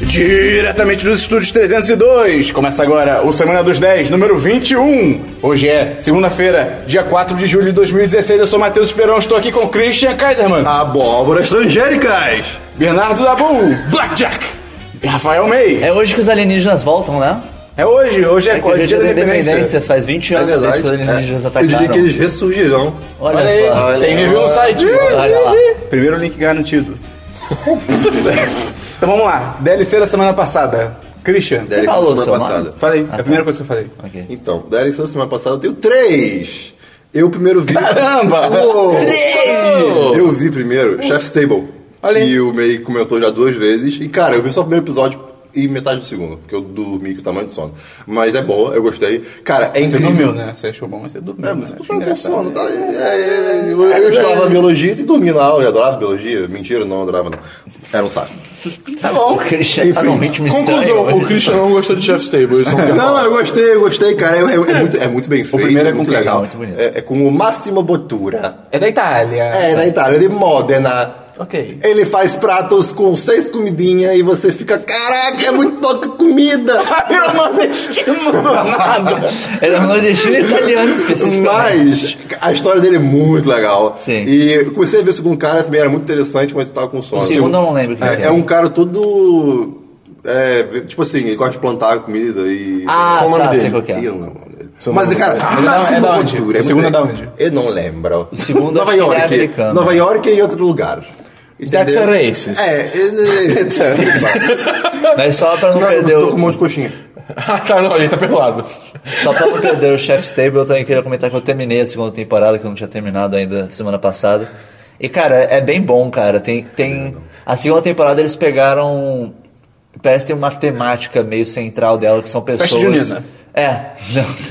Diretamente dos estúdios 302, começa agora o Semana dos 10, número 21. Hoje é segunda-feira, dia 4 de julho de 2016. Eu sou Matheus Esperão, estou aqui com Christian Kaiserman, Abóboras transgéricas! Bernardo Dabu, Blackjack e Rafael May. É hoje que os alienígenas voltam, né? É hoje, hoje é, Que é dia da independência. faz 20 É anos desde verdade. que os alienígenas é. Eu atacaram. diria que eles ressurgirão. Olha, Olha aí, só. tem review no site. Olha lá. Primeiro link garantido. então vamos lá, DLC da semana passada. Christian, Deram isso falou, semana seu passada. mano. falei, é a primeira coisa que eu falei. Ok. Então, da eleição semana passada eu tenho três. Eu primeiro vi. Caramba! Uou! Eu vi primeiro Chef's Table. Olha aí. que o May comentou já duas vezes. E cara, eu vi só o primeiro episódio e metade do segundo, porque eu dormi com o tamanho do sono. Mas é boa, eu gostei. Cara, é Você incrível. dormiu, né? Você achou bom, mas você dormiu. É, né? mas tu Acho tá com engraçado, sono, né? tá? É, é, é, eu, eu estudava biologia e dormia na aula, eu adorava biologia. Mentira, não adorava, não. Era um saco. Tá bom. O Christian tá Enfim, num ritmo estranho. Conclusão, o hoje. Christian não gostou de Chef's Table, isso não quer Não, falar. eu gostei, eu gostei, cara. É, é- é muito, é muito bem feito. primeiro é com muito quem? legal. Muito bonito. É, é com o Massimo Bottura. É da Itália. É, na Itália, de Modena. Ok. Ele faz pratos com seis comidinhas e você fica, caraca, é muito pouca comida. Eu não deixei mudar nada. Ele é um nordestino italiano especificamente. Mas a história dele é muito legal. é Sim. E eu comecei a ver o segundo cara também, era muito interessante, mas eu tava com sono. O segundo eu não lembro que É, era. é um cara todo. é, tipo assim, ele gosta de plantar comida e. Ah, Qual o nome tá, dele? sei qual que é. Eu não lembro. Mas, cara, Ah, mas assim, não, é da onde? cultura, O segundo muito- é da onde? Eu não lembro. O segundo acho Nova que ele é York. americano. Nova York e outro lugar. That's Entendeu? a racist. É, é, é, Mas só pra não perder Tô com um o, monte de coxinha. Ah, tá, não, ele tá pelado. só pra não perder o Chef's Table, eu também queria comentar que eu terminei a segunda temporada, que eu não tinha terminado ainda semana passada. E, cara, é bem bom, cara. Tem, tem... A segunda temporada eles pegaram... Parece que tem uma temática meio central dela, que são pessoas... junina. É,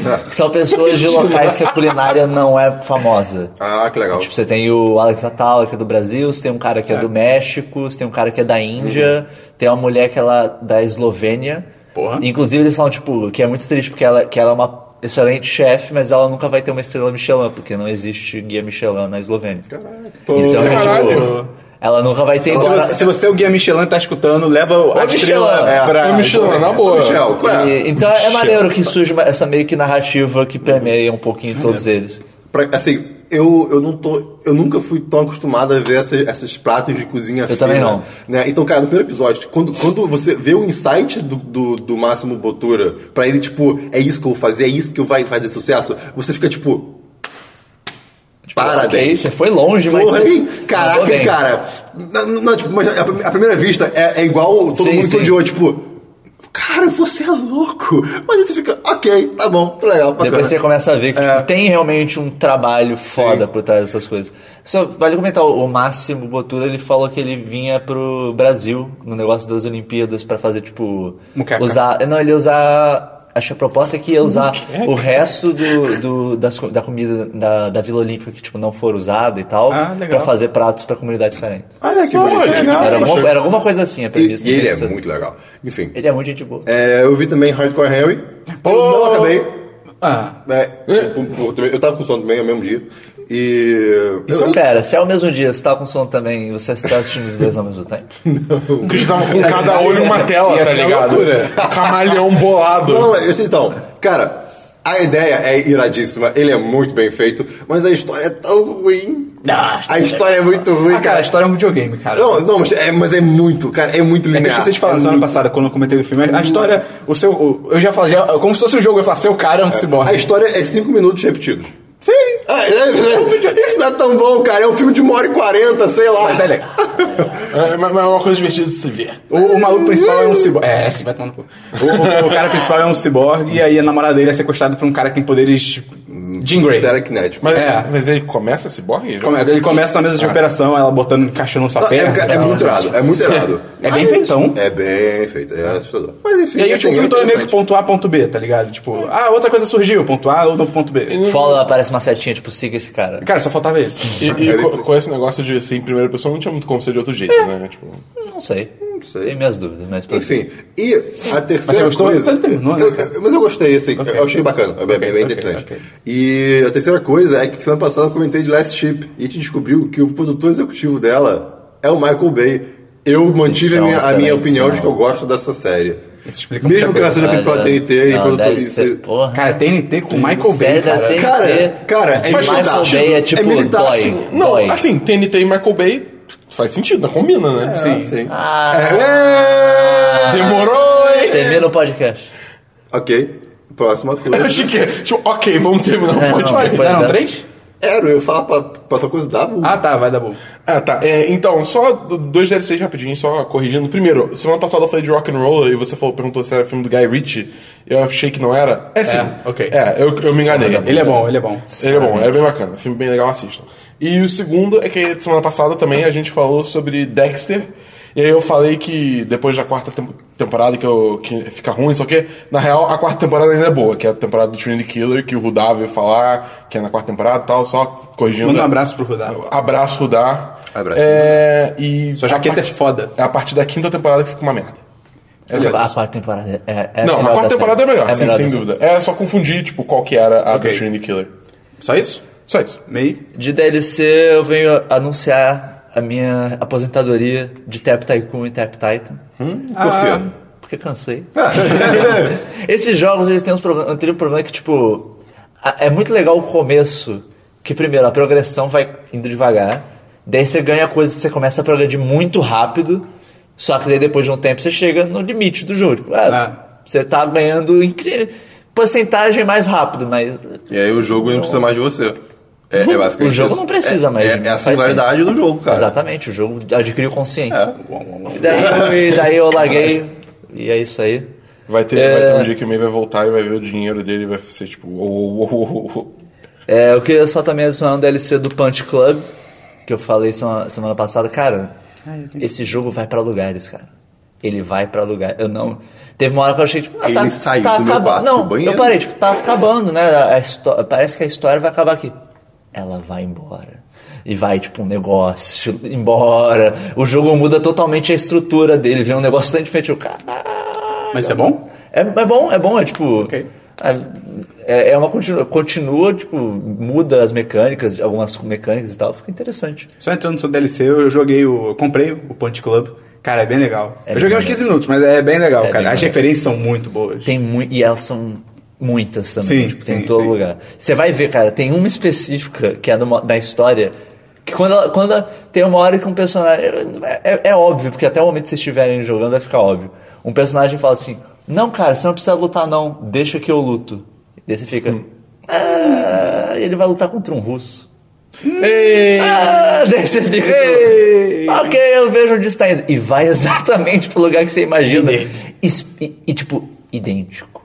não. Que são pessoas de locais que a culinária não é famosa. Ah, que legal. Tipo, você tem o Alex Atala, que é do Brasil, você tem um cara que é, do México, você tem um cara que é da Índia, tem uma mulher que ela é da Eslovênia. Porra. Inclusive, eles falam, tipo, que é muito triste, porque ela, que ela é uma excelente chefe, mas ela nunca vai ter uma estrela Michelin, porque não existe guia Michelin na Eslovênia. Caraca. Então, é, tipo, Caralho. ela nunca vai ter... Se embora- você, se você é o guia Michelin e tá escutando, leva a Michelin. estrela É, pra. É Michelin, na boa. Michel, qual é? E- então é maneiro que surge uma- essa meio que narrativa que permeia um pouquinho todos eles. Pra- assim, eu, eu não tô. Eu nunca fui tão acostumado a ver essa, esses pratos de cozinha fina, também não. Né? Então, cara, no primeiro episódio, quando, quando você vê o insight do, do, do Máximo Botura, pra ele, tipo, é isso que eu vou fazer, é isso que eu vai fazer sucesso, você fica tipo. Tipo, ok, Parabéns. você foi longe, mas... Porra, você- hein? mandou Caraca, bem. cara. Não, não, tipo, mas a, a primeira vista é, é igual todo Sim, mundo sim. que odiou, tipo. Cara, você é louco! Mas aí você fica, ok, tá bom, tá legal, bacana. É. Depois você começa a ver que tipo, tem realmente um trabalho foda por trás dessas coisas. Só vale comentar, o Máximo Botura, ele falou que ele vinha pro Brasil, no negócio das Olimpíadas, pra fazer, tipo... Muqueca. Usar... Não, ele ia usar... Acho que a proposta é que ia usar o resto do, do- das co- da comida da, da Vila Olímpica que, tipo, não for usada e tal, Ah, legal. pra fazer pratos pra comunidades carentes. Olha que bonito. legal. Era, alguma- era alguma coisa assim a É, E, premissa. e ele é Isso. muito legal. Enfim. Ele é muito gente boa. É, eu vi também Hardcore Harry. Eu não acabei. Ah, É, eu, eu também- eu tava com sono também, ao mesmo dia. E... Isso, eu, eu- pera, se é o mesmo dia, você tá com sono também e você tá assistindo os dois ao mesmo tempo? O Christian tava com cada olho uma tela, tá ligado? Camaleão bolado. Não, eu sei então. Cara, a ideia é iradíssima, ele é muito bem feito, mas a história é tão ruim. Ah, a a história- história é muito ruim, cara, a cara. história é um videogame, cara. Não, não, mas é, mas é muito, cara, é muito É linear. que eu esqueci de falar na semana passada, quando eu comentei do filme. A história, o seu. o- eu já falei, já- como se fosse um jogo, eu falo, seu cara é um A ciborgue. história é cinco minutos repetidos. Sim! Ah, é, é, isso não é tão bom, cara, é um filme de uma hora e quarenta, sei lá. Mas é legal. É, mas mas é uma coisa divertida de se ver. O, o maluco principal é um ciborgue. É, esse vai tomar no cu. O, o- o cara principal é um ciborgue e aí a namorada dele é sequestrada por um cara que tem poderes. Jean Grey. Telekinético. Mas, É. mas ele começa esse borgue? Como é? Ele começa na mesa de operação, ela botando, encaixando um né? sua É, perna. é muito errado, é muito errado. É bem feitão. É bem feito, é assustador. Mas enfim, E aí, tipo, o assim, filme todo é meio que interessante. ponto A, ponto B, tá ligado? Tipo, ah, outra coisa surgiu, ponto A ou novo ponto B. Follow aparece uma setinha, tipo, siga esse cara. Cara, só faltava isso. E, e co- com esse negócio de ser em primeira pessoa, não tinha muito como ser de outro jeito, né? Tipo, Não sei. Não sei. Tenho minhas dúvidas, mas Enfim, e a terceira Mas você gostou? coisa... Você não terminou, né, Eu- cara? eu- mas eu gostei, assim, eu achei bacana, é bem, bem interessante. E a terceira coisa é que semana passada eu comentei de Last Ship e a gente descobriu que o produtor executivo dela é o Michael Bay, Eu mantive a São minha, a minha excelentes, opinião de né? que eu gosto dessa série. um Isso explica Mesmo muita que ela seja coisa. né? feita pela TNT e Não, pelo deve ser, porra. Cara, TNT com Michael Bay, Série da cara. TNT. Cara, cara, é Mas militar. Michael Bay é tipo É militar, boy, assim. Não, boy. assim, TNT e Michael Bay faz sentido, né? combina, né? Ah, sim. Ah. é É. Demorou, hein? Termina o podcast. Ok, próxima Eu coisa. achei que. Tipo, ok, vamos terminar o É, não, podcast. depois- Não, dela. três? Era, eu ia falar pra, pra sua coisa da Ah, tá, vai dar bom. Ah, tá. É, então, só dois DLCs rapidinho, só corrigindo. Primeiro, semana passada eu falei de rock and roll e você falou, perguntou se era filme do Guy Ritchie. Eu achei que não era. É sim. ok. É, eu, eu me enganei. Ele é bom, ele é bom. Ele é bom, era bem bacana. Filme bem legal, assistam. E o segundo é que semana passada também a gente falou sobre Dexter. E aí eu falei que depois da quarta tem- temporada que, eu, que fica ruim, só que na real a quarta temporada ainda é boa, que é a temporada do Trinity Killer, que o Rudá veio falar, que é na quarta temporada e tal, só corrigindo. Manda um abraço pro Rudá. Abraço, Rudá. Abraço. É, e Sua jaqueta a é foda. É a partir da quinta temporada que fica uma merda. É só Tipo, a isso. quarta temporada é, é a Não, melhor a quarta da temporada é série. melhor, sim, da sem série. dúvida. É só confundir, tipo, qual que era a Ok. do Trinity Killer. Só isso? Só isso. Meio. De DLC eu venho anunciar a minha aposentadoria de Tap Tycoon e Tap Titan. Por Porque cansei. quê? Esses jogos, eles têm uns problemas. Tem um problema que, tipo. a- É muito legal o começo. Que primeiro, a progressão vai indo devagar. Daí você ganha coisas, você começa a progredir muito rápido. Só que daí depois de um tempo você chega no limite do jogo. Tipo, ah, você tá ganhando incrível. Porcentagem mais rápido, mas. E aí o jogo não precisa mais de você. É, é basicamente O jogo isso. não precisa É- mais de É, mim, é a faz singularidade do jogo, cara. Exatamente, o jogo adquiriu consciência. E daí, eu- e daí eu larguei. E é isso aí. Vai ter, É. vai ter um dia que o meio vai voltar e vai ver o dinheiro dele e vai ser tipo. "Oh, oh, oh, oh, oh". É, eu queria só também adicionar um DLC do Punch Club, que eu falei sema- semana passada. Cara, esse jogo vai pra lugares, cara. Ele vai pra lugar. Eu não. Teve uma hora que eu achei, tipo, ah, Ele tá, saiu tá do meu acaba- quarto pro Não, banheiro? eu parei, tipo, tá acabando, né? A histó- Parece que a história vai acabar aqui. Ela vai embora. E vai, tipo, um negócio embora. O jogo muda totalmente a estrutura dele. Vem um negócio de frente, eu, caralho. Mas isso é bom? É, é bom, é bom, é tipo. Ok. É, é uma continua, continua, tipo, muda as mecânicas, algumas mecânicas e tal, fica interessante. Só entrando no seu DLC, eu joguei o. Eu comprei o Punch Club. Cara, é bem legal. É eu joguei bem uns legal. 15 minutos, mas é bem legal, É cara. bem As legal. referências são muito boas. Tem muito. E elas são muitas também, Sim, tipo, tem sim, em todo sim. lugar. Você vai ver, cara, tem uma específica que é numa, da história. Que quando, ela- quando ela- tem uma hora que um personagem. É, é- é óbvio, porque até o momento que vocês estiverem jogando vai ficar óbvio. Um personagem fala assim: Não, cara, você não precisa lutar, não. Deixa que eu luto. E daí você fica. Ah, ele vai lutar contra um russo. Ei! Hum. Ah, daí você fica. tipo, Ok, eu vejo onde está indo. E vai exatamente pro lugar que você imagina. Is- E, e, tipo, idêntico.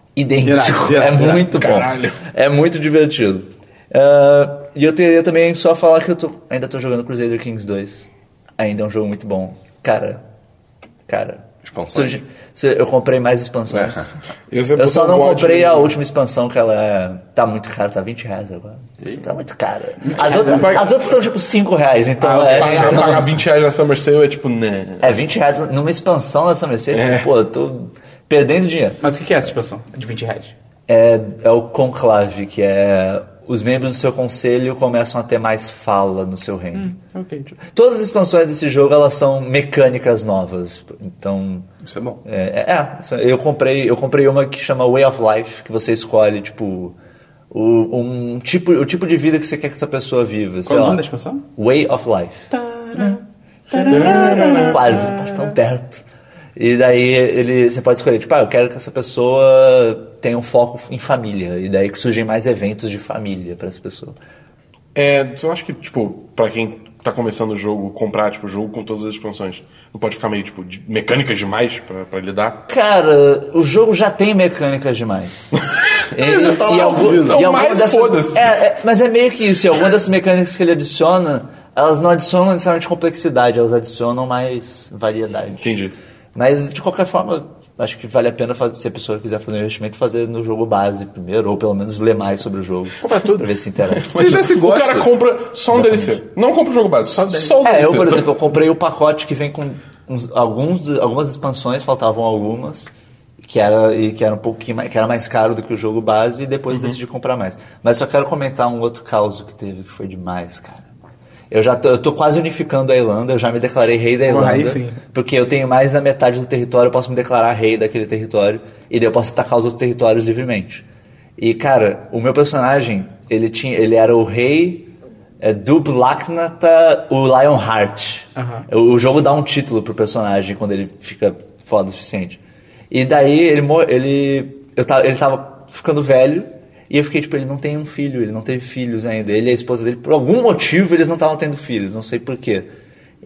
Irado, Idêntico. irado, é irado. muito bom. Caralho. É muito divertido. Ah, e eu teria também só falar que eu tô, ainda tô jogando Crusader Kings 2. Ainda é um jogo muito bom. Cara. Cara. Expansões. surge- se- eu comprei mais expansões. E você É. Eu botou só um não bot comprei no- a última expansão, que ela é- tá muito cara, tá 20 reais agora. Tá muito cara. As outras, Paga- as outras estão tipo 5 reais, então Ah, é. Pagar, então- pagar 20 reais na Summer Sale é tipo, né? É 20 reais numa expansão da Summer Sale, É. pô, eu tô perdendo dinheiro. Mas o que que é essa expansão? De 20 reais. É, é o conclave, que é. Os membros do seu conselho começam a ter mais fala no seu reino. Ok. Todas as expansões desse jogo, elas são mecânicas novas. Então, Isso é bom. É, é, é, isso- eu comprei, eu comprei uma que chama Way of Life, que você escolhe, tipo, o, um tipo, o tipo de vida que você quer que essa pessoa viva. sei Qual é o lá. nome da expansão? Way of Life. Quase, tá tão perto. E daí ele, você pode escolher, tipo, ah, eu quero que essa pessoa tenha um foco em família. E daí que surgem mais eventos de família pra essa pessoa. É, você não acha que, tipo, pra quem tá começando o jogo, comprar, tipo, o jogo com todas as expansões, não pode ficar meio, tipo, de- mecânicas demais pra, pra lidar? Cara, o jogo já tem mecânicas demais. É, E, já tá lá algu- fudido. Então, algumas mais foda-se. é, é, mas é meio que isso. E algumas dessas mecânicas que ele adiciona, elas não adicionam necessariamente complexidade, elas adicionam mais variedade. Entendi. Mas, de qualquer forma, acho que vale a pena, fazer, se a pessoa quiser fazer um investimento, fazer no jogo base primeiro, ou pelo menos ler mais sobre o jogo. Compra tudo. Pra ver se interessa. Mas já se tipo, o gosta. cara compra só um DLC. Não compra o jogo base, só, o DLC. É, eu, por exemplo, eu comprei o pacote que vem com uns- alguns, do- algumas expansões, faltavam algumas, que era, e que era um pouquinho mais, que era mais caro do que o jogo base, e depois decidi comprar mais. Mas só quero comentar um outro caso que teve, que foi demais, cara. Eu já tô, eu tô quase unificando a Irlanda, eu já me declarei rei da Irlanda. aí sim. Porque eu tenho mais da metade do território, eu posso me declarar rei daquele território. E daí eu posso atacar os outros territórios livremente. E, cara, o meu personagem, ele, tinha, ele era o rei é, Dublaknata, o Lionheart. O, o jogo dá um título pro personagem quando ele fica foda o suficiente. E daí ele, mo- ele, eu tava, ele tava ficando velho. E eu fiquei tipo, ele não tem um filho, ele não teve filhos ainda. Ele e a esposa dele, por algum motivo, eles não estavam tendo filhos, não sei porquê.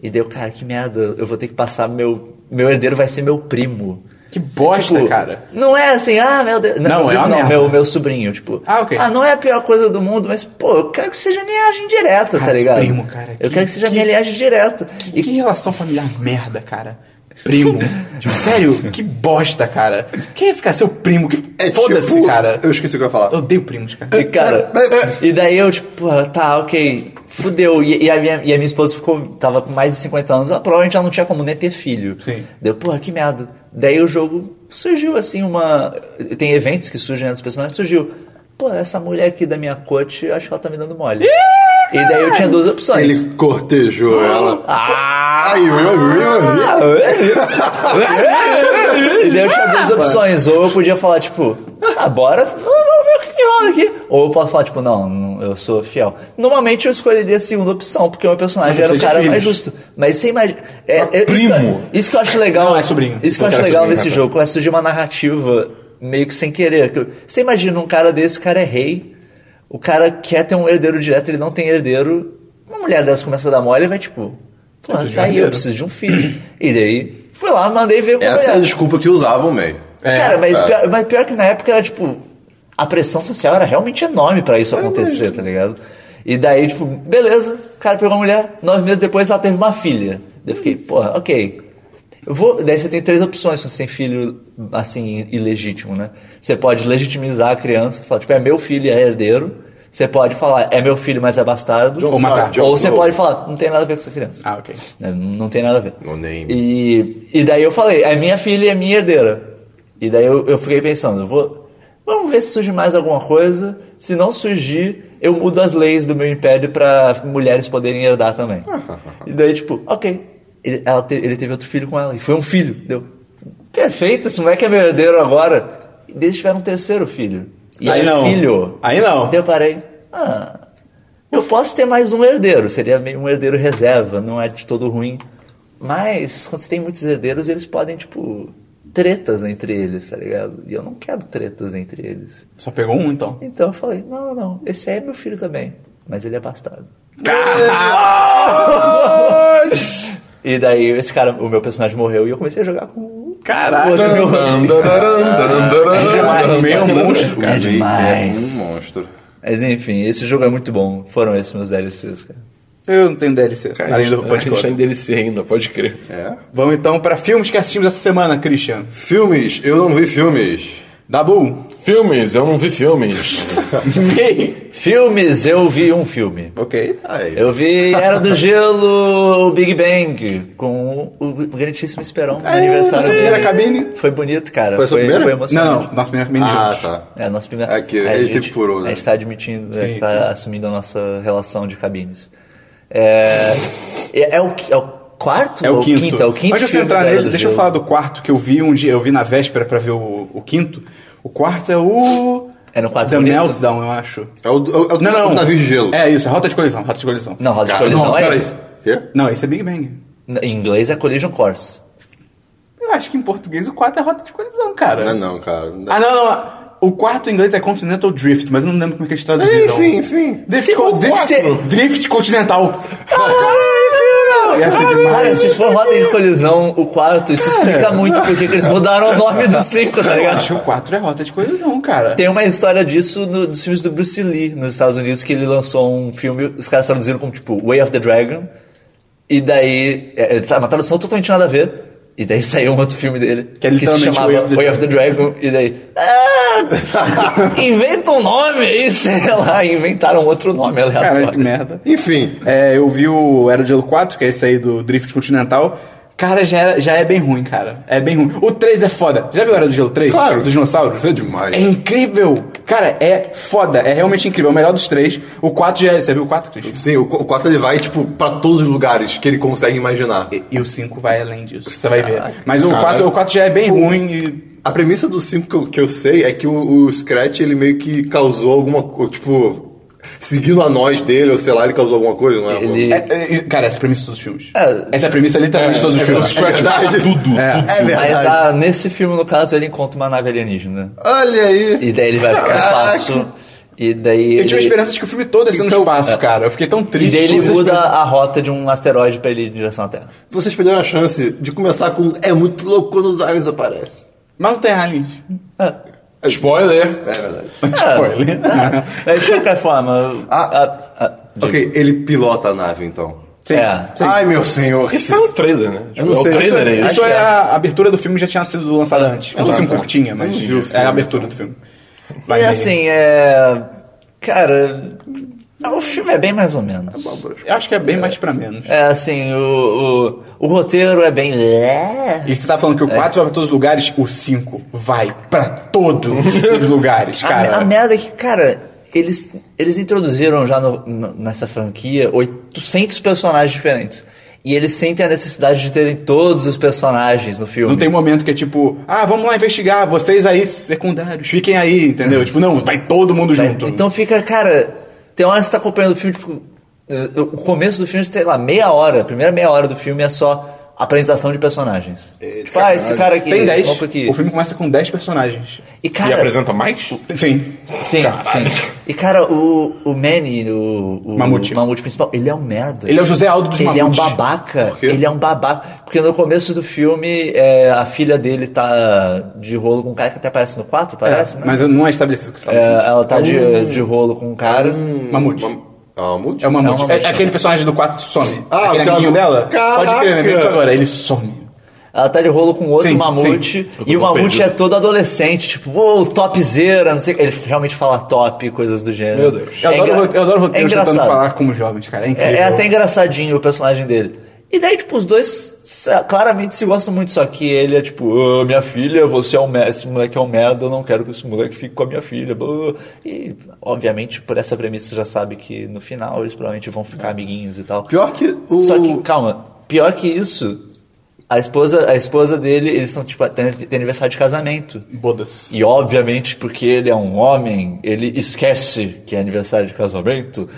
E deu, cara, que merda, eu vou ter que passar meu. Meu herdeiro vai ser meu primo. Que bosta, cara. Não é assim, ah, meu Deus. Não, meu é uma primo merda. Meu, meu sobrinho, tipo. Ah, ok. não é a pior coisa do mundo, mas, pô, eu quero que seja linhagem direta, tá Cara, ligado? primo, cara, Eu que- quero que seja que- minha linhagem direta. E que relação familiar merda, cara. Primo. tipo, sério? Que bosta, cara. Quem é esse cara? Seu primo? Que... É, Foda-se, tipo, cara. Eu esqueci o que eu ia falar. Eu odeio primos, cara. E, cara, e daí eu, tipo, porra, tá, ok, fudeu. E, e a minha, e a minha esposa ficou, tava com mais de 50 anos, ela provavelmente já não tinha como nem ter filho. Sim. Deu, porra, que merda. Daí o jogo surgiu assim, uma. Tem eventos que surgem né, dos personagens, surgiu. Pô, essa mulher aqui da minha corte, eu acho que ela tá me dando mole. e daí eu tinha duas opções. Ele cortejou ela. Ah! Ai, meu, meu, meu. E daí eu tinha duas opções. Ou eu podia falar, tipo, ah, bora, vamos ver o que, que rola aqui. Ou eu posso falar, tipo, não, não, eu sou fiel. Normalmente eu escolheria a segunda opção, porque o meu Mas personagem era não o precisa cara de mais filhos. Ah, justo. Mas você imagina. É, é- isso que- primo. Isso que eu acho legal. Não, é sobrinho. Isso que eu Não acho quero legal sobrinho, nesse rapaz. jogo, começa a surgir uma narrativa meio que sem querer. que eu- Você imagina um cara desse, o cara é rei, o cara quer ter um herdeiro direto, ele não tem herdeiro. Uma mulher dessa começa a dar mole, ele vai tipo, pô, preciso de tá um aí, eu herdeiro. preciso de um filho. E daí, fui lá, mandei ver com a Essa é a mulher. desculpa que usavam, man. É, Cara, mas, é. Pior, mas pior que na época era tipo. A pressão social era realmente enorme pra isso acontecer, tá ligado? E daí, tipo, beleza, o cara pegou uma mulher, nove meses depois ela teve uma filha. Daí eu fiquei, porra, ok. Eu vou. Daí você tem três opções quando você tem filho, assim, ilegítimo, né? Você pode legitimizar a criança, falar, tipo, é meu filho e é herdeiro. Você pode falar, é meu filho, mas é bastardo. Ou matar. John Ou você Snow. pode falar, não tem nada a ver com essa criança. Ah, ok. Né, Não tem nada a ver. No name. E, e daí eu falei, é minha filha e é minha herdeira. E daí eu, eu fiquei pensando, eu vou, vamos ver se surge mais alguma coisa. Se não surgir, eu mudo as leis do meu império pra mulheres poderem herdar também. e daí, tipo, ok. Ele, ela te- ele teve outro filho com ela, e foi um filho. Deu, perfeito, esse moleque é meu herdeiro agora. E daí eles tiveram um terceiro filho. E Aí aí, não. filho. Aí não. Daí eu parei. Ah, eu posso ter mais um herdeiro, seria meio um herdeiro reserva, não é de todo ruim. Mas quando você tem muitos herdeiros, eles podem, tipo, tretas entre eles, tá ligado? E eu não quero tretas entre eles. Só pegou um, então. Então eu falei, não, não, esse aí é meu filho também, mas ele é bastardo. E daí esse cara, o meu personagem morreu e eu comecei a jogar com o Caralho. outro meu Ah, É é Meio monstro, Cara, É É um demais. monstro. Mas enfim, esse jogo é muito bom. Foram esses meus DLCs, cara. Eu não tenho DLC, além do A gente tá podcast. em DLC ainda, pode crer. É. Vamos então pra filmes que assistimos essa semana, Christian. Filmes, eu não vi filmes. Dabu. Filmes, eu não vi filmes. Meio. Filmes, eu vi um filme. ok. Aí. Eu vi Era do Gelo, o Big Bang, com o grandíssimo Esperão no aniversário você dele. era É, cabine? Foi bonito, cara. Foi a sua foi, primeira? foi Não, emocionante. não, nosso primeiro caminho de Ah, juntos. tá. É, a nossa primeira. É que a ele gente- sempre furou, né? A gente tá admitindo, a Sim, gente tá assumindo a nossa relação de cabines. É, é, é o, qui- é o quarto? É o ou quinto. É o quinto Antes de você filme entrar da Era nele, do deixa eu Gelo. falar do quarto que eu vi um dia. Eu vi na véspera pra ver o, o quinto. O quarto é o. É no quarto The bonito? Meltdown, eu acho. É o, é o, é o Não, não. navio de gelo. É isso, é rota de colisão, rota de colisão. Não, Roda de Cara, Colisão não, é peraí. esse. Quê? Não, esse é Big Bang. Em inglês é Collision Course. Eu acho que em português o quarto é rota de colisão, cara. Não, é não, cara. Ah, não, não. O quarto em inglês é Continental Drift, mas eu não lembro como é que eles traduziram. enfim, enfim. Drift, Ficou co- drift, é quatro. drift continental. Ia ser Cara, é demais. se for Rota de Colisão, o quarto, isso explica muito porque que eles mudaram o nome do cinco, tá Eu ligado? acho que o 4 é rota de colisão, cara. Tem uma história disso no, dos filmes do Bruce Lee nos Estados Unidos, que ele lançou um filme, os caras traduziram como tipo Way of the Dragon, e daí. É, é, tá, uma tradução totalmente nada a ver. E daí saiu um outro filme dele Que que, é se literalmente chamava Way of the, Dragon. E daí. Ah, inventa um nome aí, sei lá. Inventaram outro nome aleatório. Cara, que merda. Enfim. É, eu vi o Era de Gelo 4, que é esse aí do Drift Continental. Cara, já, era- já é bem ruim, cara. É bem ruim. O 3 é foda. Já viu o Era do Gelo 3? Claro. Dos dinossauros? É demais. É incrível. Cara, é foda, é realmente incrível. É o melhor dos três. O 4 já é. Você viu o 4, Cris? Sim, o 4 ele vai, tipo, pra todos os lugares que ele consegue imaginar. E, e o 5 vai além disso. Você vai ver. Caraca. Mas o Caralho. 4 o 4 já é bem ruim e. A premissa do 5 que, eu- que eu sei é que o, o Scratch ele meio que causou alguma coisa, tipo, seguindo a nós dele, ou sei lá, ele causou alguma coisa, não é? Ele- É, é, é, cara, essa é a premissa de todos os filmes. É. essa é a premissa literalmente de todos os é, filmes. é verdade. Tudo, É. tudo. É Mas verdade. ah, nesse filme, no caso, ele encontra uma nave alienígena. Olha aí! E daí ele vai pro espaço. E daí. Eu tive ele- esperança de que o filme todo ia ser no Então- espaço, cara. Eu fiquei tão E triste. daí ele Vocês- muda a rota de um asteroide pra ele ir em direção à Terra. Vocês perderam a chance de começar com É muito louco quando os aliens aparecem. Mas não tem aliens. Spoiler. É verdade. Spoiler. Mas, de qualquer forma. Ah. a- a- diga. Ok, ele pilota a nave então. Sim. É. Sim. Ai meu senhor, Isso é um trailer, né? Eu não é sei, o trailer, eu é sei. isso. Isso é a abertura do filme, já tinha sido lançada Ah, antes. É um filme curtinha, mas vi o filme, é a abertura do filme. E assim, é. Cara. O filme é bem mais ou menos. Eu acho que é bem mais pra menos. É assim, o, o, o roteiro é bem. E você tá falando É. que o 4 vai pra todos os lugares, o 5 vai pra todos os lugares, A, me- cara. a merda é que, cara, eles, eles introduziram já no- no- nessa franquia 800 personagens diferentes. E eles sentem a necessidade de terem todos os personagens no filme. Não tem momento que é tipo, ah, vamos lá investigar, vocês aí secundários, fiquem aí, entendeu? Tipo, não, vai todo mundo Tá, junto. Então fica, cara, tem hora que você tá acompanhando o filme, tipo, eh, o começo do filme, sei lá, meia hora, a primeira meia hora do filme é só apresentação de personagens. tipo, ah, esse cara aqui, É, tem esse 10. outro aqui. O filme começa com 10 personagens. E E cara, apresenta mais? Sim. sim, Caralho. sim. E cara, o, o Manny, o, o Mamute. o Mamute principal, ele é um merda. Ele é o José Aldo dos Ele é um Mamutes. babaca. quê? Ele é um babaca. Porque no começo do filme, é, a filha dele tá de rolo com um cara que até aparece no 4, parece, né? Mas não é estabelecido que você tá É, falando. ela tá de, de rolo com um cara. é Mamute. Ah, muito. É o Mamute. É o É, Mamute. aquele personagem do 4 some. Ah, aquele cara, amiguinho dela. Pode crer, caraca. lembrei disso agora. Ele some. Ela tá de rolo com outro Sim, mamute. Eu tô E o todo mamute perdido. é todo adolescente, tipo, uou, topzera, não sei o que. Ele realmente fala top, coisas do gênero. Meu Deus. Eu É adoro, engra- ro- eu adoro é roteiros engraçado. tentando falar como jovens, cara. É É, incrível. é até engraçadinho o personagem dele. E daí, tipo, os dois sa- claramente se gostam muito, só que ele é tipo, "Ah, minha filha, você é um merda, esse moleque é um merda, eu não quero que esse moleque fique com a minha filha. blá, blá, blá." E, obviamente, por essa premissa, você já sabe que no final eles provavelmente vão ficar É. amiguinhos e tal. Pior que o. Só que, calma, pior que isso, a esposa, a esposa dele, eles estão, tipo, tem, tem aniversário de casamento. Bodas. E, obviamente, porque ele é um homem, ele esquece que é aniversário de casamento.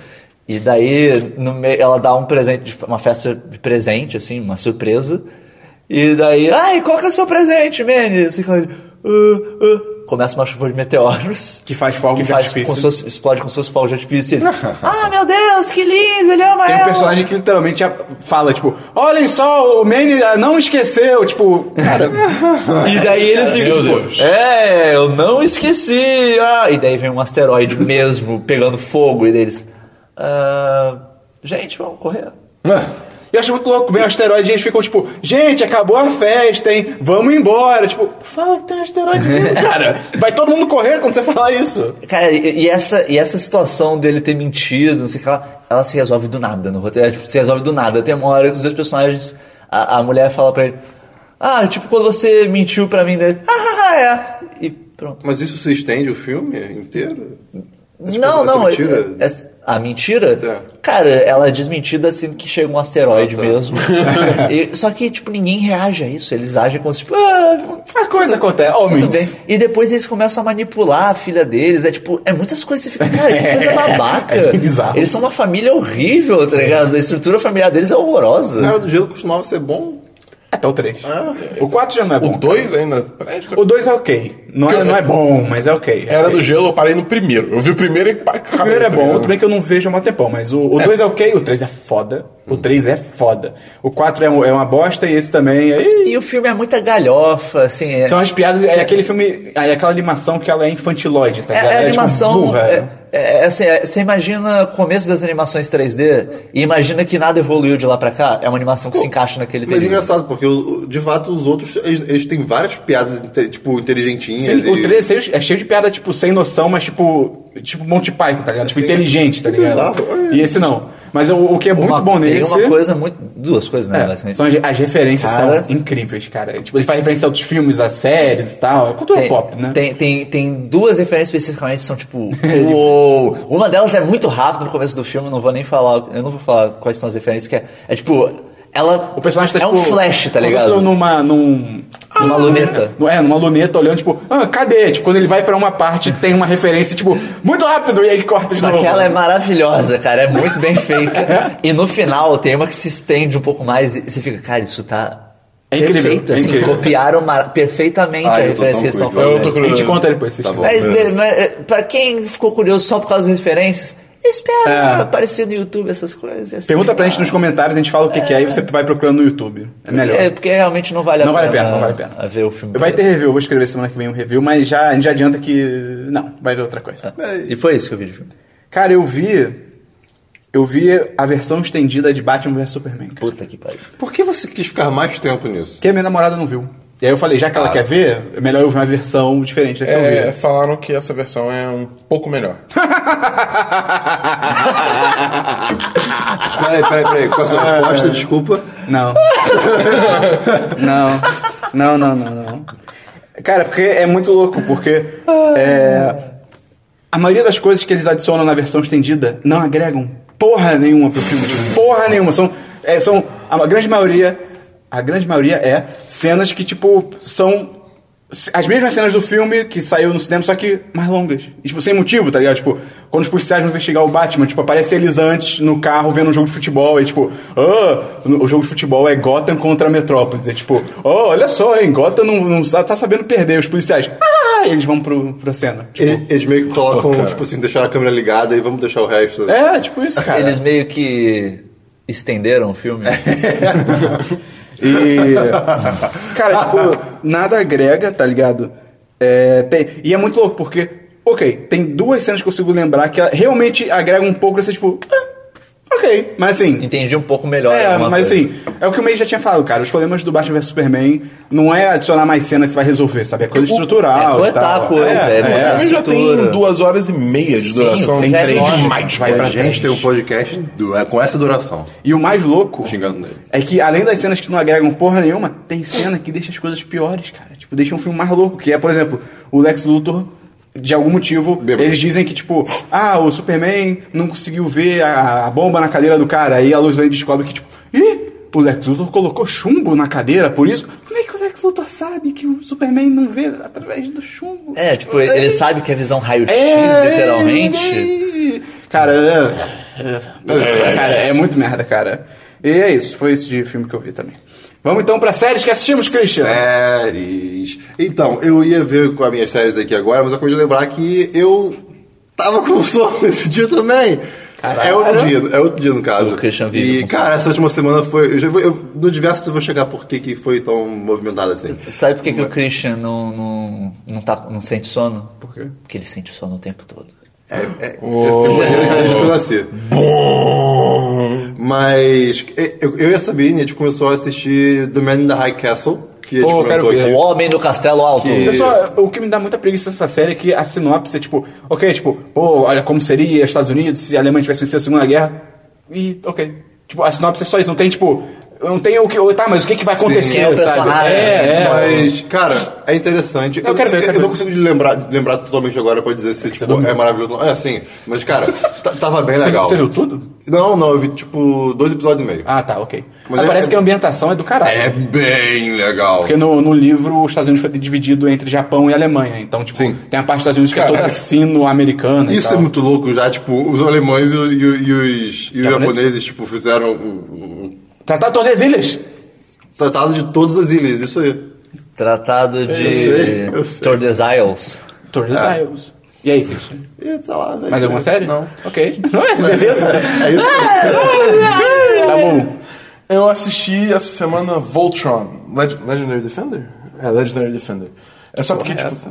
E daí, no meio, ela dá um presente, de- uma festa de presente, assim, uma surpresa. E daí, ai, qual que é o seu presente, Manny? Assim, ela, "Ah, ah." Começa uma chuva de meteoros Que faz fogo que de faz artifício. com suas, explode com suas fogos de artifício. E eles, ah, meu Deus, que lindo, ele ama Tem um ela." personagem que literalmente já fala, tipo, olhem só, o Manny ah, não esqueceu, tipo, cara. E daí ele fica Meu tipo, Deus. é, eu não esqueci. Ah. E daí vem um asteroide mesmo pegando fogo e deles, ah, gente, vamos correr. eu acho muito louco, vem o asteroide e eles ficam, tipo, gente, acabou a festa, hein? Vamos embora. Tipo, fala que tem um asteroide vindo, cara. Vai todo mundo correr quando você falar isso. Cara, e, e essa, e essa situação dele ter mentido, não sei o que lá, ela se resolve do nada no roteiro. É, tipo, se resolve do nada. Tem uma hora que os dois personagens, a, a mulher fala pra ele, ah, tipo, quando você mentiu pra mim, dele, ah, ah, ah, é. E pronto. Mas isso se estende o filme inteiro? Essa não, coisa- essa não. mentira? é- é- a mentira? É. Cara, ela é desmentida assim que chega um asteroide Ah, tá. mesmo. E- só que, tipo, ninguém reage a isso. Eles agem como se, tipo, ah, A coisa acontece, tudo bem. homens. E depois eles começam a manipular a filha deles. É tipo, é muitas coisas que você fica, cara, que coisa babaca. É bem bizarro. Eles são uma família horrível, tá ligado? A estrutura familiar deles é O horrorosa. cara do gelo costumava ser bom. Até É o 3. Ah. O 4 já não é bom. O 2 ainda presta. O 2 é ok. Não é, não é bom, mas é ok. Era do gelo, eu parei no primeiro. Eu vi o primeiro e pá, O primeiro é bom, outro bem que eu não vejo há muito tempão, mas o 2 é. ok, o 3 é foda, o 3 é foda. O 4 é, um- é uma bosta e esse também. é- E o filme é muita galhofa, assim. É, São as piadas, é aquele filme, é aquela animação que ela é infantiloide, tá É, ligado? é tipo, animação. burra. é- é- é assim, é- você imagina o começo das animações 3D e imagina que nada evoluiu de lá pra cá. É uma animação que se encaixa naquele Mas é período. engraçado, porque o- de fato os outros, eles, eles têm várias piadas, inte- tipo, inteligentinhas. Sim, o e- 3 é cheio- é cheio de piada, tipo, sem noção, mas tipo, tipo Monty Python, tá ligado? Tipo, Sim. inteligente, tá Que ligado? bizarro. E esse não. Mas o, o que é muito Uma- bom tem nesse. uma coisa muito. Duas coisas, né? É, basicamente. são as, as referências Cara. são incríveis, cara. Tipo, ele faz referência a outros filmes, a séries e tal. É cultura Tem, pop, né? tem, tem, tem duas referências especificamente que são tipo. Uou! Uma delas é muito rápida no começo do filme, não vou nem falar. Eu não vou falar quais são as referências, que é. É tipo. Ela. O personagem tá É tipo. um flash, tá como se fosse ligado? Numa. Num, Numa luneta. É, numa luneta olhando, tipo, ah, cadê? Tipo, quando ele vai pra uma parte, tem uma referência, tipo, muito rápido, e aí corta de Só novo. que ela é maravilhosa, cara. É muito bem É? feita. e no final tem uma que se estende um pouco mais e você fica, cara, isso tá. É incrível, Perfeito, é assim, incrível. copiaram mar- perfeitamente Ah, a eu tô referência tão que eles estão curioso. fazendo. Eu tô A gente conta depois. se Tá vocês bom. Mas, dele, mas, é, pra quem ficou curioso só por causa das referências, espera É. aparecer no YouTube essas coisas. assim. Pergunta pra gente nos comentários, a gente fala o que, que é, e você vai procurando no YouTube. É melhor. É, porque realmente não vale a Não vale pena. a pena, não vale a pena. ver o filme. Vai ter review, eu vou escrever semana que vem um review, mas já, a gente já adianta que. Não, vai ver outra coisa. E foi isso que eu vi do filme. Cara, eu vi. Eu vi a versão estendida de Batman vs Superman. cara. Puta que pariu. Por que você quis ficar mais tempo nisso? Porque a minha namorada não viu. E aí eu falei, já que ela quer ver, é melhor eu ver uma versão diferente da que eu É, vi. falaram que essa versão é um pouco melhor. Peraí, peraí, peraí. Qual a sua resposta? Desculpa. Não. não. Não, não, não, não. Cara, porque é muito louco, porque. é, a maioria das coisas que eles adicionam na versão estendida não agregam porra nenhuma pro filme. Tipo, Porra nenhuma. São. é, são a grande maioria. A grande maioria é cenas que, tipo, são. c- As mesmas cenas do filme que saiu no cinema, só que mais longas. E, tipo, sem motivo, tá ligado? Tipo, quando os policiais vão investigar o Batman, tipo, aparece eles antes no carro vendo um jogo de futebol, e tipo, ah, o jogo de futebol é Gotham contra Metrópolis. É tipo, oh, olha só, hein, Gotham não, não sa- tá sabendo perder os policiais. Ah, eles vão pro, pra cena. Tipo, Eles, eles meio que colocam, tipo assim, deixar a câmera ligada e vamos deixar o resto. é, tipo isso, cara. Eles meio que estenderam o filme. É. E. Cara, tipo, nada agrega, tá ligado? É, tem, e é muito louco, porque, ok, tem duas cenas que eu consigo lembrar que ela realmente agregam um pouco dessa, tipo, ah, ok. Mas assim. Entendi um pouco melhor. É, alguma mas coisa. assim, é o que o May já tinha falado, cara. Os problemas do Batman vs Superman não é adicionar mais cena que você vai resolver, sabe? É coisa estrutural. é e tal. coletar a coisa, é Mas É, também já estrutura. tem duas horas e meia de Sim, duração. tem Isso é três. demais, Vai pra cara. gente ter um podcast do- é, com essa duração. E o mais louco Xingando ele. é que, além das cenas que não agregam porra nenhuma, tem cena que deixa as coisas piores, cara. Tipo, deixa um filme mais louco, que é, por exemplo, o Lex Luthor, de algum motivo, Bêbado. eles dizem que, tipo, ah, o Superman não conseguiu ver a, a bomba na cadeira do cara. Aí a Lois Lane descobre que, tipo, ih, o Lex Luthor colocou chumbo na cadeira, por isso. Como é que o Lex Luthor sabe que o Superman não vê através do chumbo? É, tipo, ele, ele sabe que é visão raio-x, É, literalmente. Cara, é, é, cara, é muito merda, cara. E é isso, foi esse de filme que eu vi também. Vamos então pra séries que assistimos, Christian. Séries. Então, eu ia ver com as minhas séries aqui agora, mas eu acabei de lembrar que eu tava com um sono esse dia também. Caralho. É outro dia, é outro dia no caso. O Christian vive e, com cara, essa última semana foi. Eu já vou, eu, no diverso eu vou chegar por que que foi tão movimentado assim. Sabe por que, que o Christian não, não, não, tá, não sente sono? Por quê? Porque ele sente sono o tempo todo. Eu tenho uma maneira desde que eu nasci. Mas eu, eu e a Sabine, a gente começou a assistir The Man in the High Castle, que a gente Pô, eu quero comentou ver. aqui. O homem do castelo alto. Que- Pessoal, é, o que me dá muita preguiça dessa série é que a sinopse é tipo, ok, tipo, pô, olha como seria Estados Unidos se a Alemanha tivesse vencido a Segunda Guerra. E, ok. Tipo, a sinopse é só isso, não tem tipo. Não tem o que. Tá, mas o que, que vai acontecer, é o sabe? personagem, é, é. Mas, cara, é interessante. Eu quero ver, eu quero não ver. consigo de lembrar, lembrar totalmente agora pra dizer se tipo, é maravilhoso ou não. É assim, mas, cara, t- tava bem Você, legal. você viu tudo? Não, não, eu vi, tipo, dois episódios e meio. Ah, tá, ok. Mas Mas é- parece que a ambientação é do caralho. É bem legal. Porque no, no livro os Estados Unidos foi dividido entre Japão e Alemanha. Então, tipo, Sim. tem a parte dos Estados Unidos que é Caraca. toda sino-americana. e Isso tal. é muito louco já, tipo, os alemães e, o- e o- e os, e Japoneses? os japoneses, tipo, fizeram um- um Tratado de Tordesilhas! tratado de todas as ilhas, isso aí. Tratado de sei, eu sei. Tordesilhas. Tordesilhas. E aí, Christian? E, sei lá, velho. é, Mais alguma é série? Ah! Não. Ok. Beleza? É isso. tá bom. Eu assisti essa semana Voltron. Leg- Legendary Defender? É, Legendary Defender. É só porque, tipo... essa?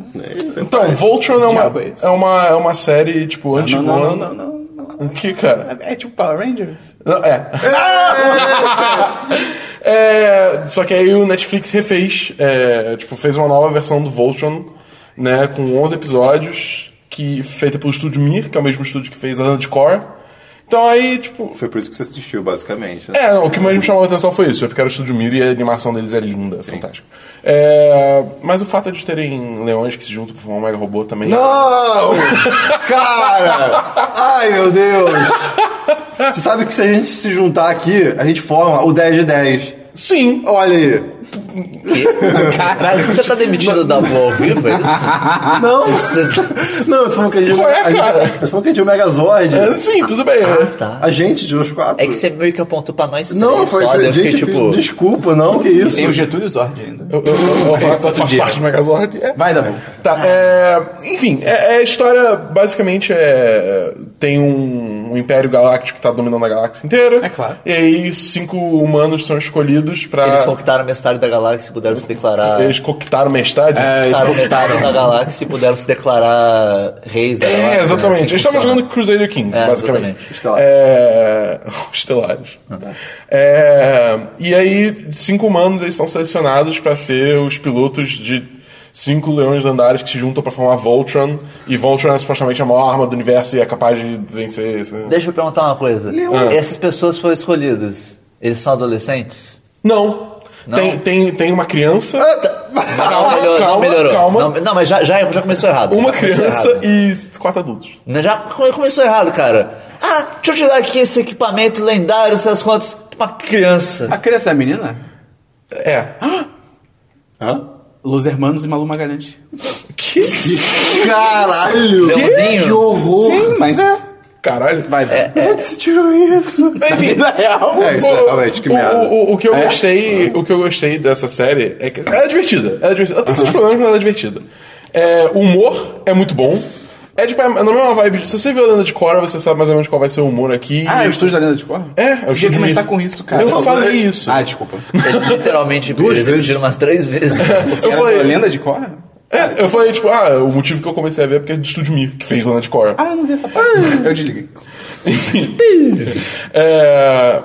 Então, Voltron é Diabo uma, é esse? é uma, é uma série, tipo, Não, antigona. não, não, não, não. O que, cara? É tipo Power Rangers? Não, é. É, Só que aí o Netflix refez, é, tipo, fez uma nova versão do Voltron, né, com 11 episódios, que feita pelo estúdio Mir, que é o mesmo estúdio que fez Anand Core. Então aí, tipo. Foi por isso que você assistiu, basicamente. né? É, não, o que mais me chamou a atenção foi isso, é porque era o estúdio Miro e a animação deles é linda, é fantástica. É, mas o fato de terem leões que se juntam pra formar um mega robô também. Não! Cara! Ai, meu Deus! Você sabe que se a gente se juntar aqui, a gente forma o 10 de 10. Sim! Olha aí. Caralho, você tá demitido da Blue ao vivo, é isso? Não. Você- Não, eu tô falando que a gente... Qual é, a gente- cara? eu tô falando que a gente é o Megazord. É, sim, tudo bem. né? Tá. A gente de os quatro. É que você meio que apontou pra nós três Não, foi... só, daí eu foi fiquei gente, tipo... fiz- desculpa, não, que isso. Tem o Getúlio Zord ainda. Eu, eu- eu- eu faço, eu faço dia. parte do Megazord. É. Vai, Davi. Tá, é, enfim, é, é a história basicamente é. Tem um, um império galáctico que tá dominando a galáxia inteira. É claro. E aí, cinco humanos são escolhidos pra. Eles conquistaram a metade da galáxia e puderam se declarar... Eles é, coquetaram uma estádio. Conquistaram metade da galáxia e puderam se declarar reis da galáxia. É, né? exatamente. Assim Eles estavam funciona. jogando Crusader Kings, É, basicamente. exatamente. Ah, tá. Estelares. É... Estelares. É, E aí, cinco humanos eles são selecionados para ser os pilotos de cinco leões lendários que se juntam para formar Voltron. E Voltron é supostamente a maior arma do universo e é capaz de vencer. esse- Deixa eu perguntar uma coisa. Ah. Essas pessoas foram escolhidas, eles são adolescentes? Não. Não? Ah, tá. Tem, tem, tem uma criança. não, Calma, melhor- não calma, melhorou. calma. Não, não, mas já, já, já começou errado. Uma Já começou criança Tá errado. e quatro adultos. Né, Já come- começou errado, cara. Ah, deixa eu te dar aqui esse equipamento lendário, essas contas. Uma criança. A criança é a menina? É. Hã? Los Hermanos e Malu Magalhães. Que? Caralho! Leãozinho? Que horror! Sim, mas é. Caralho. Vai, Davi. De onde você tirou isso? Enfim, É, Na real. É, isso é realmente, que o- merda. O, o- o que eu É? gostei, o que eu gostei dessa série é que ela é divertida. Ela é divertida. Ela tem seus problemas, mas ela é divertida. É, o humor é muito bom. É tipo, é na mesma vibe. de- Se você viu a Lenda de Cora, você sabe mais ou menos qual vai ser o humor aqui. Ah, é o estúdio da Lenda de Cor? É, eu Podia começar com isso, cara. Eu falei isso. Ah, desculpa. Eles Literalmente, eles vezes. repetiram umas três vezes. eu Era falei, da Lenda de Cor? é, eu falei, tipo, ah, o motivo que eu comecei a ver é porque é do Estúdio Mi, que fez Lenda de Cora. Ah, eu não vi essa parte. Eu desliguei. É,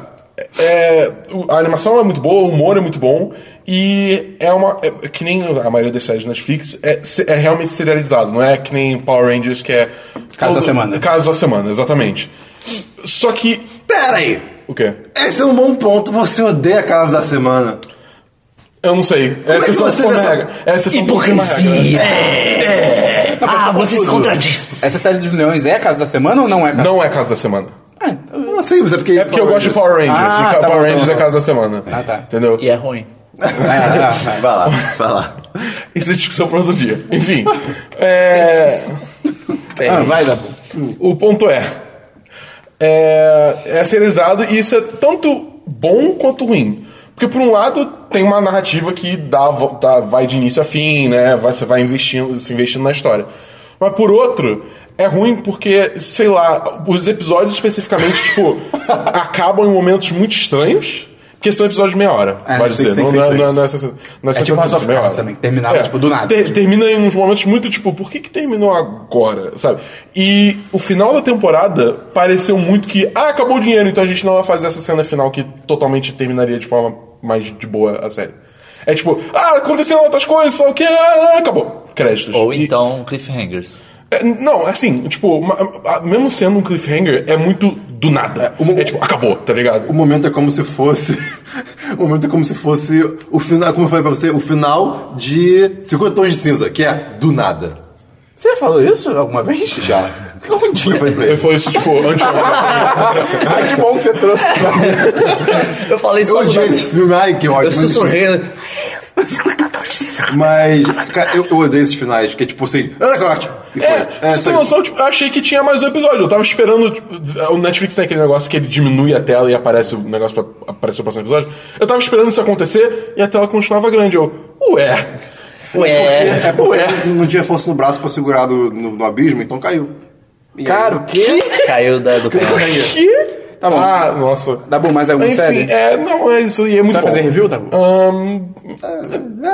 é, o- a animação é muito boa, o humor é muito bom e é uma é que nem a maioria das séries da Netflix é, se- é realmente serializado, não é que nem Power Rangers que é Caso da semana. caso da semana, exatamente. Só que Pera aí! o quê? Esse é um bom ponto. Você odeia a casa da semana. Eu não sei. é É que sessão você por vê essa- regra. É sessão por cima regra. né? Hipocrisia! É, Ah, você se contradiz! Essa série dos leões é a Casa da Semana ou não é? Casa- Não é caso da semana. Ah, então- Não sei, mas é porque. É porque eu gosto de Power Rangers. Ah, e ca- tá bom, tá Power Rangers bom, é tá caso da semana. Ah, tá. Entendeu? E é ruim. Ah, tá, tá. Vai lá, vai lá. Isso é discussão para outro dia. Enfim. É... Tem. Ah, vai, Dabu. O ponto é, é. É serializado e isso é tanto bom quanto ruim. Porque, por um lado, tem uma narrativa que dá, a vo- tá- vai de início a fim, né? Vai- Você vai investindo, se investindo na história. Mas, por outro, é ruim porque, sei lá, os episódios especificamente, tipo, acabam em momentos muito estranhos. Porque são episódios de meia hora, É, vai tem que dizer. ser Não, não, é- feito não, isso. é- não é 60 não é É tipo 60 House of minutos, meia Cards hora. também, que terminava, tipo, do nada. É, Ter- termina em uns momentos muito tipo, por que, que terminou agora, sabe? E o final da temporada pareceu muito que, ah, acabou o dinheiro, então a gente não vai fazer essa cena final que totalmente terminaria de forma mais de boa a série. É tipo, ah, aconteceram outras coisas, só que ah, ah, acabou. Créditos. Ou E- então cliffhangers. é, não, assim, tipo, ma- a- mesmo sendo um cliffhanger, é muito do nada. É, tipo, acabou, tá ligado? O momento é como se fosse. O momento é como se fosse o final, como eu falei pra você, o final de 50 tons de cinza, que é do nada. Você já falou isso alguma vez? Já. Onde? Eu falei pra E ele. Foi isso, tipo, antes. Ai, que bom que você trouxe. Eu falei Eu só odiei esse filme, ai que Eu ótimo. sussurrei. Mas, cara, eu, eu odeio esses finais, que é tipo assim, Ana Corte! E foi. É, você tem sabe? noção, tipo, eu achei que tinha mais um episódio. Eu tava esperando. tipo, o Netflix tem aquele negócio que ele diminui a tela e aparece o negócio pra aparecer o próximo episódio. Eu tava esperando isso acontecer e a tela continuava grande. Eu, ué. Ué. É porque ele não tinha força no braço pra segurar do- no, no abismo, então caiu. E aí- Cara, o quê? Caiu da, do pé. Que? Tá bom. Ah, nossa. Dá bom, mais alguma Enfim, série? é, não, é isso. E é muito Você vai bom. fazer review, Dabu? Ahn,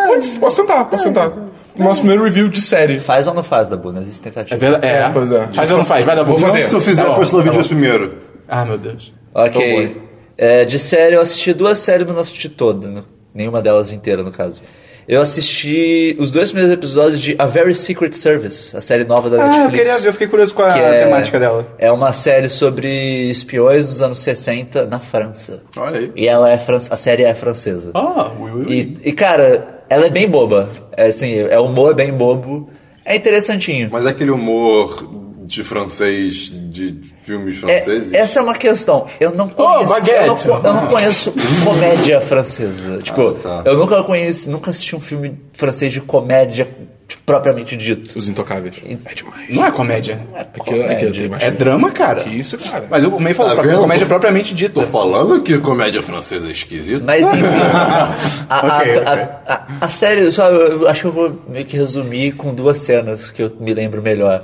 pode, posso tentar, posso tentar. Nosso primeiro review de série. Faz ou não faz, Dabu? Não existe É tentativa. verdade? É. pois é. Faz ou não faz? Vai, Dabu. Vou Não, fazer. se eu fizer, Tá eu bom, posto no tá vídeo bom. esse primeiro. Ah, meu Deus. ok. É, de série, eu assisti duas séries, mas não assisti toda. né? Nenhuma delas inteira, no caso. Eu assisti os dois primeiros episódios de A Very Secret Service, a série nova da Ah, Netflix. eu queria ver, eu fiquei curioso com a que é- temática dela. É uma série sobre espiões dos anos 60 na França. Olha aí. E ela é fran- a série é francesa. Ah, ui, ui, ui. E, e, cara, ela é bem boba. É, assim, é humor bem bobo. É interessantinho. Mas é aquele humor de francês, de filmes É, franceses. essa é uma questão. Eu não Oh, conheço. eu, não, baguete. Ah, co- eu não conheço comédia francesa. Tipo, tá. eu nunca conheci, nunca assisti um filme francês de comédia tipo, propriamente dito. tipo, Os intocáveis. É demais. Não é comédia. Aquilo, aquilo tem mais É drama, cara. Que isso, cara. Mas o meio falou, Tá pra mim, vendo? comédia propriamente Tô dita. falando que comédia francesa é esquisita. Mas enfim, a, a- Ok, ok. a- a- a série, só, eu, eu acho que eu vou meio que resumir com duas cenas que eu me lembro melhor.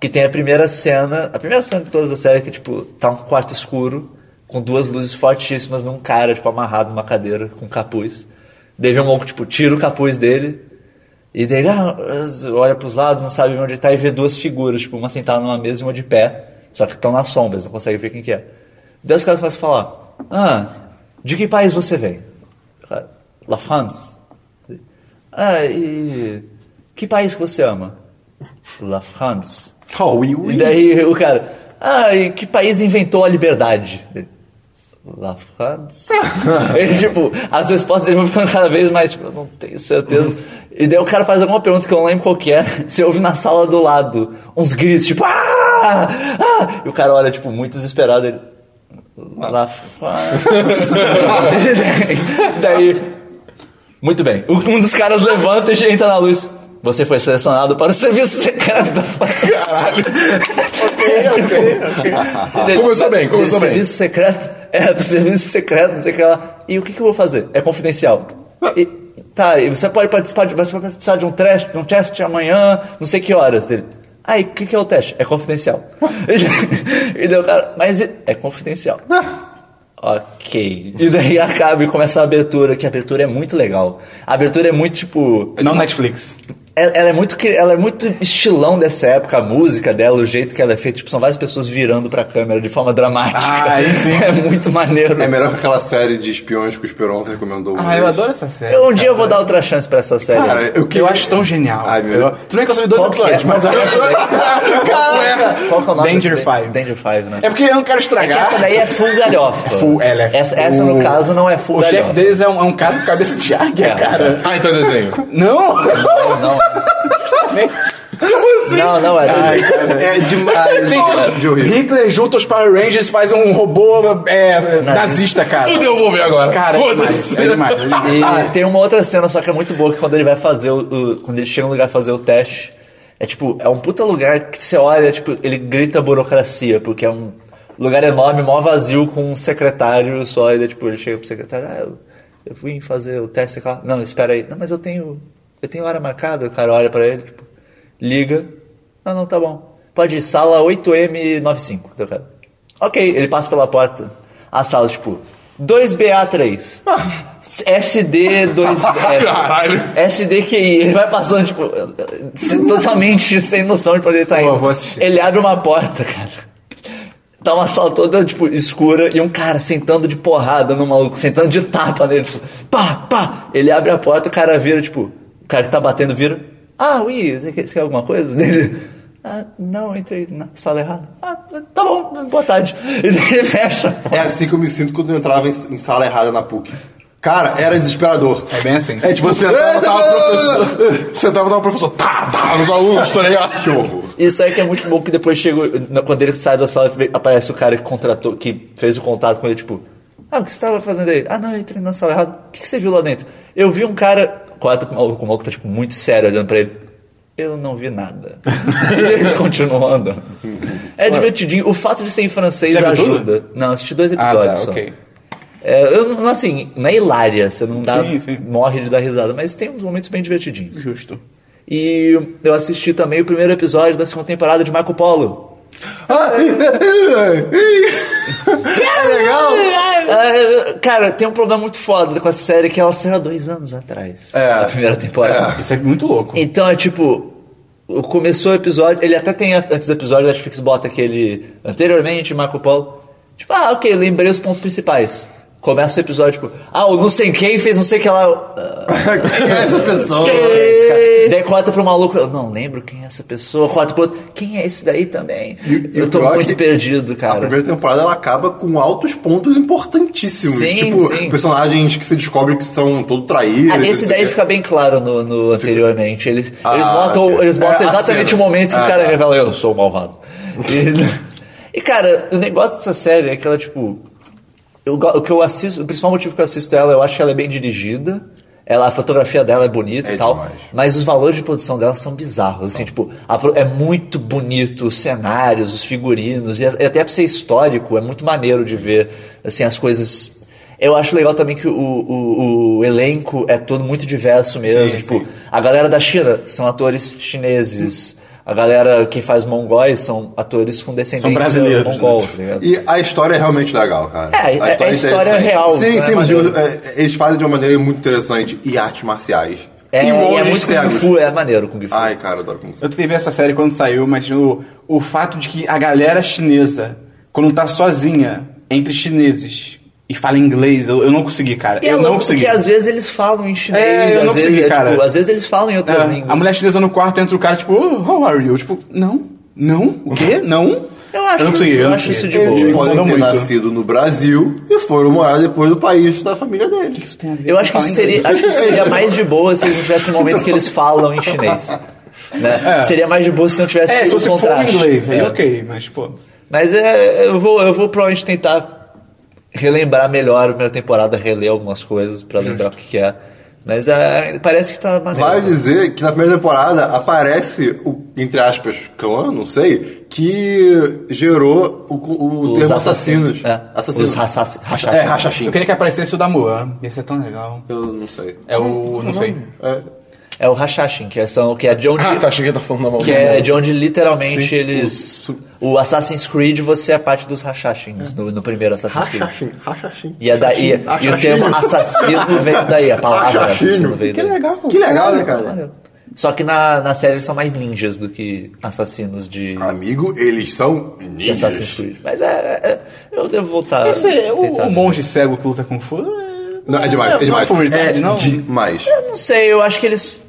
Que tem a primeira cena, a primeira cena de todas as séries que, tipo, tá um quarto escuro, com duas luzes fortíssimas num cara, tipo, amarrado numa cadeira, com capuz. Daí vem um louco, tipo, tira o capuz dele, e daí ele ah, olha pros lados, não sabe onde tá, e vê duas figuras, tipo, uma sentada numa mesa e uma de pé, só que estão nas sombras, não consegue ver quem que é. Daí os caras começam a falar, ah, de que país você vem? O cara, La France. Ah, e que país que você ama? La France. Oh, ui, E daí o cara, ah, e que país inventou a liberdade? Ele, La France. Ele, tipo, as respostas dele vão ficando cada vez mais, tipo, eu não tenho certeza. E daí o cara faz alguma pergunta que eu não lembro qual que é. Você ouve na sala do lado uns gritos, tipo, ah! ah! E o cara olha, tipo, muito desesperado. Ele, La France. daí, daí, muito bem. O- Um dos caras levanta e entra na luz. Você foi selecionado para o serviço secreto da Caralho. Começou bem, começou bem. Serviço secreto? É, pro serviço secreto, não sei o que lá. E o que, que eu vou fazer? É confidencial. E- tá, e você pode participar de, você pode participar de um teste, de um teste amanhã, não sei que horas dele. Aí, o que, que é o teste? É confidencial. e daí o cara, mas e- é confidencial. Ok. E daí acaba e começa a abertura, que a abertura é muito legal. A abertura é muito tipo. Não Netflix. Ela, ela é muito, cri- ela é muito estilão dessa época, a música dela, o jeito que ela é feita. Tipo, são várias pessoas virando pra câmera de forma dramática. Ah, aí sim. É muito maneiro. É melhor que aquela série de espiões que o Esperon recomendou. uma Ah, eu vez. adoro essa série. Eu- um dia eu vou dar outra chance pra essa série. Cara, Eu, que- eu acho tão genial. Ai, meu Eu- Tudo bem que eu só vi dois Qual que é? episódios, mas... Qual que é o nome Danger desse- Five. Danger Five, né? É porque eu não quero É que estragar. essa daí é full galhofa. Full, ela é Essa, essa, no full. caso, não é full O galhofa. chefe deles é um, é um cara com cabeça de águia, É. cara. Ah, então é desenho. Não! Não, não. Não, não é. desenho. É demais de Hitler, horrível. Hitler junto aos Power Rangers faz um robô é, nazista, cara. Fudeu, eu vou ver agora. Cara, é demais. Foda-se. É demais. é demais. E tem uma outra cena só que é muito boa que quando ele vai fazer o, o- quando ele chega no lugar fazer o teste, é tipo, é um puta lugar que você olha, tipo, ele grita burocracia, porque é um lugar enorme, mó vazio com um secretário só, e daí, tipo, ele chega pro secretário, ah, eu, eu fui fazer o teste, sei lá. não, espera aí. Não, mas eu tenho eu tenho hora marcada, o cara olha pra ele, tipo, liga. Ah, não, tá bom. Pode ir, sala 8M95, do cara. Ok, ele passa pela porta. A sala, tipo, 2BA3. SD2F. Caralho. SDQI. Ele vai passando, tipo, totalmente sem noção de pra onde ele tá indo. Pô, vou assistir. Ele abre uma porta, cara. Tá uma sala toda, tipo, escura e um cara sentando de porrada no maluco, sentando de tapa nele, tipo, pá, pá. Ele abre a porta, o cara vira, tipo, o cara que tá batendo vira, ah, ui, você quer, você quer alguma coisa? Dele, ah, não, entrei na sala errada. Ah, tá bom, boa tarde. E daí ele fecha a porta. É assim que eu me sinto quando eu entrava em, em sala errada na PUC. Cara, era desesperador. É bem assim. É tipo, Você "Eita, sentava, tava o não, não, não, professor. Sentava, tava o professor. Tá, tá, os alunos, tá ligado? Que horror. Isso aí que é muito bom, que depois chega, na- quando ele sai da sala, vê- aparece o cara que contratou, que fez o contato com ele, tipo, ah, o que você estava fazendo aí? Ah, não, eu entrei na sala errada. O que, que você viu lá dentro? Eu vi um cara, quatro, o maluco o maluco tá, tipo, muito sério olhando pra ele. Eu não vi nada. e eles continuam andando. É divertidinho. O fato de ser em francês Você viu ajuda. Não, assisti dois Ah, episódios tá, só. ok. É, eu, não- assim, não é hilária, você não dá, Sim, sim. morre de dar risada, mas tem uns momentos bem divertidinhos. Justo. E eu assisti também o primeiro episódio da segunda temporada de Marco Polo. Ah, É cara, tem um problema muito foda com essa série que ela saiu há dois anos atrás. É. A primeira temporada. Isso é muito louco. Então é tipo. o- Começou o episódio. Ele até tem a- antes do episódio, a Netflix bota aquele. Anteriormente, Marco Polo. Tipo, ah, ok, lembrei os pontos principais. Começa o episódio, tipo, ah, o não sei quem fez não sei que lá. Ah, Quem é essa pessoa? quem é esse cara? Daí corta pro maluco, eu não lembro quem é essa pessoa, corta pro outro, quem é esse daí também? E- e eu o tô pior é muito que perdido, A cara. primeira temporada ela acaba com altos pontos importantíssimos. Sim, tipo, sim. personagens que se descobre que são todo traídos. Ah, esse daí fica bem claro no, no anteriormente. Eles, Ah, eles botam, ok. eles botam É, a exatamente o cena. momento que Ah, o cara tá. revela, eu sou o malvado. E, e, cara, o negócio dessa série é que ela, tipo. eu go- o que eu assisto, o principal motivo que eu assisto ela, eu acho que ela é bem dirigida. Ela, a fotografia dela é bonita É e tal. demais. Mas os valores de produção dela são bizarros. Assim, tipo, a pro- é muito bonito os cenários, os figurinos, e, a- e até pra ser histórico, é muito maneiro de ver assim, as coisas. Eu acho legal também que o, o- o elenco é todo muito diverso mesmo. Sim, tipo, sim. a galera da China são atores chineses. A galera que faz mongóis são atores com descendência brasileiros, né? mongol, tá ligado? E a história é realmente legal, cara. É, é- é a história interessante. real, Sim, né, sim, mas maneiro. digo, é, eles fazem de uma maneira muito interessante. E artes marciais. É, e um e monges é muito Kung cegos. Fu, é maneiro Kung Ah, Fu. Ai, cara, eu adoro Kung Fu. Eu tentei ver essa série quando saiu, mas o, o fato de que a galera chinesa, quando tá sozinha entre chineses e fala inglês, eu, eu não consegui, cara. E é eu não louco consegui. porque às vezes eles falam em chinês, É, eu às não vezes, consegui, é, cara. tipo, às vezes eles falam em É, outras línguas. a mulher chinesa no quarto entra o cara, tipo, oh, how are you? Tipo, não, não, o quê? Não? Eu acho- eu não consegui, eu eu não acho consegui. isso É de boa. Me Eles incomodou podem ter muito. nascido no Brasil e foram morar depois no país da família deles. Tem a ver Eu com acho que falar isso seria, inglês. acho que isso seria mais de boa se eles não tivessem momentos que eles falam em chinês. né? Seria mais de boa se não tivesse É, se o você for um contraste. em inglês, aí É. ok, mas pô. Mas é, eu vou, eu vou provavelmente tentar relembrar melhor a primeira temporada, reler algumas coisas pra lembrar o que, que é. Mas é, parece que tá maneiro. Vale dizer que na primeira temporada aparece o, entre aspas, clã, não sei, que gerou o, o Os termo assassinos. É. Os rassassi- rachachi- É, rachachim. Eu queria que aparecesse o da Mulan, ia ser tão legal. Eu não sei. É o. não sei. É o Hashashin, que, é- são, que é de onde Ah, tá, achei que tá falando da mão. Que é de onde literalmente eles. O Assassin's Creed, você é parte dos Hashashins no, no primeiro Assassin's Creed. Rachachim, rachachim. E, é daí, e o termo assassino veio daí, a palavra Hashashin. assassino veio daí. Que legal, né, cara? Só que na, na série eles são mais ninjas do que assassinos de, Ah, Amigo, eles são de Assassin's ninjas. Creed. Mas é, é- Eu devo voltar. Esse é o, tentar o ver. monge cego que luta com fogo. Não, é demais, é demais. Não é, verdade, é não. demais. Eu não sei, eu acho que eles.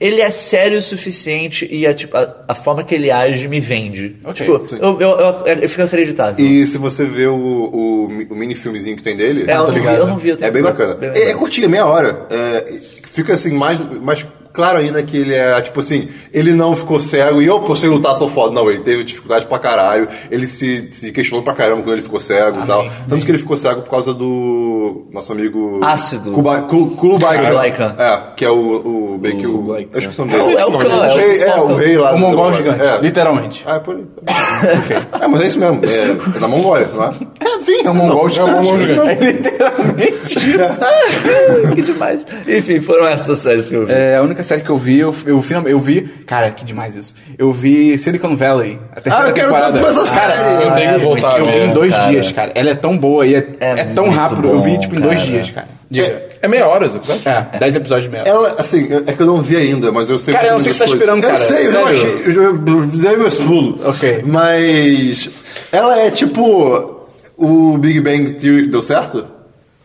Ele é sério o suficiente e a, tipo, a, a forma que ele age me vende. Ok, tipo, sim. eu, eu, eu, eu fico acreditável. E se você vê o, o, o mini filmezinho que tem dele, tá É, eu não vi, ligado? eu não vi, eu tenho é bem que ver. bacana. Bem É, é legal. curtinho, meia hora. É, fica assim, mais, mais claro ainda que ele é, tipo assim, ele não ficou cego e eu por sei lutar, sou foda. Não, ele teve dificuldade pra caralho, ele se, se questionou pra caramba quando ele ficou cego e tal. Tanto que ele ficou cego por causa do nosso amigo. Ácido. Kuba- Ku- Kulubai. Kublai Khan. É, que é o. o, meio que o, Kublai eu Khan. esqueci o nome É o- dele. é o Esse clã, nome. é o rei, é, principal o clã. rei lá O do mongol Kublai. gigante, É. literalmente. Ah, é por aí. É, mas é isso mesmo. É, é da Mongólia, não é? É, sim, é um mongol É um mongol É gigante. literalmente. É, assim, "Ah, que demais. Enfim, foram essas séries que eu vi. É, a única série que eu vi, eu, eu, vi, eu vi. Cara, que demais isso. Eu vi Silicon Valley. A terceira Ah, eu quero temporada. tanto essa Cara, série. Eu tenho que voltar eu vi em mesmo. dois cara. dias, cara. Ela é tão boa e é, É é tão muito rápido. eu vi, bom, tipo, em dois cara. dias, cara. Diga. É meia hora, Zé. né? É, dez episódios mesmo. Ela, assim, é que eu não vi ainda, mas eu sei Cara, eu não mais sei o que você tá ou menos as esperando, cara. coisas. Eu sei, eu achei. Eu, eu, dei meus pulos. Ok. Mas. Ela é tipo. O Big Bang Theory que deu certo?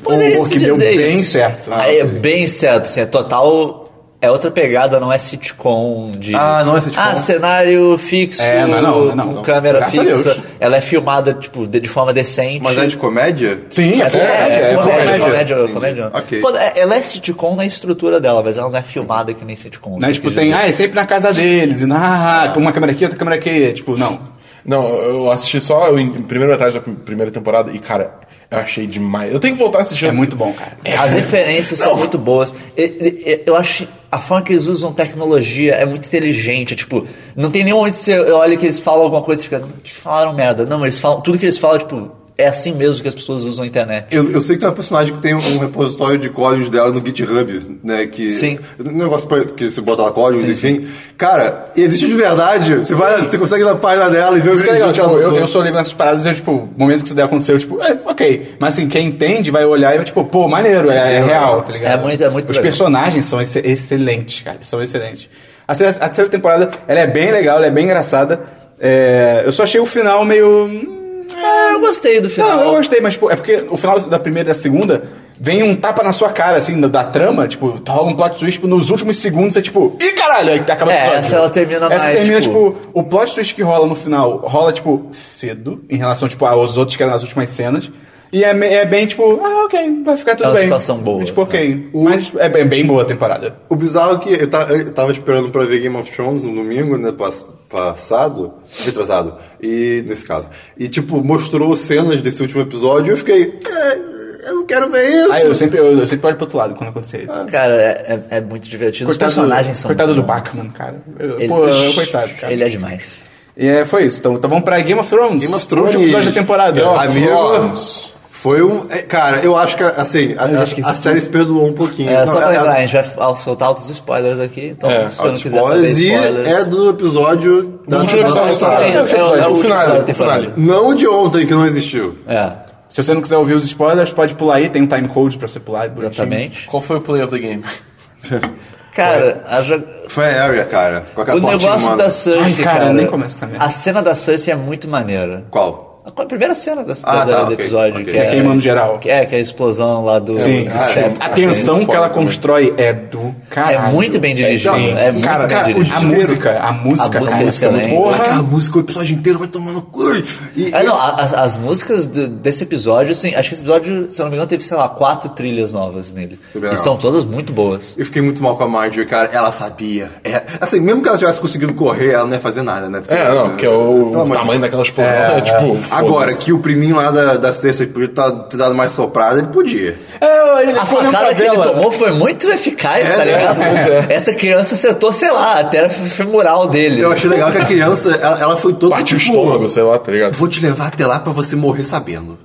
Pô, que deu bem certo. Ah, é bem certo, assim, é total. É outra pegada, não é sitcom de. Ah, não é sitcom. Ah, cenário fixo, É, não, não, não, não. com câmera Graças a fixa. Deus. Ela é filmada, tipo, de, de forma decente. Mas é de comédia? Sim, é, É, comédia, é, é comédia, comédia. comédia, Entendi. comédia. Ok. Pô, é- ela é sitcom na estrutura dela, mas ela não é filmada que nem sitcom. Né, isso tipo, que eu tem, quis dizer. ah, é sempre na casa deles, e na, ah, com uma câmera aqui, outra câmera aqui, tipo, não. Não, eu assisti só o in- primeiro metade da prim- primeira temporada e, cara, eu achei demais. Eu tenho que voltar a assistir. É muito bom, cara. As referências são muito boas. E- e- e- Eu acho a forma que eles usam tecnologia é muito inteligente. Tipo, não tem nenhum onde você olha que eles falam alguma coisa e fica, "Não, que falaram merda. Não, eles falam, tudo que eles falam, tipo, é assim mesmo que as pessoas usam a internet. Eu, eu sei que tem uma personagem que tem um repositório de códigos dela no GitHub, né? Que, Sim. Um negócio pra, que você bota lá códigos, enfim. Cara, existe de verdade. Você, vai, você consegue ir na página dela e ver o Isso que é legal, que tipo, ela eu, botou. eu sou livre nessas paradas, eu, tipo, o momento que isso der aconteceu, eu, tipo, é, ok. Mas assim, quem entende vai olhar e vai, tipo, pô, maneiro, é, é real, tá ligado? É muito- é muito Os legal. personagens são ex- excelentes, cara, são excelentes. A, se- a terceira temporada, ela é bem legal, ela é bem engraçada. É, eu só achei o final meio. hum, Ah, eu gostei do final. Não, eu gostei, mas pô, é porque o final da primeira e da segunda vem um tapa na sua cara, assim, da, da trama, tipo, rola um plot twist, tipo, nos últimos segundos é tipo, ih caralho, aí acaba o É, episódio. essa ela termina Essa mais, termina, tipo- tipo... o plot twist que rola no final rola, tipo, cedo, em relação, tipo, aos outros que eram nas últimas cenas. E é, me- é bem, tipo, ah, ok, vai ficar tudo É uma bem. situação boa. né? Tipo, ok. Mas é bem, bem boa a temporada. O bizarro é que eu, ta- eu tava esperando pra ver Game of Thrones no domingo, né? pass- Passado, retrasado, e nesse caso. E tipo, mostrou cenas desse último episódio e eu fiquei. "É, eu não quero ver isso. Aí Ah, eu sempre, eu, eu sempre olho pro outro lado quando acontecer isso. Cara, é, é- é muito divertido. Os do- personagens são. Ah, Coitado muito do bons. Bachman, cara. Eu- Ele, Pô, eu- coitado, cara. ele é demais. E é, foi isso. Então, então vamos pra Game of Thrones. Game of Thrones. Último episódio da temporada. Eu- Amigo, Thrones. foi um. é, Cara, eu acho que assim, a, Eu já a- esqueci a série se perdoou um pouquinho. É, só Não, pra é- lembrar, a gente vai ao- soltar altos spoilers aqui. Então, É, se eu não quiser saber Spoilers e spoilers. é do episódio Do da último semana episódio da passada. temporada. É, o último É, episódio o da finale, o temporada. finale. Não de ontem que não existiu. É, Se você não quiser ouvir os spoilers, pode pular aí. Tem um time code pra você pular. bonitinho. exatamente. Qual foi o play of the game? Cara, a jo- Foi a Arya, cara. Com aquela o tortinha negócio humana. da Ai, Cersei, cara, nem começa com essa merda. A cena da Cersei é muito maneira. Qual? A co- primeira cena da, Ah, da- tá, do ok, episódio. ok. Que é, Queimando geral. Que é, que é a explosão lá do... Sim, do cara, septo. a tensão que ela Foda também. constrói é do É caralho. muito bem dirigido. Sim. É muito Cara, bem cara, o dirigido. A música, a música, A música é cara, excelente. Aquela porra. música, o episódio inteiro vai tomando cu. E, É, Ah, não, a- a- as músicas do- desse episódio, assim, acho que esse episódio, se eu não me engano, teve, sei lá, quatro trilhas novas nele. legal. E são todas muito boas. Eu fiquei muito mal com a Marjorie, cara. Ela sabia. É, assim, mesmo que ela tivesse conseguido correr, ela não ia fazer nada, né? Porque- É, não, que é o, Pelo amor de tamanho daquela explosão. É, tipo. foda-se. Agora, que o priminho lá da, da sexta podia tá- ter dado mais soprada, ele podia. É, ele A ficou olhando pra facada que ele vela. tomou foi muito eficaz, É, tá ligado? né? Pois é. Essa criança acertou, sei lá, até a femoral dele. Eu achei legal que a criança, ela, ela foi toda. Partiu o tipo, estômago, sei lá, tá ligado? Vou te levar até lá pra você morrer sabendo.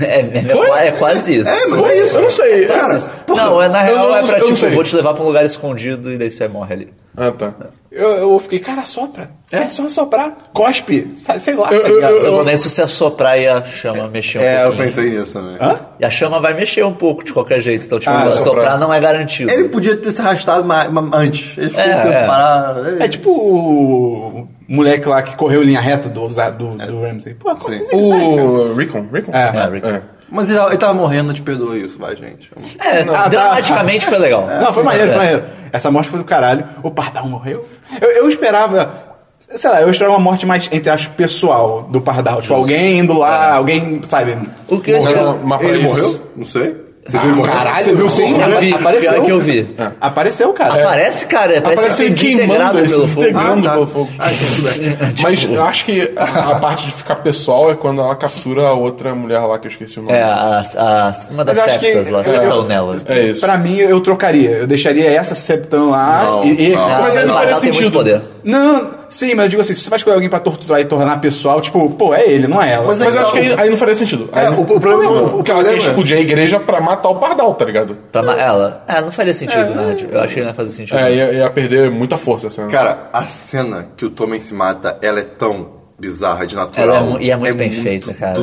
É, é- é qua- é quase isso. É, mas é isso. Eu não sei. Cara, porra, não, é, na eu real não- é pra eu não tipo, sei. vou te levar pra um lugar escondido e daí você morre ali. Ah, tá. Eu, eu fiquei, cara, sopra. É só soprar. Cospe. Sai- Sei lá. tá Eu- eu- Eu, eu, se você soprar e a chama mexer um É, eu pouquinho. pensei nisso também. E a chama vai mexer um pouco de qualquer jeito. Então, tipo, Ah, soprar. soprar não é garantido. Ele podia ter se arrastado ma- ma- antes. Ele ficou É, um tempo é. parado. Ele- É tipo o moleque lá que correu linha reta do, do, do Ramsey. Pô, assim Sim. O Recon, Recon? É. É, Rick. É. Mas ele, ele tava morrendo, não te perdoa isso, vai, gente. É, tá. dramaticamente foi legal. Não, foi maneiro, É. foi maneiro. Essa morte foi do caralho. O Pardal morreu. Eu, eu esperava. Sei lá, eu esperava uma morte mais, entre aspas, pessoal do Pardal. Tipo, alguém indo lá, alguém, sabe? O que eu Morreu, espero... mas pra Ele isso- morreu? Não sei. Você viu ele morrer? Caralho, Você viu sim, morrer? Eu vi, Apareceu. É. pior que eu vi. Apareceu, cara. Aparece, cara, parece que Aparece foi ele queimando, desintegrado ele se pelo fogo. desintegrando Ah, tá. pelo fogo. Ah, tudo bem. Mas eu acho que a a parte de ficar pessoal é quando ela captura a outra mulher lá que eu esqueci o nome. É, a, a- uma das eu acho que- septas lá, eu- septão eu- nela. É isso. Pra mim, eu trocaria. Eu deixaria essa septão lá Não, e. e- não. Mas aí não Ah, faria ela tem muito sentido. poder. assim, Não, sim, mas eu digo assim, se você vai escolher alguém pra torturar e tornar pessoal, tipo, pô, é ele, não é ela. Mas é- Mas eu acho que aí, aí não faria sentido. Aí É, não- o- o problema- Não, o- o porque ela problema- tem é- que explodir a igreja pra matar o pardal, tá ligado? Pra ma- ela. É, não faria sentido, né? Eu acho que não ia fazer sentido. É, ia, ia perder muita força essa. Assim, Cara, a cena que o Tommen se mata, ela é tão bizarra, de natural. Ela é mu- e é muito bem feita, cara. A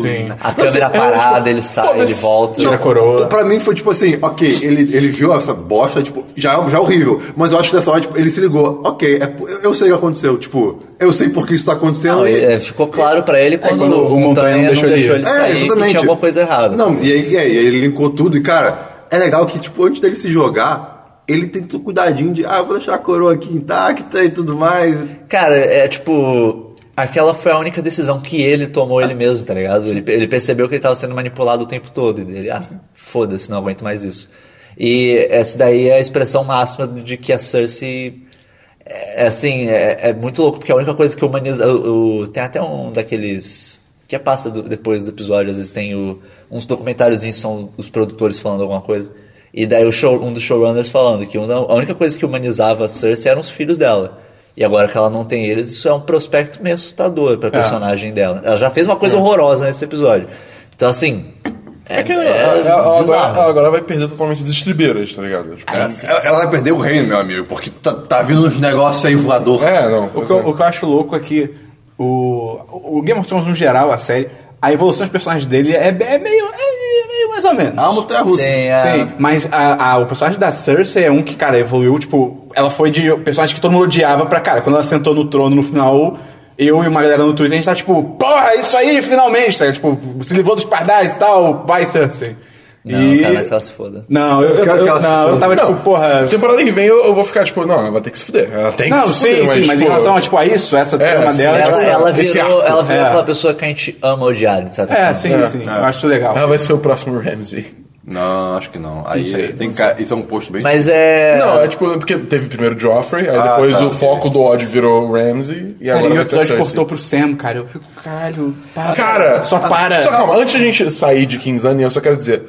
câmera Mas, é, parada, tipo, ele sai, foda-se. ele volta. Tira a coroa. Pra mim foi tipo assim, ok, ele, ele viu essa bosta, tipo, já é, já é horrível. Mas eu acho que dessa hora, tipo, ele se ligou, ok, é po- eu, eu sei o que aconteceu, tipo, eu sei por que isso tá acontecendo. Não, e- é, ficou claro pra ele É, quando, quando o o Montanha Montanha não deixou, ele É, sair que tinha alguma coisa errada. Não, e aí, e aí ele linkou tudo e, cara, é legal que, tipo, antes dele se jogar, ele tem todo cuidadinho de, ah, eu vou deixar a coroa aqui intacta e tudo mais. Cara, é tipo. Aquela foi a única decisão que ele tomou ele mesmo, tá ligado? Ele, ele percebeu que ele tava sendo manipulado o tempo todo. E ele, ah, foda-se, não aguento mais isso. E essa daí é a expressão máxima de que a Cersei. É, assim, é, é muito louco, porque a única coisa que humaniza. O, o- tem até um daqueles. Que é passa do- depois do episódio, às vezes tem o- uns documentários que são os produtores falando alguma coisa. E daí o show, um dos showrunners falando que uma- a única coisa que humanizava a Cersei eram os filhos dela. E agora que ela não tem eles, isso é um prospecto meio assustador É. pra personagem dela. Ela já fez uma coisa horrorosa nesse episódio. Então, assim. É, Que é ela- ela, bizarro. agora, ela agora vai perder totalmente as estribeiras, tá ligado? Tipo, é, Ela, ela vai perder o reino, meu amigo, porque tá, tá vindo uns negócios aí voador. não. O pois que, eu, é. o que eu acho louco é que o, o Game of Thrones, no geral, a série, a evolução dos personagens dele é, be- é meio. É, meio mais ou menos. Ah, uma terra russa. Sim, é. Sim, mas a- a- o personagem da Cersei é um que, cara, evoluiu, tipo, ela foi de personagem que todo mundo odiava pra, cara, quando ela sentou no trono no final, eu e uma galera no Twitter, a gente tá tipo, porra, isso aí, finalmente, tá? ligado? Tipo, se livrou dos pardais e tal, vai, Cersei. Não, E- cara, mas que ela se foda. Não, eu, eu, quero que eu- ela se não, eu foda. tava tipo, Não, porra. se- temporada que vem eu, eu vou ficar tipo, não, ela vai ter que se fuder. Ela tem que Não, se sim, fuder. sim, mas, em pô, relação a, tipo, a isso, essa É, trama sim, dela, ela- tipo, Ela, ela esse virou, arco. ela virou É. aquela pessoa que a gente ama odiar, de certa É, forma. sim, sim, eu acho legal. Ela vai ser o próximo Ramsey. Não, acho que não. Aí sei, tem ca- Isso é um posto bem. Mas é. Não, é tipo, porque teve primeiro o Joffrey, aí Ah, depois tá, o ok. foco do ódio virou o Ramsey, e Cara, e agora o vai ser a episódio Cersei. cortou pro Sam, cara. Eu fico, caralho, para. Cara, só para. Só calma, antes da gente sair de King's Landing, eu só quero dizer,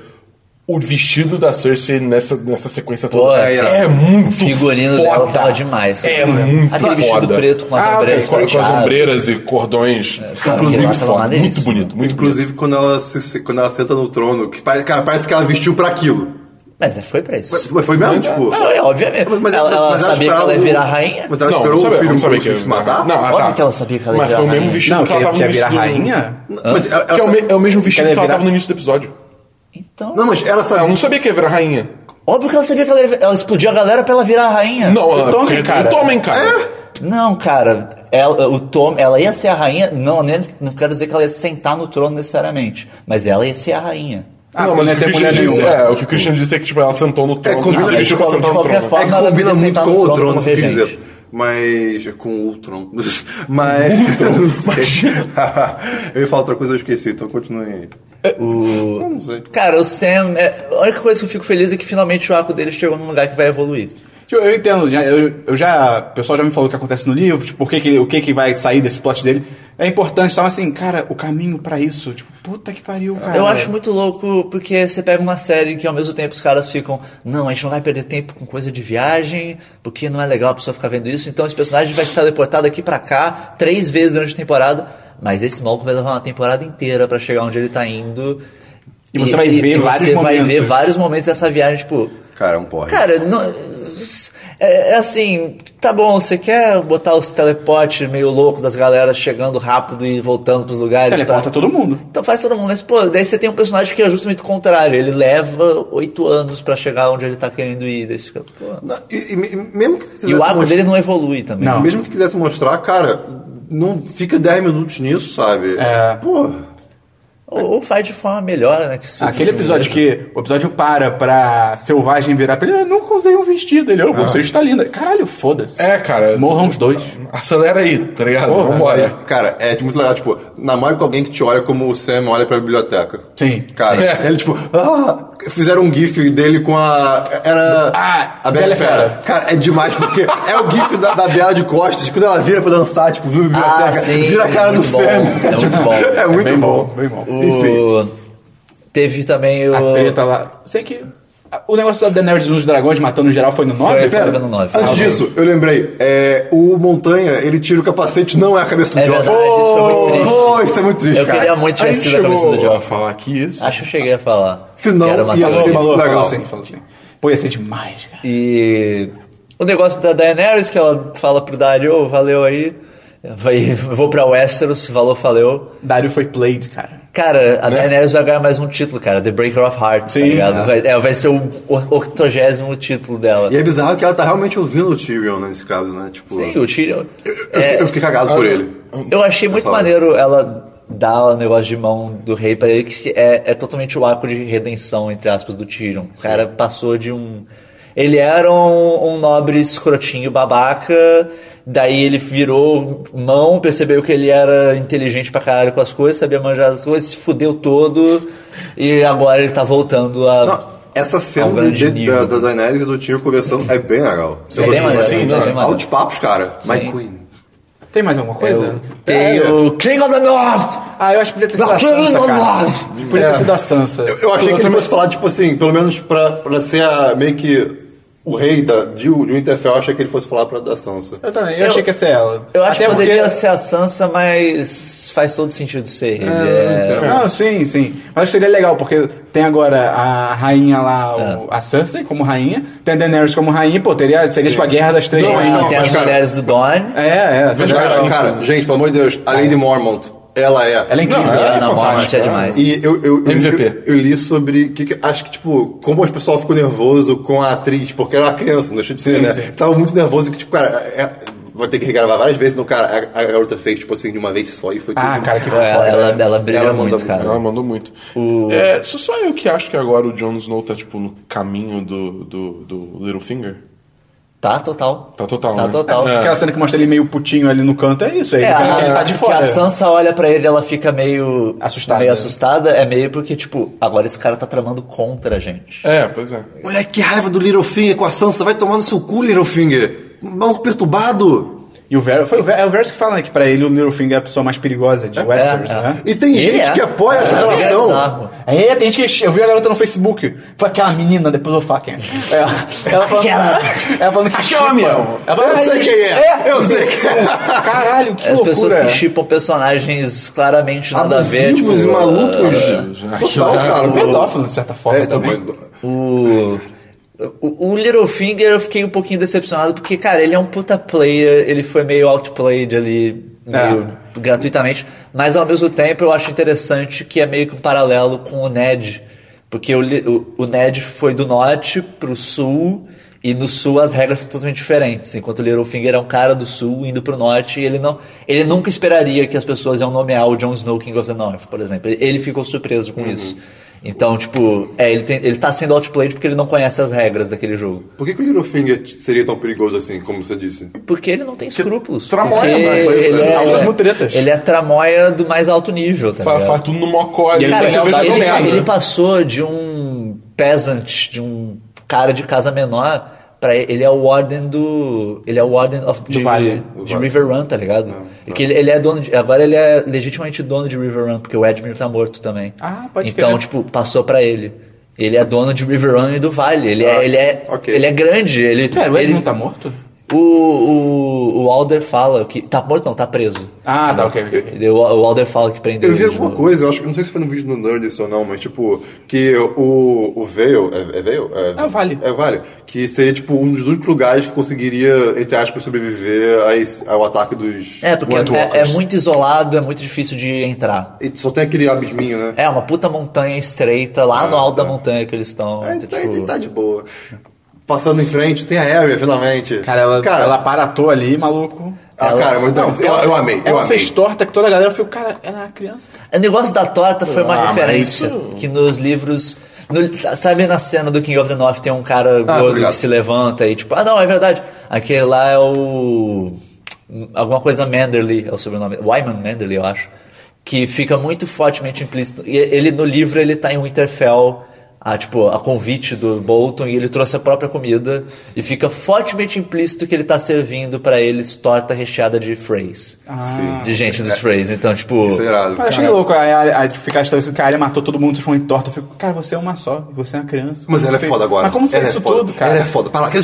o vestido da Cersei nessa, nessa sequência toda Pô, é, essa- muito O figurino foda. dela tava demais. É né? muito Aquele vestido foda. preto com as Ah, Com, ombreiras. com as prateadas. ombreiras e cordões, cara, inclusive aquilo lá muito tava foda, muito maneiríssimo. bonito, muito bonito. Inclusive, quando ela, se- se- quando ela senta no trono, que pare- cara, parece que ela vestiu pra aquilo. Mas é, foi pra Mas isso. mas foi mesmo? tipo. Não, é, obviamente. ela, ela sabia que ela ia virar rainha. Mas ela não, esperou não sabia, o filho não sabia que se matar? Não, ah, Óbvio tá. que ela sabia que ela ia Mas virar foi o mesmo rainha. vestido Não, que ela que tava quer no virar vestido- rainha? Mas ela- Que é, o ela- me- é o mesmo vestido ela que, ia ela virar- tava no início do episódio. Então. Não, mas ela Ela sabia. não sabia que ia virar rainha. Óbvio que ela sabia que ela, ia, ela explodiu a galera pra ela virar a rainha. Não, É, O ela. Tommen, cara. É? Tomem, cara. Não, cara, ela, o Tom, ela ia ser a rainha. Não, nem, não quero dizer que ela ia sentar no trono necessariamente, mas ela ia ser a rainha. Ah, não, mas não o que, tem o mulher Christian disse, nenhuma. é, o que o Christian disse é que tipo, ela sentou no trono. combina- se vestiu pra de sentar no qualquer trono. forma, É que ela devia combina muito sentar com no o trono trono, como isso que eu quis regente. dizer. Mas. Com o trono. Mas. eu ia falar outra coisa, eu esqueci, então continue aí. É, O... Não sei. Cara, o Sam, é, a única coisa que eu fico feliz é que finalmente o arco dele chegou num lugar que vai evoluir. Tipo, eu entendo, já, eu, eu já. O pessoal já me falou o que acontece no livro, tipo, o que, que, o que, que vai sair desse plot dele. É importante, tava assim, cara, o caminho pra isso. Tipo, puta que pariu, cara. Eu acho muito louco porque você pega uma série que ao mesmo tempo os caras ficam, não, a gente não vai perder tempo com coisa de viagem, porque não é legal a pessoa ficar vendo isso, então esse personagem vai se teleportar daqui pra cá três vezes durante a temporada, mas esse maluco vai levar uma temporada inteira pra chegar onde ele tá indo. E você vai ver vários você vai momentos. ver vários momentos dessa viagem, tipo, Cara, é um porra. Cara, não- é, é assim, tá bom, você quer botar os teleportes meio louco das galeras chegando rápido e voltando pros lugares. Teleporta pra- todo mundo. Então faz todo mundo, mas pô, daí você tem um personagem que é justamente o contrário, ele leva oito anos pra chegar onde ele tá querendo ir, daí você fica, pô. Não, e, e me- mesmo que quisesse E o arco mostrar- dele é- não evolui também. Não. Mesmo que quisesse mostrar, cara, não fica 10 minutos nisso, sabe? É. Pô. Ou, ou faz de forma melhor, né? que se- Aquele episódio que o episódio para pra selvagem virar pra ele, eu nunca usei um vestido. Ele, eu, você está linda. Caralho, foda-se. É, cara. Morram os dois. Acelera aí, tá ligado? Vambora. Cara, é muito legal, tipo, namora com alguém que te olha como o Sam olha pra biblioteca. Sim. Cara, Sim. ele tipo, ah, fizeram um gif dele com a. Era. Ah, a Bela Bela e Fera. Fera. Cara, é demais, porque é o gif da, da Bela de Costas, quando ela vira pra dançar, tipo, viu a biblioteca, Ah, sim, vira a cara é do muito Sam. bom, é muito tipo, bom. É muito bem bom. bom, bem bom. O- Enfim. Teve também o. A treta lá. Sei que. O negócio da Daenerys nos dragões matando geral foi no 9? Foi. Pera, Tá no nove. antes Ah, disso, eu lembrei, é, o Montanha, ele tira o capacete, não é a cabeça do É Joffrey. verdade, isso foi muito triste. Pô, isso é muito triste, Eu cara. queria muito A ter gente sido a Ah, cabeça do chegou a Joff. falar que isso. Acho que eu cheguei a falar. Se não, que era uma ia tragédia. Falou, falou, ser falou legal. sim, falou sim. Pô, ia ser demais, cara. E o negócio da Daenerys, que ela fala pro Dario, "Ô, valeu aí, vai, vou pra Westeros, valeu, valeu. Dario foi played, cara. Cara, Né? a Daenerys vai ganhar mais um título, cara, The Breaker of Hearts, tá Sim, ligado? Vai, é, vai ser o o- octogésimo título dela. E é bizarro que ela tá realmente ouvindo o Tyrion nesse caso, né? Tipo, Sim, o Tyrion. eu, É. fiquei, eu fiquei cagado por ele. Eu achei muito falar. maneiro ela dar o negócio de mão do rei pra ele, que é, é totalmente o arco de redenção, entre aspas, do Tyrion. O cara passou de um. Ele era um, um nobre escrotinho babaca, daí ele virou mão, percebeu que ele era inteligente pra caralho com as coisas, sabia manjar as coisas, se fudeu todo, e agora ele tá voltando a. Não, essa ao cena grande de, nível. da, da Daenerys e do Tyrion conversando é bem legal. É bem maneiro, sim, é não, bem maneiro. Altos papos, cara. My Queen. Tem mais alguma coisa? Tem o King of the North! Ah, eu acho que podia ter sido a Sansa, cara. Podia ter sido a Sansa. Eu, eu achei que ele também- fosse falar, tipo assim, pelo menos pra, pra ser a- meio que o rei da, de, de Winterfell, eu achei que ele fosse falar pra da Sansa. Eu também, eu, achei que ia ser ela. Eu acho Até que poderia porque- ser a Sansa, mas faz todo sentido ser ele. é- Não, sim, sim. Mas seria legal, porque tem agora a rainha lá, o- a Cersei como rainha, tem a Daenerys como rainha, pô, teria, seria tipo a guerra das três Não, rainhas. não, tem as mas, cara, mulheres do Dorne. É, é. Mas, seria cara, legal. cara, gente, pelo amor de Deus, a Lady Mormont, ela é. Ela é incrível. Não, cara. é Ana Morte fantástico, é né? demais. E eu, eu, eu- MVP. eu- eu li sobre. Que, que- acho que, tipo, como o pessoal ficou nervoso com a atriz, porque era uma criança, não deixa de ser, Sim, né? sim. Tava muito nervoso que, tipo, cara, é- vai ter que regravar várias vezes. Então, cara, a, a garota fez, tipo assim, de uma vez só e foi tudo. Ah, cara, que Ela, foda. É, ela, ela brilha Ela manda muito, muito, cara. Ela mandou muito. É, sou só eu que acho que agora o Jon Snow tá, tipo, no caminho do, do, do Littlefinger. Tá total. Tá total, Tá né? total. É. Aquela cena que mostra ele meio putinho ali no canto, é isso aí. É, a, ele tá de que fora. a Sansa olha pra ele, ela fica meio Assustada. Meio assustada, é meio porque tipo, agora esse cara tá tramando contra a gente. É, pois é. Moleque, que raiva do Littlefinger com a Sansa. Vai tomar no seu cu, Littlefinger. Maluco perturbado. E o Varys, foi o Varys, é o Varys que fala né, que pra ele o Littlefinger é a pessoa mais perigosa de Westeros, é. né? E tem Ele gente é. que apoia essa É relação. bizarro. É, tem gente que. Eu vi a garota no Facebook. Foi aquela menina, depois eu falo quem é. Ela, ela falando, Aquela. Ela falando que. shippa. Aquela, meu. Ela falando, Eu sei "Ai, quem é. Eu sei isso. quem é. Caralho, que As loucura. é. pessoas que chipam personagens claramente nada a ver. Abusivos e tipo, malucos. Aquilo Total, é cara. Um pedófilo, de certa forma, É, também. também. O, o, o Littlefinger eu fiquei um pouquinho decepcionado, porque, cara, ele é um puta player, ele foi meio outplayed ali, meio gratuitamente, mas ao mesmo tempo eu acho interessante que é meio que um paralelo com o Ned, porque o, Li- o, o Ned foi do norte pro sul, e no sul as regras são totalmente diferentes, enquanto o Littlefinger é um cara do sul indo pro norte, e ele não ele nunca esperaria que as pessoas iam nomear o Jon Snow King of the North, por exemplo. Ele- Ele ficou surpreso com isso. Então, tipo, é, ele, tem, ele tá sendo outplayed porque ele não conhece as regras daquele jogo. Por que, que o Littlefinger seria tão perigoso assim, como você disse? Porque ele não tem escrúpulos. tramoia, Porque né? Foi- ele, é, altas mutretas. ele é tramoia do mais alto nível, tá Fa- ligado? Faz tudo no mocó ali. Cara, mas você vê né? já ele, deu merda. ele- ele passou de um peasant, de um cara de casa menor, pra ele, ele é o warden do. Ele é o warden of, de, vale. de River Run, tá ligado? Porque ele, ele é dono de, Agora ele é legitimamente dono de River Run, porque o Edmure tá morto também. Ah, pode Então, crer. tipo, passou pra ele. Ele é dono de River Run e do Vale. Ele é, Ah, ele é, ok. ele é grande. Ele, Pera, o Ed ele- não tá morto? o, o, o Alder fala que. Tá morto, não, tá preso. Ah, tá, ok. ok. Ele- O, o Alder fala que prendeu Eu vi ele alguma de- coisa, eu acho que não sei se foi no vídeo do Nerdist ou não, mas tipo, que o, o Veil. É, é Veil? É o Vale. É o Vale. Que seria tipo um dos únicos lugares que conseguiria, entre aspas, sobreviver a esse- ao ataque dos. É, porque White é, é Walkers. muito isolado, é muito difícil de entrar. é- E só tem aquele abisminho, né? É uma puta montanha estreita lá no alto da montanha que eles estão. É, tá, tá, tipo, tá de boa. Passando em frente, tem a Area, finalmente. Cara, ela, Cara, ela aparatou ali, maluco. ah, cara, mas não, eu, eu amei, eu Então, ela amei. fez torta que toda a galera eu falei, cara, ela é uma criança. O negócio da torta foi uma Ah, mas referência isso- que nos livros. no- sabe na cena do King of the North tem um cara Ah, tô gordo ligado. que se levanta e tipo, ah não, é verdade. Aquele lá é o. Alguma coisa Manderly é o sobrenome. Wyman Manderly, eu acho. Que fica muito fortemente implícito. E ele no livro ele tá em Winterfell. A, tipo, a convite do Bolton e ele trouxe a própria comida e fica fortemente implícito que ele tá servindo pra eles torta recheada de Freys. Sim. de gente dos Freys. Então, tipo. Ah, Isso é irado. Mas achei Cara, louco a, a, a de ficar estabelecendo que a área matou todo mundo, vocês foram em torta. Eu fico, cara, você é uma só, você é uma criança. Mas Como ela é você foda fez- agora. Mas como você ela fez é isso foda. tudo, cara? Ela é foda. Para lá, que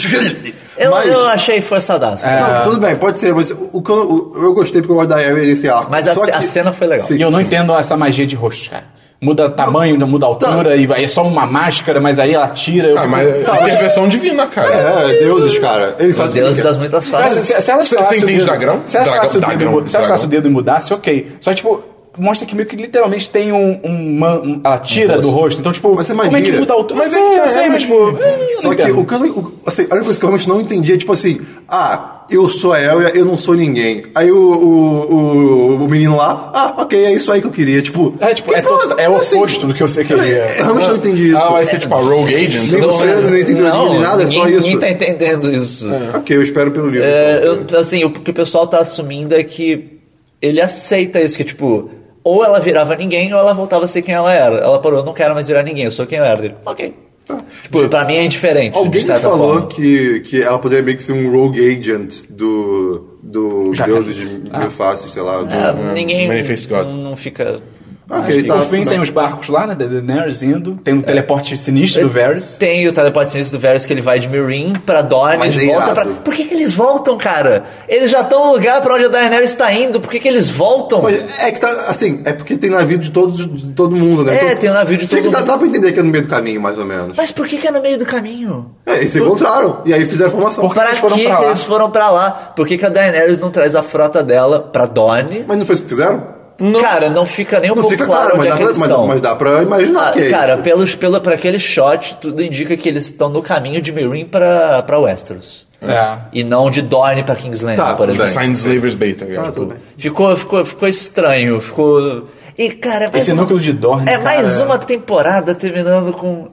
Eu, Mas- É. eu achei forçadaço. Não, tudo bem, pode ser, mas o que eu, o- eu gostei porque eu gosto da Area nesse arco. Mas a, Só ce- a que- cena foi legal. Sim. E eu não entendo essa magia de rostos, cara. Muda tamanho, Tá. muda altura, e vai- é só uma máscara, mas aí ela tira. eu Ah, fico- mas é intervenção divina, cara. É, deuses, cara. Ele faz o que Deus quer. das muitas Cara, se, faces. se- se ela Você- estourasse você o entende dedo- dragão? Se ela estourasse o Dragão, dedo, e mu- se ela estourasse o dragão. dedo e mudasse, ok. Só, tipo, mostra que meio que literalmente tem um... um, man- um- ela tira do rosto. Então, tipo, Mas é como é que magia. muda a altura? Mas Eu é sei, que tá, eu é sei, mas, magia. tipo... eu não Só que entendo. o que eu, não- o- assim, a única coisa que eu realmente não entendi é tipo assim: ah, eu sou a Area, eu não sou ninguém. Aí o, o, o, o menino lá, ah, ok, é isso aí que eu queria. Tipo, É, tipo, é, que porra, tota- é o assim, oposto do que você Eu queria. realmente não entendi isso. É. Ah, vai ser tipo a Rogue Agent. Sim. não sei, não entendi nem nada, é só ninguém- isso. É. Ninguém tá entendendo isso. tipo- Ok, eu espero pelo livro. É, então. eu- assim, o que o pessoal tá assumindo é que ele aceita isso, que tipo, ou ela virava ninguém ou ela voltava a ser quem ela era. Ela parou, eu não quero mais virar ninguém, eu sou quem eu era. Ele, ok. Tipo, pra mim é indiferente, Tá. Alguém de me certa falou forma. que, que ela poderia meio que ser um rogue agent do, do Já Deus que- de Ah. Mil Faces, sei lá. do- É, ninguém Manifest God. não fica... Ok, acho que- tá. No fim, tem os barcos lá, né? Da Daenerys indo. Tem o teleporte sinistro É. do Varys. Tem o teleporte sinistro do Varys que ele vai de Mirin pra Dorne, Mas é volta irado. pra... Por que, que eles voltam, cara? Eles já estão no lugar pra onde a Daenerys tá indo, por que, que eles voltam? Mas é que tá, assim, é porque tem navio de todo, de todo mundo, né? É, tem navio de fica- todo dá, mundo. Dá pra entender que é no meio do caminho, mais ou menos. Mas por que, que é no meio do caminho? É, e se encontraram. E aí fizeram a formação. Por que Pra eles que, foram pra que lá? eles foram pra lá? Por que, que a Daenerys não traz a frota dela pra Dorne? Mas não foi isso que fizeram? Cara, não fica nem um Não pouco fica claro, claro, mas onde dá, é que pra, eles mas, estão. mas dá pra imaginar Ah, que é cara, isso. pelos, pelo, pra aquele shot, tudo indica que eles estão no caminho de Meereen pra, pra Westeros. É. E não de Dorne pra Kingsland, Tá, por tudo exemplo. bem. Sign Slavers Bay, tá ligado? Ah, tudo bem. Ficou, ficou, ficou estranho, ficou. E, cara, é mais Esse uma- núcleo de Dorne, É cara. mais uma temporada terminando com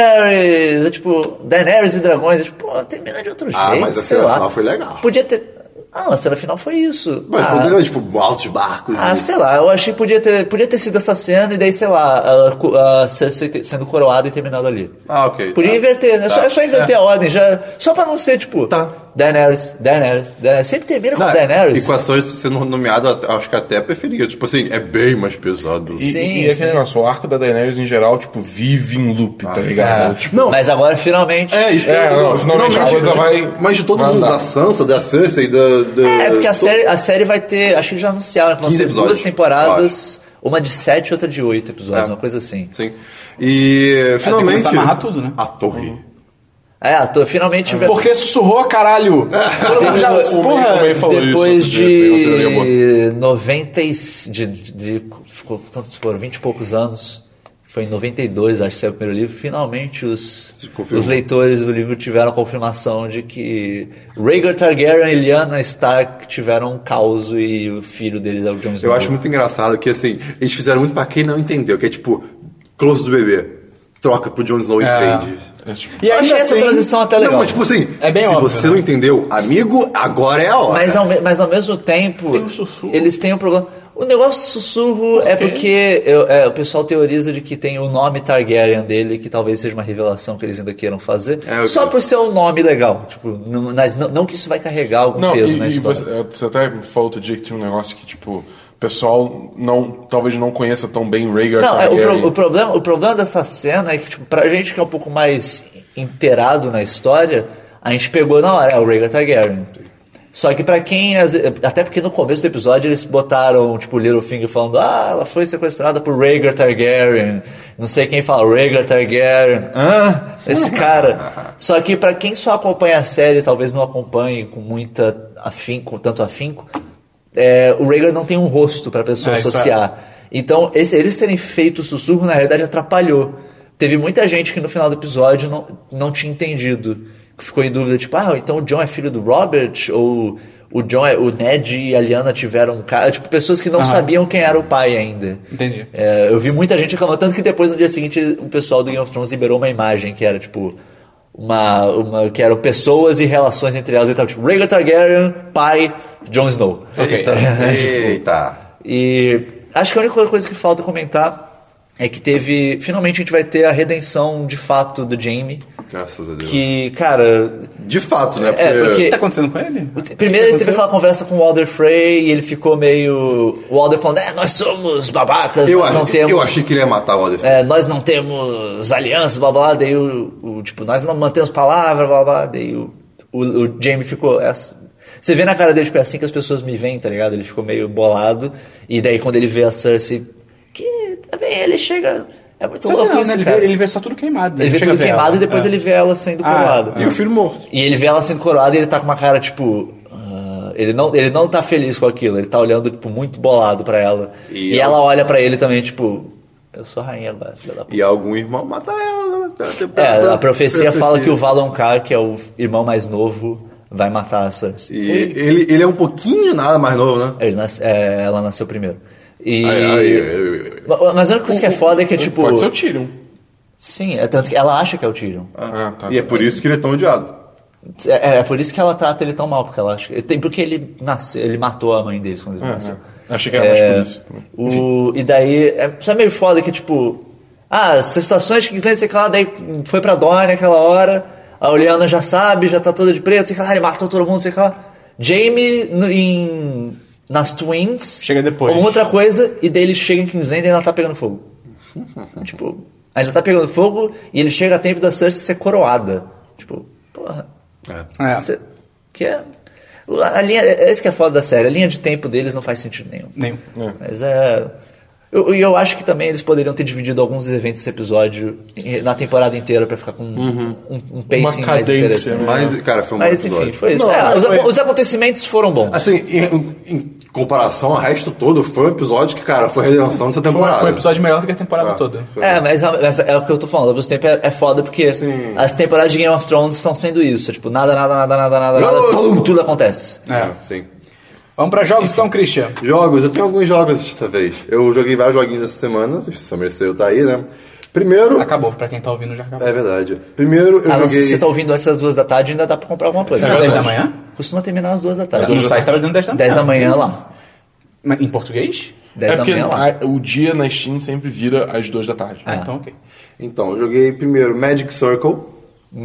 Daenerys! É tipo, Daenerys e dragões. É tipo, pô, termina de outro jeito. Ah, mas a sei cena lá. final foi legal. Podia ter. Não, a cena final foi isso. Mas ah, tudo é, tipo, altos barcos. ah, e- sei lá, eu achei que podia ter, podia ter sido essa cena e daí, sei lá, a, cu- a Cersei te- sendo coroada e terminado ali. Ah, ok. Podia Tá. inverter, né? É só, Tá. é só inverter a ordem, já, só pra não ser tipo. Tá. Daenerys, Daenerys, Daenerys. Sempre termina com Não, Daenerys. E com a Cersei sendo nomeada, acho que até preferia. Tipo assim, é bem mais pesado. E, Sim, e, e sim. aquele negócio, o arco da Daenerys em geral, tipo, vive em loop, tá ligado? Ah, Tipo, Não. Mas agora finalmente. É, isso que É, eu- não, finalmente a coisa vai- tipo, Mas de todo vai mundo, andar. da Sansa, da Cersei, da... da É, porque a todo- série, a série vai ter. Acho que já anunciaram que vão 15 ser duas episódios, temporadas. Uma de sete e outra de oito episódios, É. uma coisa assim. Sim. E finalmente... começar a amarrar tudo, né? A torre. É, a to- finalmente. vai- Porque sussurrou, caralho! Todo mundo já. um- O- o- o Porra! meio falou isso Depois outro dia, tem uma teoria boa. de 90 e s- de, de, de ficou, quantos foram? 20 e poucos anos. Foi em 92, acho que saiu o primeiro livro. Finalmente os, confirmou. os leitores do livro tiveram a confirmação de que Rhaegar Targaryen e Lyanna Stark tiveram um caos e o filho deles é o Jon Snow. Eu acho muito engraçado que, assim, eles fizeram muito pra quem não entendeu, que é tipo, close do bebê, troca pro Jon Snow e fade. é, tipo, E Eu achei essa transição até legal. assim- Não, mas tipo assim, É bem se óbvio, você né? não entendeu, amigo, agora é a hora. Mas ao, me- mas ao mesmo tempo, um sussurro. eles têm um problema. O negócio do sussurro é porque eu- é, o pessoal teoriza de que tem o nome Targaryen dele, que talvez seja uma revelação que eles ainda queiram fazer, É, eu só penso. por ser um nome legal. Tipo, não, mas não, não que isso vai carregar algum Não, peso e, na e história. você, você até falou outro dia que tinha um negócio que, tipo, o pessoal não, talvez não conheça tão bem Rhaegar Não, é, o, Targaryen. pro- o problema, o problema dessa cena é que, tipo, pra gente que é um pouco mais inteirado na história, a gente pegou na hora, é o Rhaegar Targaryen. Só que pra quem... às ve- Até porque no começo do episódio eles botaram, tipo, Littlefinger falando Ah, ela foi sequestrada por Rhaegar Targaryen. Não sei quem fala Rhaegar Targaryen. Hã? Esse cara. Só que pra quem só acompanha a série, talvez não acompanhe com muita afinco, tanto afinco, é, o Rhaegar não tem um rosto pra pessoa É, isso é. associar. Então, esse- eles terem feito o sussurro, na realidade, atrapalhou. Teve muita gente que no final do episódio não, não tinha entendido. Que ficou em dúvida, tipo, ah, então o John é filho do Robert? Ou o John é- o Ned e a Lyanna tiveram um cara. Tipo, pessoas que não sabiam quem era o pai ainda. Entendi. É, eu vi muita gente reclamando, tanto que depois, no dia seguinte, o pessoal do Game of Thrones liberou uma imagem que era, tipo, uma, uma que eram pessoas e relações entre elas. E tal, tipo, Rhaegar Targaryen, pai, Jon Snow. Ok. é, Então, Eita. e acho que a única coisa que falta comentar é que teve. Finalmente a gente vai ter a redenção de fato do Jamie. Graças a Deus. Que, cara. De fato, né? É, O que porque- tá acontecendo com ele? tá Primeiro ele teve aconteceu? aquela conversa com o Walder Frey e ele ficou meio. O Walder falando, é, nós somos babacas, Eu, nós acho- não temos. eu achei que ele ia matar o Alder. é, nós não temos alianças, blá blá, blá. daí o, o- Tipo, nós não mantemos palavra, blá blá, daí o, o, o Jamie ficou. essa- Você vê na cara dele, tipo, é assim que as pessoas me veem, tá ligado? Ele ficou meio bolado. E daí quando ele vê a Cersei, que também ele chega. É muito Não sei louco não, isso, né? Ele vê, cara. ele vê só tudo queimado. né? Ele vê Chega tudo a ver queimado ela. e depois É. ele vê ela sendo coroada. E o filho morto. E ele vê ela sendo coroada e ele tá com uma cara, tipo. ah, ele, não, ele não tá feliz com aquilo, ele tá olhando, tipo, muito bolado pra ela. E E, eu- ela olha pra ele também, tipo, eu sou a rainha agora, filha da puta. E algum irmão matar ela, né? É, a profecia fala que o Valonqar, que é o irmão mais novo, vai matar a Cersei. E ele, ele é um pouquinho nada mais novo, né? Ele nas- é, ela nasceu primeiro. E... Ai, ai, ai, ai, ai. Ma- Mas a única coisa que é foda é que, tipo... Pode ser é. o Tyrion. Sim, é tanto que ela acha que é o Tyrion. Ah, tá. E é por isso que ele é tão odiado. É, é por isso que ela trata ele tão mal, porque ela acha. Tem porque ele nasceu, ele matou a mãe deles quando ele É, nasceu. é. Achei que era mais por isso também. O, e daí, é, isso é meio foda que, tipo, ah, essas situações que quiser sei lá, daí foi pra Dorne aquela hora, a Oleana já sabe, já tá toda de preto, sei lá, ele matou todo mundo, sei lá. Jamie no- em, nas Twins. Chega depois. Alguma outra coisa, e daí ele chega em Kingsland e ainda tá pegando fogo. tipo, ainda tá pegando fogo e ele chega a tempo da Cersei ser coroada. Tipo, porra. É. Cê- que é. A linha, é isso que é foda da série. A linha de tempo deles não faz sentido nenhum. Nenhum. Mas é. E eu, eu acho que também eles poderiam ter dividido alguns eventos desse episódio em- na temporada inteira pra ficar com um, um pacing é mais cadência, interessante. né? Mas, cara, foi um bom Mas episódio. enfim, foi isso. Não, É, mas os, foi- os acontecimentos foram bons. Assim, em, em comparação ao resto todo, foi um episódio que, cara, foi a redenção dessa Foi, temporada. foi um episódio melhor do que a temporada Ah, toda. foi. É, mas, mas é o que eu tô falando. Ao mesmo tempo é, é foda porque as temporadas de Game of Thrones estão sendo isso. Tipo, nada, nada, nada, nada, nada, nada. Não! Tudo, tudo acontece. É, sim. Vamos pra jogos então, Christian. Jogos, eu tenho alguns jogos dessa vez. Eu joguei vários joguinhos essa semana, só mereceu tá aí, né? Primeiro. Acabou, pra quem tá ouvindo já acabou. É verdade. Primeiro eu Ah, não, se joguei. você tá ouvindo antes das duas da tarde, ainda dá pra comprar alguma coisa. É 10 da manhã? Tá, então Costuma terminar às duas da tarde. No site tava dizendo 10 da manhã. 10 da manhã lá. Mas em português? 10 é da porque manhã lá. a- o dia na Steam sempre vira às duas da tarde. Ah, então ok. Então, eu joguei primeiro Magic Circle,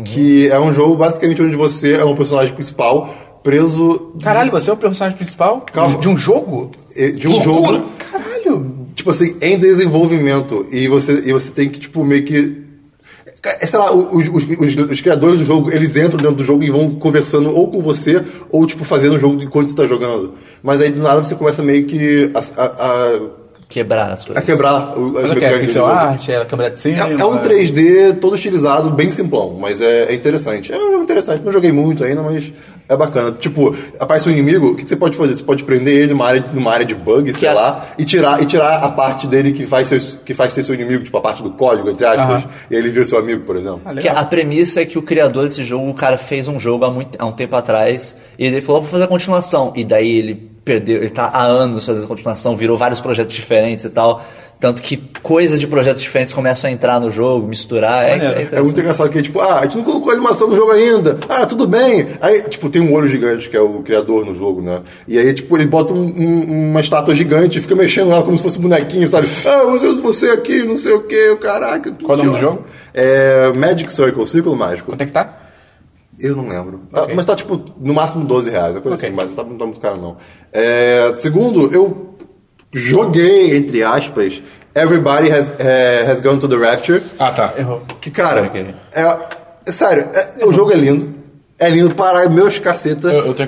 que é um jogo basicamente onde você é um personagem principal preso Caralho, você é o personagem principal Calma. de um jogo? eh, de um Loucura! jogo. Caralho. tipo assim, em desenvolvimento. E você, e você tem que, tipo, meio que. É, Sei lá, os, os- os- os criadores do jogo, eles entram dentro do jogo e vão conversando ou com você, ou, tipo, fazendo o jogo enquanto você tá jogando. Mas aí do nada você começa meio que a, a- Quebrar as a- a coisas. Ah, quebrar o- as Mas o que é? do Pixel jogo. art? É a câmera de cima? É, é um 3D todo estilizado, bem simplão, mas é, é interessante. É um jogo interessante, não joguei muito ainda, mas é bacana. Tipo, aparece um inimigo, o que que você pode fazer? Você pode prender ele numa área, numa área de bug, sei é- lá, e tirar, e tirar a parte dele que faz, ser, que faz ser seu inimigo, tipo a parte do código, entre aspas, Aham. e aí ele vira seu amigo, por exemplo. Que a premissa é que o criador desse jogo, o cara fez um jogo há, muito, há um tempo atrás, e ele falou, "Ah, vou fazer a continuação. E daí ele perdeu, ele tá há anos fazendo a continuação, virou vários projetos diferentes e tal. Tanto que coisas de projetos diferentes começam a entrar no jogo, misturar. É, é Maneiro. É muito interessante. engraçado que, tipo, ah, a gente não colocou a animação no jogo ainda. Ah, tudo bem. Aí, tipo, tem um olho gigante que é o criador no jogo, né? E aí, tipo, ele bota um- um- uma estátua gigante e fica mexendo ela como se fosse um bonequinho, sabe? Ah, mas eu, você aqui, não sei o quê, caraca. que Qual o nome do idiota. jogo? É Magic Circle, Círculo Mágico. Quanto é que tá? Eu não lembro. Tá, mas tá, tipo, no máximo 12 reais, é coisa Ok. assim, mas não tá, não tá muito caro, não. É, segundo, eu joguei, entre aspas, Everybody Has, eh, has Gone to the Rapture. Ah, tá. Errou. Que, cara, Ok. é, é sério, é- o jogo é lindo. É lindo para meus caceta. Eu, eu tenho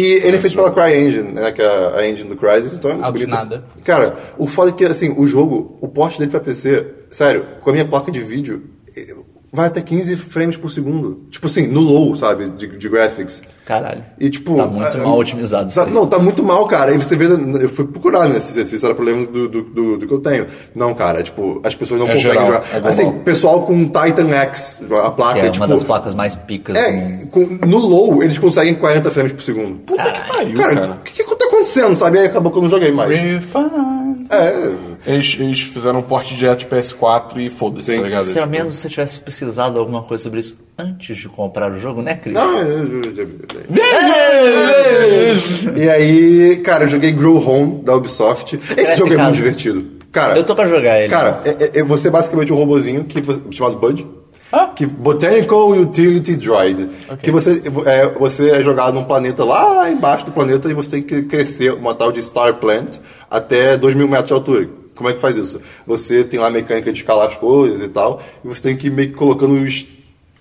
E ele é Esse feito jogo. pela CryEngine, né? Que é a- a engine do Crysis, então é muito bonito. Alucinada. Cara, o foda é que, assim, o jogo, o porte dele pra PC, sério, com a minha placa de vídeo, eu- vai até 15 frames por segundo. Tipo assim, no low, sabe? De, de graphics. Caralho. E tipo. Tá muito é- mal otimizado isso tá- aí. Não, tá muito mal, cara. E você vê. Eu fui procurar, né? Se, se isso era problema do, do, do- do que eu tenho. Não, cara, tipo, as pessoas não É conseguem geral, jogar. é global. assim, pessoal com Titan X, a placa, que é tipo. uma das placas mais picas. do mundo. É, com- no low eles conseguem 40 frames por segundo. Puta que pariu, Cara, cara. o que, que tá acontecendo, sabe? Aí acabou que eu não joguei mais. Refund. É, Eles, eles fizeram um porte direto de PS4 e foda-se, Sim. tá ligado? Se ao menos você tivesse pesquisado alguma coisa sobre isso antes de comprar o jogo, né, Cris? Não, é, eu- eu- eu- é, eu- é. E aí, cara, eu joguei Grow Home da Ubisoft. Esse Cresce em jogo é muito casa. divertido. Cara, Eu tô pra jogar ele. Cara, é- é- é- você é basicamente um robozinho que, você- chamado Bud. Ah. Que Botanical Utility Droid. Que você é, você é jogado num planeta lá embaixo do planeta e você tem que crescer uma tal de Star Plant até 2 mil metros de altura. Como é que faz isso? Você tem lá a mecânica de escalar as coisas e tal, e você tem que ir meio que colocando os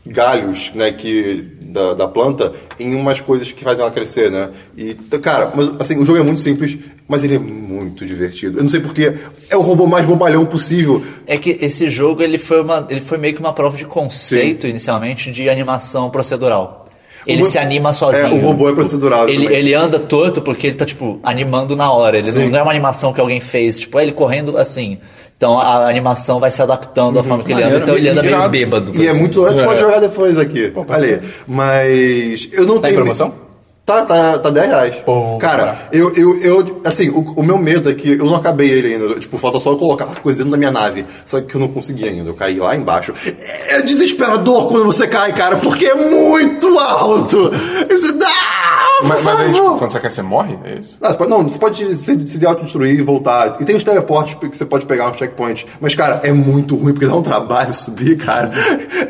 galhos né, que, da, da planta em umas coisas que fazem ela crescer, né? E, t- cara, mas assim, o jogo é muito simples, mas ele é muito divertido. Eu não sei porque é o robô mais bobalhão possível. É que esse jogo ele foi, uma, ele foi meio que uma prova de conceito inicialmente de animação procedural. Ele ro- se anima sozinho. É, o robô é tipo, procedural Ele, também. ele anda torto porque ele tá, tipo, animando na hora. Ele Sim. não, não é uma animação que alguém fez, tipo, é ele correndo assim. Então a animação vai se adaptando à forma que ele anda. maneiro. Então ele E- anda e- meio irado. bêbado. por Uhum. E é assim muito. dizer. A gente pode É. jogar depois aqui. pode Olha aí. Mas. Eu não Tá em tenho. promoção? Tá, tá, tá 10 reais. Pô, Cara, eu, eu, eu. Assim, o, o meu medo é que eu não acabei ele ainda. Tipo, falta só eu colocar as coisas dentro da minha nave. Só que eu não consegui ainda. Eu caí lá embaixo. É desesperador quando você cai, cara, porque é muito alto. Isso. Ah, por Mas, mas aí, favor. tipo, quando você quer, você morre? É isso? Não, você pode, não, você pode se, se autodestruir e voltar. E tem os teleportes que você pode pegar nos checkpoints. Mas, cara, é muito ruim, porque dá um trabalho subir, cara.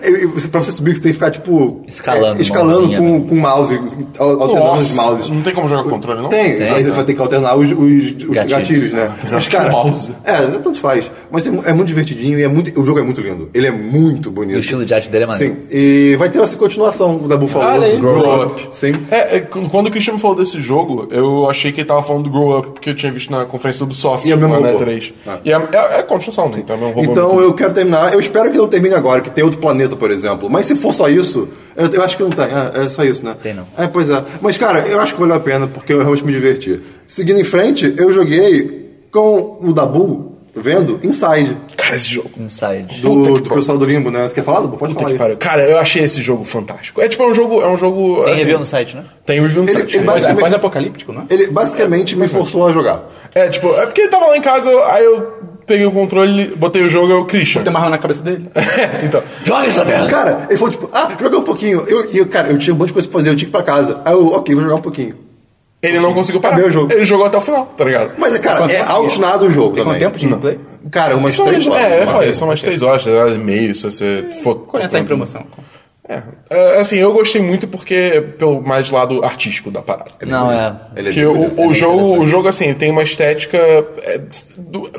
E- e você- pra você subir, você tem que ficar, tipo... Escalando é, escalando mãozinha, com, né? com o mouse, al- alternando os mouses. não tem como jogar com controle, não? Tem, Tem, às vezes né? você vai ter que alternar os, os- os gatilhos. Gatilhos. né? Mas, que o cara, mouse. É, tanto faz. Mas é, mu- é muito divertidinho e é muito, o jogo é muito lindo. Ele é muito bonito. O estilo de arte dele é maneiro. Sim, e vai ter essa continuação da Buffalo. Olha aí. Grow Grow Up. Sim. É, é, quando, quando o Christian me falou desse jogo, eu achei que ele tava falando do Grow Up que eu tinha visto na conferência do Ubisoft E é o mesmo lá na robô. E3. Ah. E é, é, é construção, né? Então é o mesmo robô. Então muito- eu quero terminar. Eu espero que não termine agora, que tem outro planeta, por exemplo. Mas se for só isso, eu, eu acho que não tem. É, é só isso, né? Tem não. É, pois é. Mas, cara, eu acho que valeu a pena, porque eu realmente me diverti. Seguindo em frente, eu joguei com o Dabu vendo Inside, Cara, esse jogo. Inside. Puta do, que do pa- pessoal do Limbo, né? Você quer falar, Dabu? Pode falar. Puta que aí. pariu. Cara, eu achei esse jogo fantástico. É tipo, é um jogo. É um jogo Tem assim, review no site, né? Tem review no Ele- site. ele né? é basicamente- Pós-apocalíptico, né? Ele basicamente me forçou a jogar. É, tipo, é porque ele tava lá em casa, aí eu peguei o controle, botei o jogo e eu, Christian. Tem uma arma na cabeça dele. então, Joga essa merda! Cara, ele falou tipo, ah, joga um pouquinho. Eu, e eu, cara, eu tinha um monte de coisa pra fazer, eu tinha que ir pra casa. Aí eu, ok, vou jogar um pouquinho. ele não conseguiu parar. Acabei o jogo. Ele jogou até o final, tá ligado? Mas, cara, Quanto é tempo? altinado o jogo Tem quanto também. tempo de gameplay? Cara, umas São três mais, horas. é, no eu falei, máximo. são umas três horas, três horas e meia, se você for... 40 em promoção. É. É, assim, eu gostei muito porque, pelo mais lado artístico da parada. Não, é. Ele é que bem o, bonito. o jogo, o jogo, assim, tem uma estética. é, do-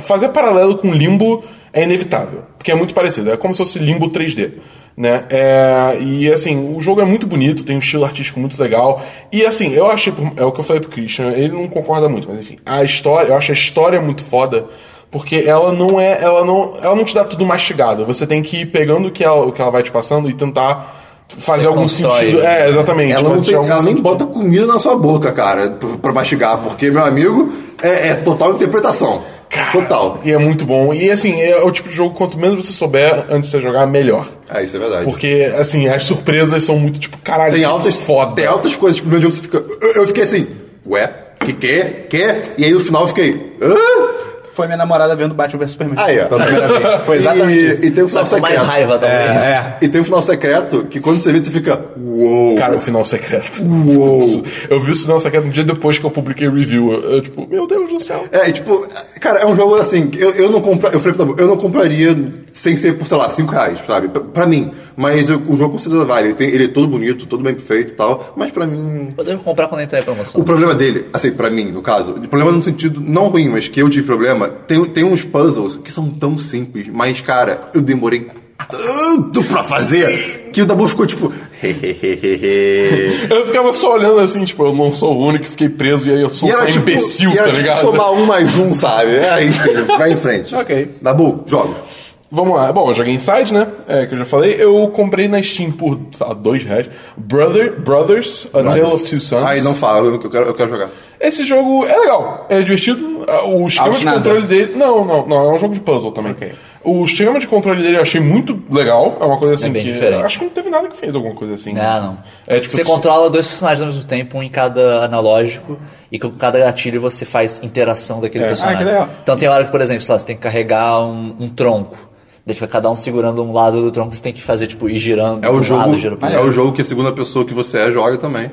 fazer paralelo com Limbo é inevitável, porque é muito parecido. É como se fosse Limbo 3D. Né? É, e assim, o jogo é muito bonito, tem um estilo artístico muito legal. E assim, eu achei. por- É o que eu falei pro Christian, ele não concorda muito, mas enfim. A história, eu acho a história muito foda. Porque ela não é. Ela não, ela não te dá tudo mastigado. Você tem que ir pegando o que ela, o que ela vai te passando e tentar fazer algum constrói, sentido. né? É, exatamente. Ela, não fazer tem- algum ela nem sentido. bota comida na sua boca, cara, pra, pra mastigar, porque, meu amigo, é, é total interpretação. Cara, Total. E é muito bom. E assim, é o tipo de jogo, quanto menos você souber antes de você jogar, melhor. É, isso é verdade. Porque, assim, as surpresas são muito tipo, caralho, tem que altas foda. Tem altas coisas, tipo, no jogo você fica. Eu, eu fiquei assim, ué, que que? Que? E aí no final eu fiquei. Hã? Foi minha namorada vendo Batman vs Superman. Ah, é. Pela primeira vez. Foi exatamente e, isso. E tem um final Só com secreto. mais raiva, talvez. É. E tem um final secreto que quando você vê, você fica. Uou! Cara, o final secreto. Uou. Eu vi o final secreto um dia depois que eu publiquei o review. Eu, eu, tipo, meu Deus do céu. É, e, tipo, cara, é um jogo assim, que eu, eu não compra, eu falei pro Dabu, eu não compraria sem ser por, sei lá, 5 reais, sabe? Pra, pra mim. Mas eu- o jogo com certeza vale. Ele, tem- ele é todo bonito, todo bem feito e tal, mas pra mim. Podemos comprar quando entrar em promoção. O problema dele, assim, pra mim, no caso, o problema no sentido não ruim, mas que eu tive problema, tem, tem uns puzzles que são tão simples, mas, cara, eu demorei tanto pra fazer que o Dabu ficou tipo. Eu ficava só olhando assim, tipo, eu não sou o único que fiquei preso e aí eu sou E só era tipo, imbecil, e era, tá tipo, ligado? somar um mais um, sabe? É, enfim, vai em frente. Ok. Dabu, jogos. Vamos lá. Bom, eu joguei Inside, né? É, que eu já falei. Eu comprei na Steam por, sei lá, dois reais. Brother, Brothers, A Tale of Two Sons. Aí não fala, eu quero, eu quero jogar. Esse jogo é legal, é divertido. Ah, O esquema Obstinado. de controle dele. Não, não, não, é um jogo de puzzle também. O esquema de controle dele eu achei muito legal. É uma coisa assim É bem que. diferente. Acho que não teve nada que fez alguma coisa assim. Ah, não. É tipo. você controla dois personagens ao mesmo tempo, um em cada analógico, e com cada gatilho você faz interação daquele personagem. Ah, que legal. Então tem hora que, por exemplo, sei lá, você tem que carregar um, um tronco. Daí fica cada um segurando um lado do tronco, você tem que fazer, tipo, ir girando É o um jogo, lado, girando pro é outro. o jogo que a segunda pessoa que você é joga também.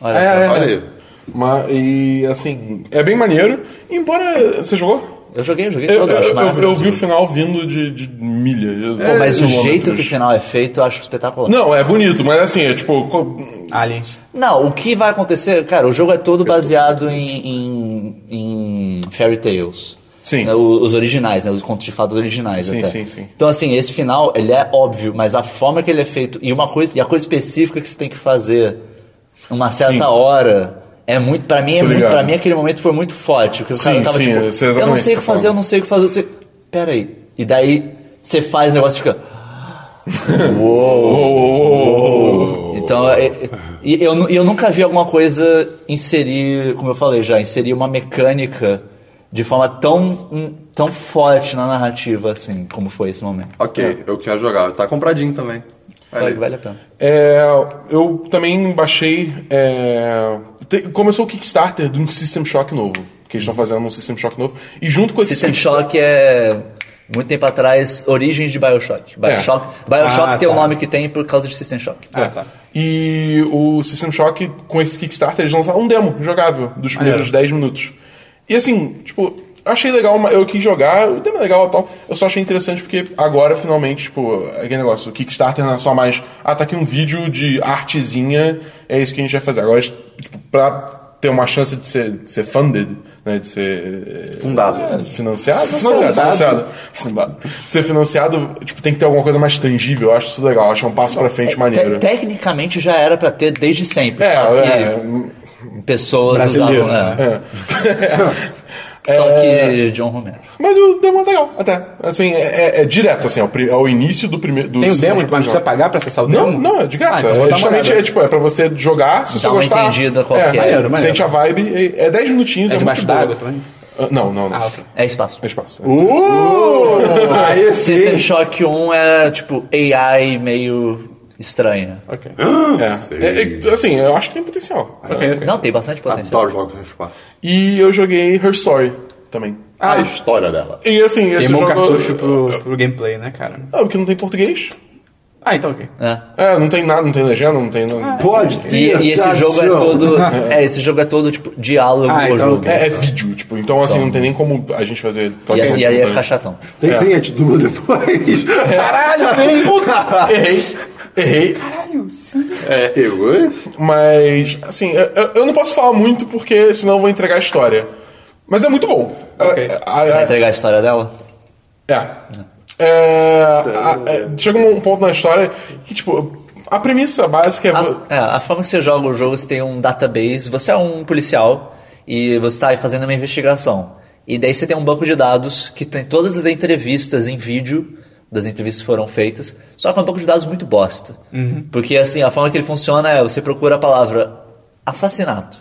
Olha É, só. é, é. Olha aí. Mas, e assim, é bem maneiro. Embora. Você jogou? Eu joguei, eu joguei Eu, todo, eu- acho eu- maravilhoso. eu vi o final vindo de, de milhas. Pô, mas o quilômetros. jeito que o final é feito, eu acho espetacular. Não, é bonito, mas assim, é tipo. co- Aliens. Não, o que vai acontecer, cara, o jogo é todo baseado em, em, em fairy tales. Sim. Né, o- Os originais, né? Os contos de fadas originais. Sim, até. sim, sim. Então, assim, esse final, ele é óbvio, mas a forma que ele é feito e uma coisa, e a coisa específica que você tem que fazer uma certa Sim. hora. É muito, pra mim, é Tô muito, ligado. pra mim aquele momento foi muito forte. Porque o cara Sim, tava sim, eu tipo, sei eu, não exatamente sei o o que que você tá fazer, eu não sei o que fazer. Você, pera aí. E daí, você faz o negócio e fica... Uou! Então, é- é- e eu, nu- e eu nunca vi alguma coisa inserir, como eu falei já, inserir uma mecânica de forma tão, hum, tão forte na narrativa, assim, como foi esse momento. Ok, eu quero jogar. Tá compradinho também. Olha Vale, aí. vale a pena. É, eu também baixei. é, te- começou o Kickstarter de um System Shock novo. Que eles estão fazendo um System Shock novo. E junto com esse System Kickstarter- Shock é, muito tempo atrás, origens de Bioshock. Bioshock, Bioshock Ah, tem o tá. nome que tem por causa de System Shock. É. Ah, tá. E o System Shock, com esse Kickstarter, eles lançaram um demo jogável dos primeiros 10 minutos. E assim, tipo, achei legal, mas eu quis jogar, o demo é legal e tal. Eu só achei interessante porque agora, finalmente, tipo, é aquele negócio, o Kickstarter não é só mais, ah, tá aqui um vídeo de artezinha, é isso que a gente vai fazer. Agora, tipo, pra ter uma chance de ser, de ser funded, né, de ser... Fundado. Ah, É, financiado? Financiado, financiado. Fundado. Ser financiado, tipo, tem que ter alguma coisa mais É, tangível, É, eu acho isso legal, eu acho um passo pra frente maneiro. Te- tecnicamente já era pra ter desde sempre. É, só que é, pessoas Brasileiros, né? usavam. é. Só que John Romero. Mas o demo é legal, até. Assim, é, é- é direto, assim, é o, pri- é o início do primeiro. Do Tem o sistema demo, de mas precisa controle. pagar pra acessar o tá Não, demo? não, é de graça. Ah, então vou é dar uma justamente olhada. é, tipo, é pra você jogar, se Dá você uma gostar. entendida qual é, que é. Maneiro, maneiro. Sente a vibe, é, é 10 minutinhos, é, É debaixo muito boa. d'água também? Ah, Não, não, não. Ah, ok. É espaço. É espaço. Aí System sim. Shock 1 é tipo AI meio estranha. Ok. É. É, é, assim, eu acho que tem potencial. Ok, ok. Não, tem bastante potencial. Adoro jogos no espaço. E eu joguei Her Story também. Ah, A história dela. E assim, esse Queimou o jogo... cartucho pro, pro gameplay, né, cara? Ah, porque não tem português. Ah, então ok. né? É, não tem nada, não tem legenda, não tem... Ah, Não... Pode E, ter e esse jogo é ação. todo. É, esse jogo é todo tipo diálogo Ah, ou então- jogo. É, é vídeo, tipo, então assim, não tem nem como a gente fazer... E, assim, e aí ia simultâneo. ficar chatão. Tem sim, a gente dubla depois. Caralho, é um sim! Puta, errei, errei. É, eu... Mas, assim, eu, eu- eu não posso falar muito porque senão eu vou entregar a história. Mas é muito bom. Ok. É, a- Ah, Você vai a- entregar a história dela? É. É, a- é, Chega um ponto na história que, tipo, a premissa básica é. vo- A, é, a forma que você joga o jogo, você tem um database, você é um policial e você está fazendo uma investigação. E daí você tem um banco de dados que tem todas as entrevistas em vídeo, das entrevistas que foram feitas, só que é um banco de dados muito bosta. Uhum. Porque assim, a forma que ele funciona é você procura a palavra assassinato.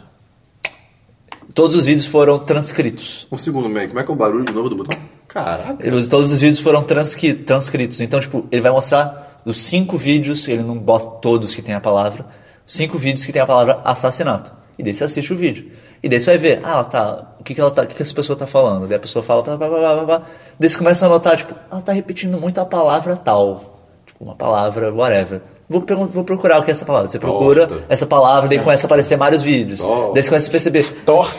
Todos os vídeos foram transcritos. Um segundo, man. Como é que é o barulho de novo do botão? Caraca. Os- Todos os vídeos foram transqui- transcritos. Então, tipo, ele vai mostrar os cinco vídeos, ele não bota todos que tem a palavra, cinco vídeos que tem a palavra assassinato. E daí você assiste o vídeo. E daí você vai ver, ah, tá, o que, que ela tá, o que, que essa pessoa tá falando? Daí a pessoa fala, blá, blá, blá, blá, blá, blá. Daí você começa a notar, tipo, ela tá repetindo muito a palavra tal. Tipo, uma palavra, whatever. Vou, pergun- vou procurar o que é essa palavra. Você procura Torta. essa palavra, daí começa a aparecer vários vídeos. Torta. Daí você começa a perceber.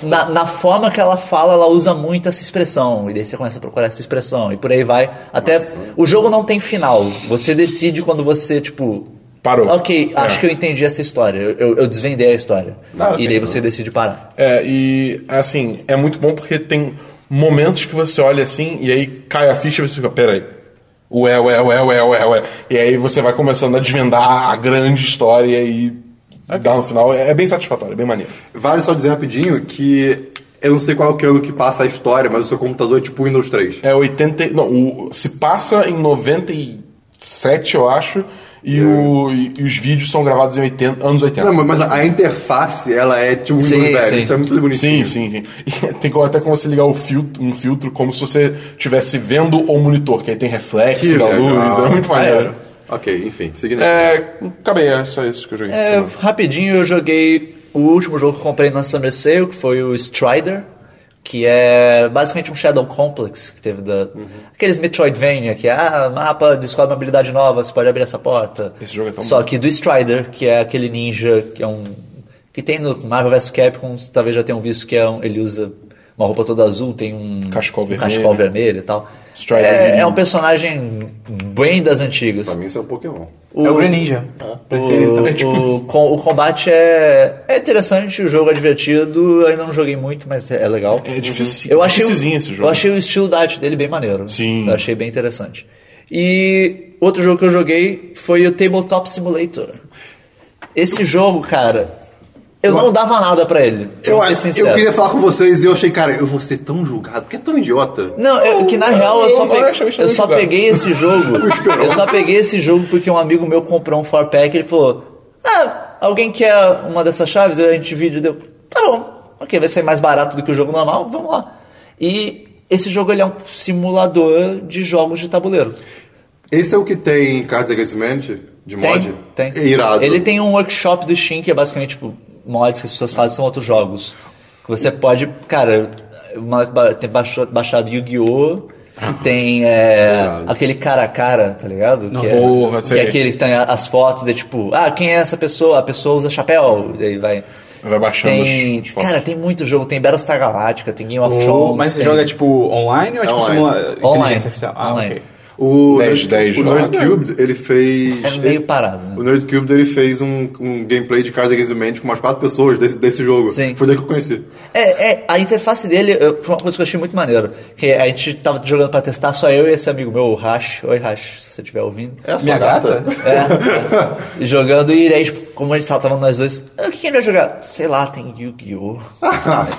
Na, na forma que ela fala, ela usa muito essa expressão. E daí você começa a procurar essa expressão. E por aí vai. Até. O jogo não tem final. Você decide quando você, tipo. Parou. Ok, É. acho que eu entendi essa história. Eu, eu, eu desvendei a história. e daí você decide parar. É, e assim, é muito bom porque tem momentos que você olha assim e aí cai a ficha e você fica, peraí. Ué, ué, ué, ué, ué, ué. E aí você vai começando a desvendar a grande história e aí dá no final. É, é bem satisfatório, é bem maneiro. Vale só dizer rapidinho que eu não sei qual que é o ano que passa a história, mas o seu computador é tipo Windows 3. É 80. e- Não, o- se passa em 97, eu acho, e, o- e- e os vídeos são gravados em 80, anos 80. É. Não, mas a a interface, ela é tipo Windows Sim, velho. sim. Isso é muito bonitinho. Sim, sim, sim. E tem como- até como você ligar o filtro, um filtro como se você estivesse vendo o monitor, que aí tem reflexo Que da legal. luz, é muito maneiro. Ok, enfim. Seguindo. É, acabei, é só isso que eu joguei. É, rapidinho eu joguei o último jogo que eu comprei na Summer Sale, que foi o Strider, que é basicamente um Shadow Complex que teve da. Uhum. Aqueles Metroidvania, que é ah, mapa, descobre uma habilidade nova, você pode abrir essa porta. Esse jogo é tão Só bom. que do Strider, que é aquele ninja, que é um. que tem no Marvel vs Capcom, vocês talvez já tenham visto que é um- ele usa uma roupa toda azul, tem um. Cachecol um vermelho. cachecol vermelho e tal. Strider É, Ninja. é um personagem bem das antigas. Pra mim isso é um Pokémon. É o Greninja. Ah. Pensei nele O, também. o, com- o combate é, é interessante, o jogo é divertido. eu Ainda não joguei muito, mas é é legal. É difícil- Eu achei, o- dificilzinho esse jogo. Eu achei o estilo da arte dele bem maneiro. Sim. Eu achei bem interessante. E outro jogo que eu joguei foi o Tabletop Simulator. Esse jogo, cara, eu não dava nada pra ele. pra Eu, ser acho- sincero. eu queria falar com vocês e eu achei, cara, eu vou ser tão julgado, porque é tão idiota. Não, eu, que na real eu eu só, não pe- acho, eu acho é eu só muito peguei esse jogo. é eu só peguei esse jogo porque um amigo meu comprou um 4-pack e ele falou: Ah, alguém quer uma dessas chaves? Aí a gente vídeo deu. Tá bom, ok, vai ser mais barato do que o jogo normal, vamos lá. E esse jogo ele é um simulador de jogos de tabuleiro. Esse é o que tem em Cards Against Humanity? De mod? Tem, tem. É irado. Ele tem um workshop do Steam que é basicamente tipo mods que as pessoas fazem são outros jogos. Que você pode, cara, uma- ba- tem baixo- baixado Yu-Gi-Oh! Tem é, Será? aquele cara a cara, tá ligado? que, é, Porra, que sei. é aquele que tem a- as fotos de tipo, ah, quem é essa pessoa? A pessoa usa chapéu. E aí vai. Vai baixando tem, as- as fotos. Cara, tem muito jogo. Tem Battlestar Galactica, tem Game of O- Thrones. Mas você tem- joga tipo online ou é tipo Online. simula... Online. inteligência artificial? Ah, Online. ok. O 10, Nerd, 10, o joga. Nerd Cubed, ele fez. É meio ele- parado, né? O Nerd Cubed, ele fez um, um gameplay de Cards Against Humanity com umas quatro pessoas desse, desse jogo. Sim. Foi daí que eu conheci. É, é, a interface dele eu- foi uma coisa que eu achei muito maneiro. Que a gente tava jogando pra testar, só eu e esse amigo meu, o Rash. Oi, Rash, se você estiver ouvindo. É a sua Minha gata? gata? É, é. Jogando e aí, tipo, como a gente tava tava nós dois, "Ah, o que que a gente vai jogar? Sei lá, tem Yu-Gi-Oh!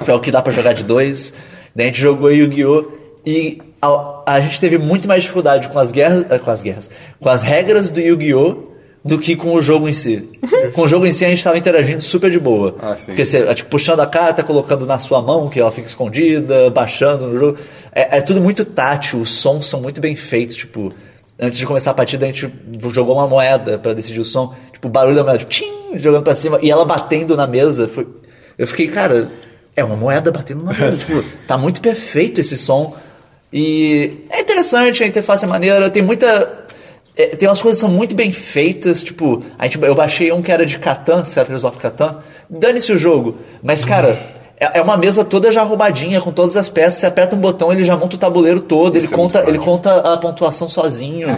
que é o que dá pra jogar de dois. Daí a gente jogou Yu-Gi-Oh! E a, a gente teve muito mais dificuldade com as guerras. eh, Com as guerras. Com as regras do Yu-Gi-Oh! do que com o jogo em si. com o jogo em si a gente tava interagindo super de boa. Ah, sim. Porque você, é, tipo, puxando a carta, colocando na sua mão, que ela fica escondida, baixando no jogo. É, é tudo muito tátil, os sons são muito bem feitos, tipo, antes de começar a partida a gente jogou uma moeda pra decidir o som, tipo, o barulho da moeda, tipo, tchim, jogando pra cima, e ela batendo na mesa, foi... eu fiquei, cara, é uma moeda batendo na mesa, tipo, tá muito perfeito esse som, e é interessante, a interface é maneira, tem muita... É, tem umas coisas que são muito bem feitas, tipo, a gente, eu baixei um que era de Catan, Settlers of Catan. Dane-se o jogo. Mas, cara, é, é uma mesa toda já arrumadinha, com todas as peças. Você aperta um botão, ele já monta o tabuleiro todo, ele, é conta, muito ele conta a pontuação sozinho.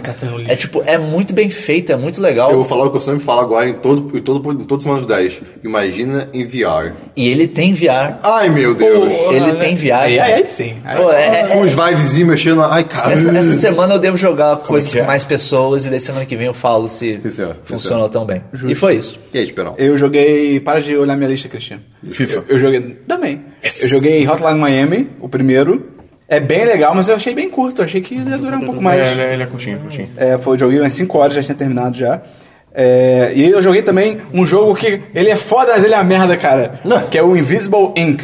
é tipo, é muito bem feito, é muito legal. Eu vou falar o que eu sempre falo agora em todo, em todo, em todos os anos 10. Imagina em VR. E ele tem VR. Ai, meu Deus. ele tem VR. É, Aí, aí, aí sim. Aí- Pô, é- é- Com os vibezinhos mexendo. Ai, cara. Essa, essa semana eu devo jogar coisas é? com mais pessoas e daí semana que vem eu falo se Sim, senhor. Sim, funcionou senhor. tão bem. E foi isso. E aí, Esperão? Eu joguei. Para de olhar minha lista, Cristiano. FIFA. Eu, eu joguei. Também. Eu joguei Hotline Miami, o primeiro. É bem legal, mas eu achei bem curto. Eu achei que ia durar um pouco mais. É, ele, é- ele é curtinho, curtinho. É, foi, joguei umas 5 horas, já tinha terminado já. É, e eu joguei também um jogo que ele é foda, mas ele é uma merda, cara. Que é o Invisible Inc.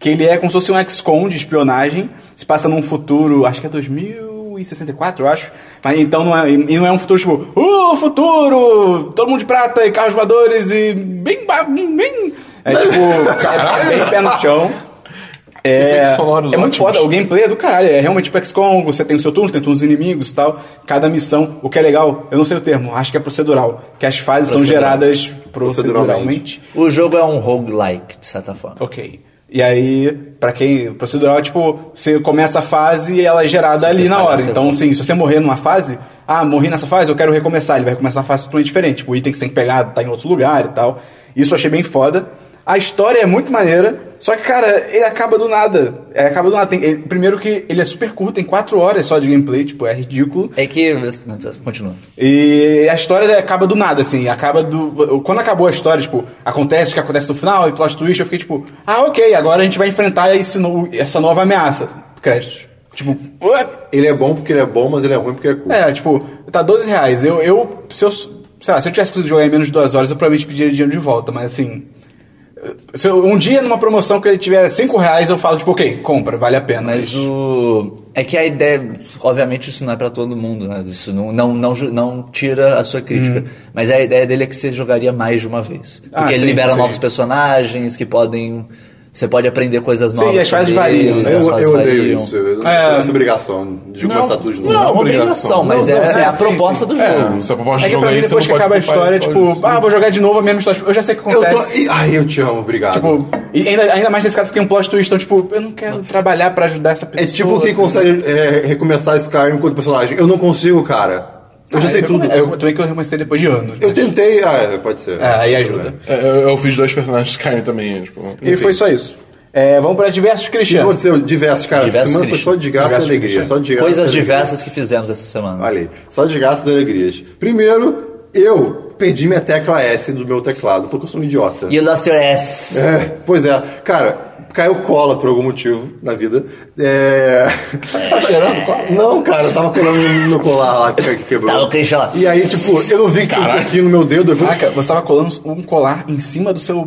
Que ele é como se fosse um XCOM de espionagem. Se passa num futuro, acho que é 2064, eu acho. Mas então não é, e não é um futuro tipo, uh, futuro! Todo mundo de prata e carros voadores e bem. ba- bem. É tipo, é bem pé no chão. É, Efeitos sonoros é muito ótimos. foda, o gameplay é do caralho, é realmente tipo XCOM, você tem o seu turno, tem todos os inimigos e tal, cada missão, o que é legal, eu não sei o termo, acho que é procedural, que as fases são Procedural. geradas Proceduralmente. proceduralmente. O jogo é um roguelike, de certa forma. Ok. E aí, pra quem, o procedural é tipo, você começa a fase e ela é gerada Se você ali na falhar, hora, você então assim, se você morrer numa fase, ah, morri nessa fase, eu quero recomeçar, ele vai começar a fase totalmente diferente, tipo, o item que você tem que pegar tá em outro lugar e tal, isso eu achei bem foda. A história é muito maneira, só que, cara, ele acaba do nada. É, acaba do nada. Tem- ele- primeiro que ele é super curto, tem 4 horas só de gameplay, tipo, é ridículo. É que. Continua. E a história acaba do nada, assim. Acaba do. Quando acabou a história, tipo, acontece o que acontece no final e plot twist, eu fiquei tipo, ah, ok, agora a gente vai enfrentar esse no- essa nova ameaça. Créditos. Tipo, what? Ele é bom porque ele é bom, mas ele é ruim porque é cool. É, tipo, tá 12 reais. Eu, eu, se eu, sei lá, se eu tivesse conseguido jogar em menos de duas horas, eu provavelmente pediria dinheiro de volta, mas assim. Se eu- um dia numa promoção que ele tiver 5 reais, eu falo, tipo, ok, compra, vale a pena. Mas o. É que a ideia. Obviamente isso não é pra todo mundo, né? Isso não, não, não, ju- não tira a sua crítica. Mas a ideia dele é que você jogaria mais de uma vez. Porque Ah, ele sim, libera sim. novos personagens que podem. Você pode aprender coisas Sim, novas. e as fases sobre variam, eles, né? as Eu, fases eu odeio variam. isso. Eu não É. tenho essa obrigação de começar tudo de Não, novo. é uma obrigação. obrigação, mas Não, é, não, é a sim, proposta sim. do jogo. É, você pode é que jogar pra mim, aí, você não depois que pode acaba a culpar história, depois tipo, disso. ah, vou jogar de novo a mesma história. Tipo, Eu já sei o que Eu acontece. tô. Ih, Ai, eu te amo, obrigado. Tipo, e ainda, ainda mais nesse caso que tem um plot twist, então, tipo, eu não quero trabalhar pra ajudar essa é pessoa. tá tipo quem consegue é, recomeçar Skyrim com outro personagem. Eu não consigo, cara. Eu já Ah, sei tudo. Eu, Eu, também que eu comecei depois de anos. eu mas- tentei. Ah, é, pode ser. É, aí ajuda. É, eu, eu fiz dois personagens caem também, tipo. E foi só isso. É, vamos pra diversos O que cristianos. aconteceu? Diversos, cara. Essa Diversos semana foi Christian. só de graça e Diversos alegria. Christian. Só de graça e Coisas alegria. diversas que fizemos essa semana. Olha aí, só de graças e alegrias. Primeiro, eu perdi minha tecla S do meu teclado, porque eu sou um idiota. E o Lost Your Ass. É, pois é, cara, caiu cola por algum motivo na vida. É. Tá cheirando? Qual? Não, cara, eu tava colando no meu colar lá que que quebrou. Tava com isso lá. E aí, tipo, eu não vi que tinha um pouquinho no meu dedo. Eu vi... Caraca, você tava colando um colar em cima do seu. Não,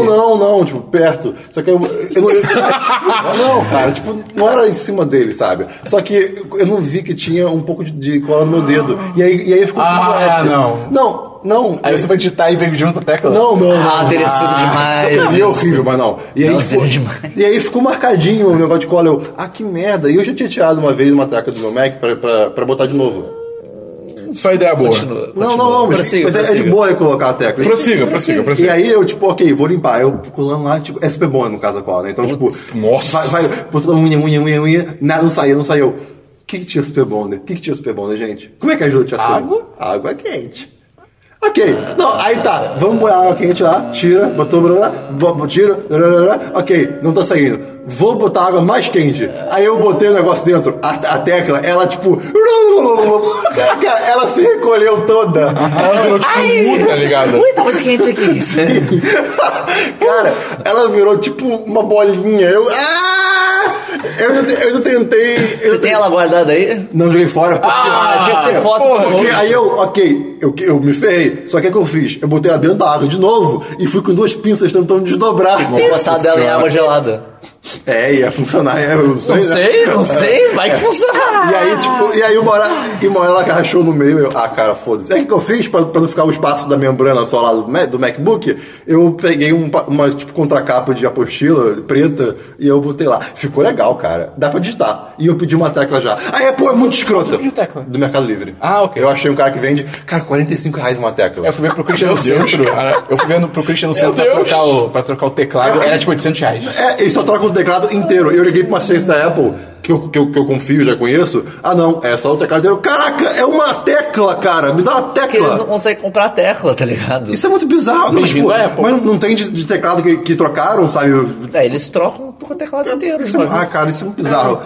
neck. não, não, tipo, perto. Só que eu. eu não, eu- não, cara, tipo, não era em cima dele, sabe? Só que eu não vi que tinha um pouco de, de cola no meu dedo. E aí, e aí ficou Ah, sem não. Não, não. Aí você vai digitar e veio junto a tecla? Não, não. Ah, não. teria sido demais. Seria é horrível, mas não. E aí, Não, tipo, seria demais. e aí ficou marcadinho o negócio de cola. Eu, ah, que merda. E eu já tinha tirado uma vez uma tecla do meu Mac pra, pra, pra botar de novo. Só ideia boa. Continua, Não, continua. não, não. Mas, Prossiga, mas é- é, de prossiga. boa eu colocar a tecla. Prossiga, prossiga, E prossiga. aí eu, tipo, ok, vou limpar. Eu colando lá, tipo, é super bom no caso da cola, né? Então, tipo, Nossa. vai, vai, botando unha, unha, unha, unha, nada não saía, não saiu. O que, que tinha o Super Bonder? O que, que tinha o Super Bonder, gente? Como é que ajuda o Super Água? Bonder? Água quente. Ok, não, aí tá, vamos pôr a água quente lá, tira, botou, blá, blá, blá, tira, blá, blá, blá, ok, não tá saindo. Vou botar água mais quente. Aí eu botei o negócio dentro, a, a tecla, ela tipo. Caraca, ela se recolheu toda. Ela virou tipo um mu, tá ligado? Ui, tá muito quente aqui. Cara, ela virou tipo uma bolinha. Eu. Ah! Eu, eu não tentei. Eu Você tem ela guardada aí? Não joguei fora. Porque, Ah, tinha que ter foto. porque aí eu, ok, eu, eu me ferrei. Só que o que eu fiz? Eu botei ela dentro da água de novo e fui com duas pinças tentando desdobrar. Botar dela em senhora. água gelada. É, ia funcionar. É, eu Não sei, não sei, vai que funciona. E Ah. aí, tipo, e aí uma hora, e uma hora ela rachou no meio. Eu, ah, cara, foda-se. É o que eu fiz pra, pra não ficar o espaço da membrana só lá do, Mac- do MacBook. Eu peguei um pa- uma, tipo, contracapa de apostila preta e eu botei lá. Ficou legal, cara. Dá pra digitar. E eu pedi uma tecla já. Aí, pô, é muito escrota. pediu tecla? Do Mercado Livre. Ah, ok. É Eu achei um cara que vende, cara, 45 reais uma tecla. Eu fui ver pro Christian no Meu Deus, centro. cara. Eu fui vendo pro Christian no centro pra Deus. trocar, o, pra trocar o teclado. Era tipo 800 reais. É, eles só trocam o teclado inteiro. Eu liguei pra uma ciência da Apple, que eu, que, eu, que eu confio, já conheço. Ah, não, é só o teclado inteiro. Caraca, é uma tecla, cara. Me dá uma Porque eles não tecla. conseguem comprar a tecla, tá ligado? Isso é muito bizarro. Não, Bem-vindo tipo, à Apple. mas não, não tem de, de teclado que, que trocaram, sabe? É, eles trocam o teclado inteiro. Isso é- sabe? ah, cara, isso é muito bizarro.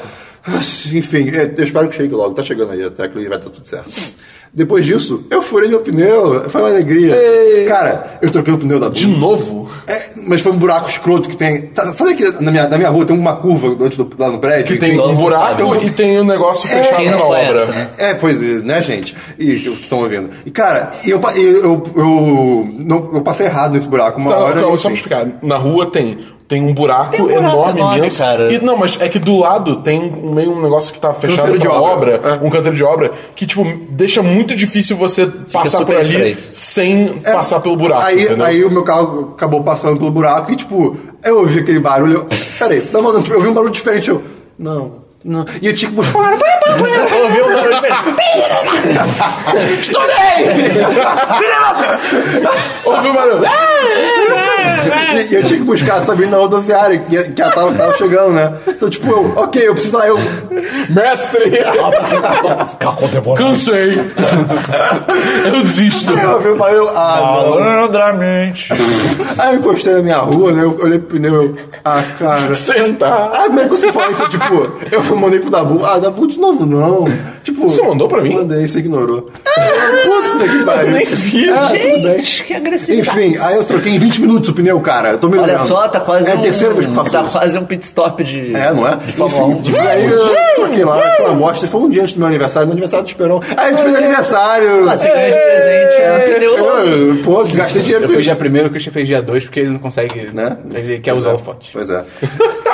Enfim, é, eu espero que chegue logo. Tá chegando aí a tecla e vai dar tudo certo. Depois disso, eu furei meu pneu. Foi uma alegria. Cara, eu troquei o pneu da De novo? É, mas foi um buraco escroto que tem. Sabe, sabe que na minha, na minha rua tem uma curva antes do, lá no prédio? Que tem todo um mundo buraco sabe. e tem um negócio fechado Quem na não conhece, obra. né? É, pois é, né, gente? E que estão ouvindo. E cara, e eu, pa- e eu, eu, eu, não- eu passei errado nesse buraco uma Tá, hora. calma, enfim. só pra explicar. Na rua tem, tem um buraco, Tem um buraco enorme, enorme, imenso. cara. E, não, mas é que do lado tem um- meio um negócio que tá fechado Canteiro de pra obra. obra, É. um canteiro de obra, que, tipo, deixa muito difícil você passar super por ali estreito. sem É, passar pelo buraco, Aí, entendeu? aí o meu carro acabou passando pelo buraco e, tipo, eu ouvi aquele barulho. Eu, peraí, não, não, eu ouvi um barulho diferente. Eu, não, não. E eu tinha que buscar. Ouviu o barulho diferente. Ouviu o barulho? E eu tinha que buscar a Sabrina na rodoviária, que, que ela tava, tava chegando, né? Então, tipo, eu, ok, eu preciso lá, eu. Mestre! Cansei! Eu desisto! Eu ouvi o barulho. Ah, não. Malandramente. Aí eu encostei na minha rua, né? Eu olhei pro pneu, eu. Ah, cara. Sentar! Ah, como é que você falou foi tipo, eu mandei pro Dabu. Ah, Dabu de novo não. Tipo. Você mandou pra mim? Mandei, você ignorou. Puta que pariu. Ah, nem vi. Ah, tudo bem. Gente, que agressividade. Enfim, aí eu troquei em 20 minutos o pneu, cara. Eu tô me Olha lembrando. só, tá quase É a um, terceira vez que faço Tá isso. quase um pit stop de... É, não é? De Fórmula 1. Enfim, aí eu troquei lá, foi uma bosta. Foi um dia antes do meu aniversário, no aniversário do Esperão. Aí a gente fez aniversário. É. É. Ah, você ganha de presente um pneu novo. Eu, pô, gastei dinheiro Eu com fiz isso. dia primeiro, o Christian fez dia dois, porque ele não consegue. Né? Mas ele quer usar o foto. Pois é.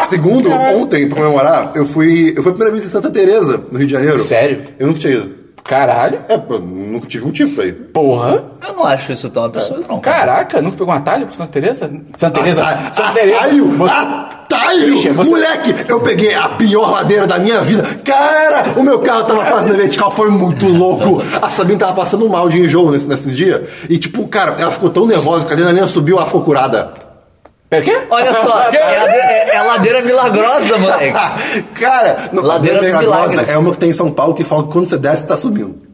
Segundo, ontem, pra comemorar, eu fui. Eu fui a primeira vez em Santa Teresa, no Rio de Janeiro. Sério? Eu nunca tinha ido. Caralho. É, pô, nunca tive tipo motivo pra ir. Porra. Eu não acho isso tão absurdo, não. cara. Caraca, nunca pegou um atalho pro Santa Teresa? Santa Teresa. Ata- Santa Teresa. um Ah, Atalho? Ah. Você- Atalho? Christian, você- Moleque, eu peguei a pior ladeira da minha vida. Cara, o meu carro tava quase na vertical, foi muito louco. A Sabine tava passando mal de enjoo nesse, nesse dia. E tipo, cara, ela ficou tão nervosa que a adrenalina subiu, ela ficou curada. Pera, quê? Olha só, é, lade- é- é ladeira milagrosa, moleque. Ah, cara, não, Ladeira dos Milagres. é uma que tem em São Paulo que fala que quando você desce, tá subindo.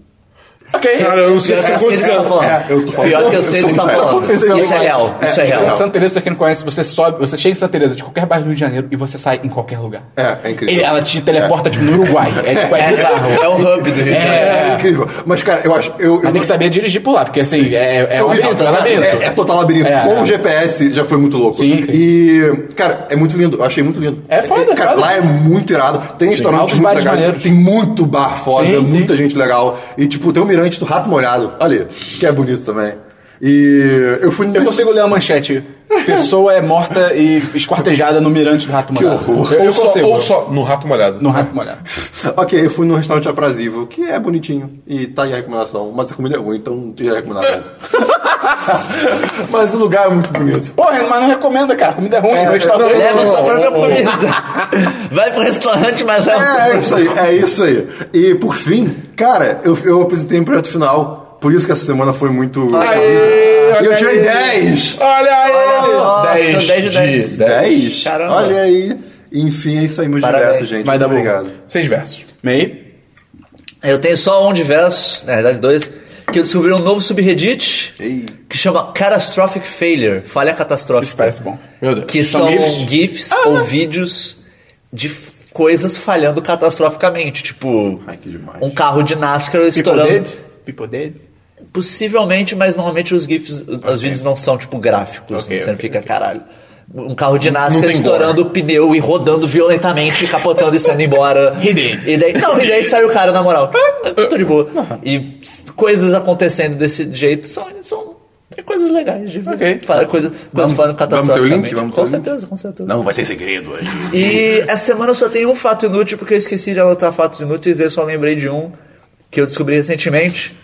Ok. Cara, eu não sei o Pior que que tá eu sei do que você tá acontecendo. falando. É, eu tô falando. Pior que Eu eu sei do sou que você tá muito real. falando. Aconteceu Isso é lá. real, isso é real. Santa Teresa, pra quem não conhece, você sobe, você chega em Santa Teresa de qualquer bairro do Rio de Janeiro e você sai em qualquer lugar. É, é incrível. Ele- ela te teleporta tipo no Uruguai. É tipo, é bizarro. É, é o hub do Rio de Janeiro. É, incrível. Mas, cara, eu acho. Eu, eu, Mas tem que saber dirigir por lá, porque assim, é, é um labirinto, é um labirinto. É, é total labirinto. É. Com o GPS já foi muito louco. Sim, sim. E, cara, é muito lindo. Eu achei muito lindo. É foda, cara, foda. Lá é muito irado. Tem restaurantes Altos muito bares legais. maneiros. Tem muito bar foda, Sim, sim. muita gente legal. E, tipo, tem o mirante do Rato Molhado. Olha aí, que é bonito também. E eu fui... Eu consigo ler a manchete. Pessoa é morta e esquartejada no mirante do rato molhado. horror. Eu Ou só, consigo. ou só no rato molhado. No rato molhado. Ok, eu fui num restaurante aprazível, que é bonitinho. E tá aí a recomendação. Mas a comida é ruim, então não tinha recomendado. mas o lugar é muito bonito. Porra, mas não recomenda, cara. Comida é ruim. É, restaurante. Leva não, sua não, própria não, não. comida. Vai pro restaurante, mas um leva sua É, é isso aí, é isso aí. E por fim, cara, eu, eu apresentei um projeto final. Por isso que essa semana foi muito. e eu tirei 10! Olha aí! Nossa, 10, 10 de 10. 10? Caramba. Olha aí. Enfim, é isso aí, meus Parabéns. diversos, gente. Vai muito dar bom. obrigado. Seis versos. Meio. Eu tenho só um de versos, na verdade dois, que eu descobri um novo subreddit Ei. que chama Catastrophic Failure, falha catastrófica. Isso parece bom. Meu Deus. Que São são, gifs? GIFs, ou vídeos de f- coisas falhando catastroficamente, tipo Ai, que demais. um carro de NASCAR People estourando. dead? People dead? Possivelmente, mas normalmente os GIFs, os vídeos não são tipo gráficos, Ok, né? você não ok, fica caralho. Um carro de não NASCAR tem estourando o pneu e rodando violentamente, capotando e saindo embora. E daí? E daí, não, e daí sai o cara, na moral. "Ah, Tô de boa. E s- coisas acontecendo desse jeito são. são é coisas legais, de ver. Ok. Fala coisas, coisas falando vamos ter o link? catastroficamente. Vamos ter Com o link? certeza, com certeza. Não vai ser segredo hoje. E essa semana eu só tenho um fato inútil, porque eu esqueci de anotar fatos inúteis, eu só lembrei de um que eu descobri recentemente.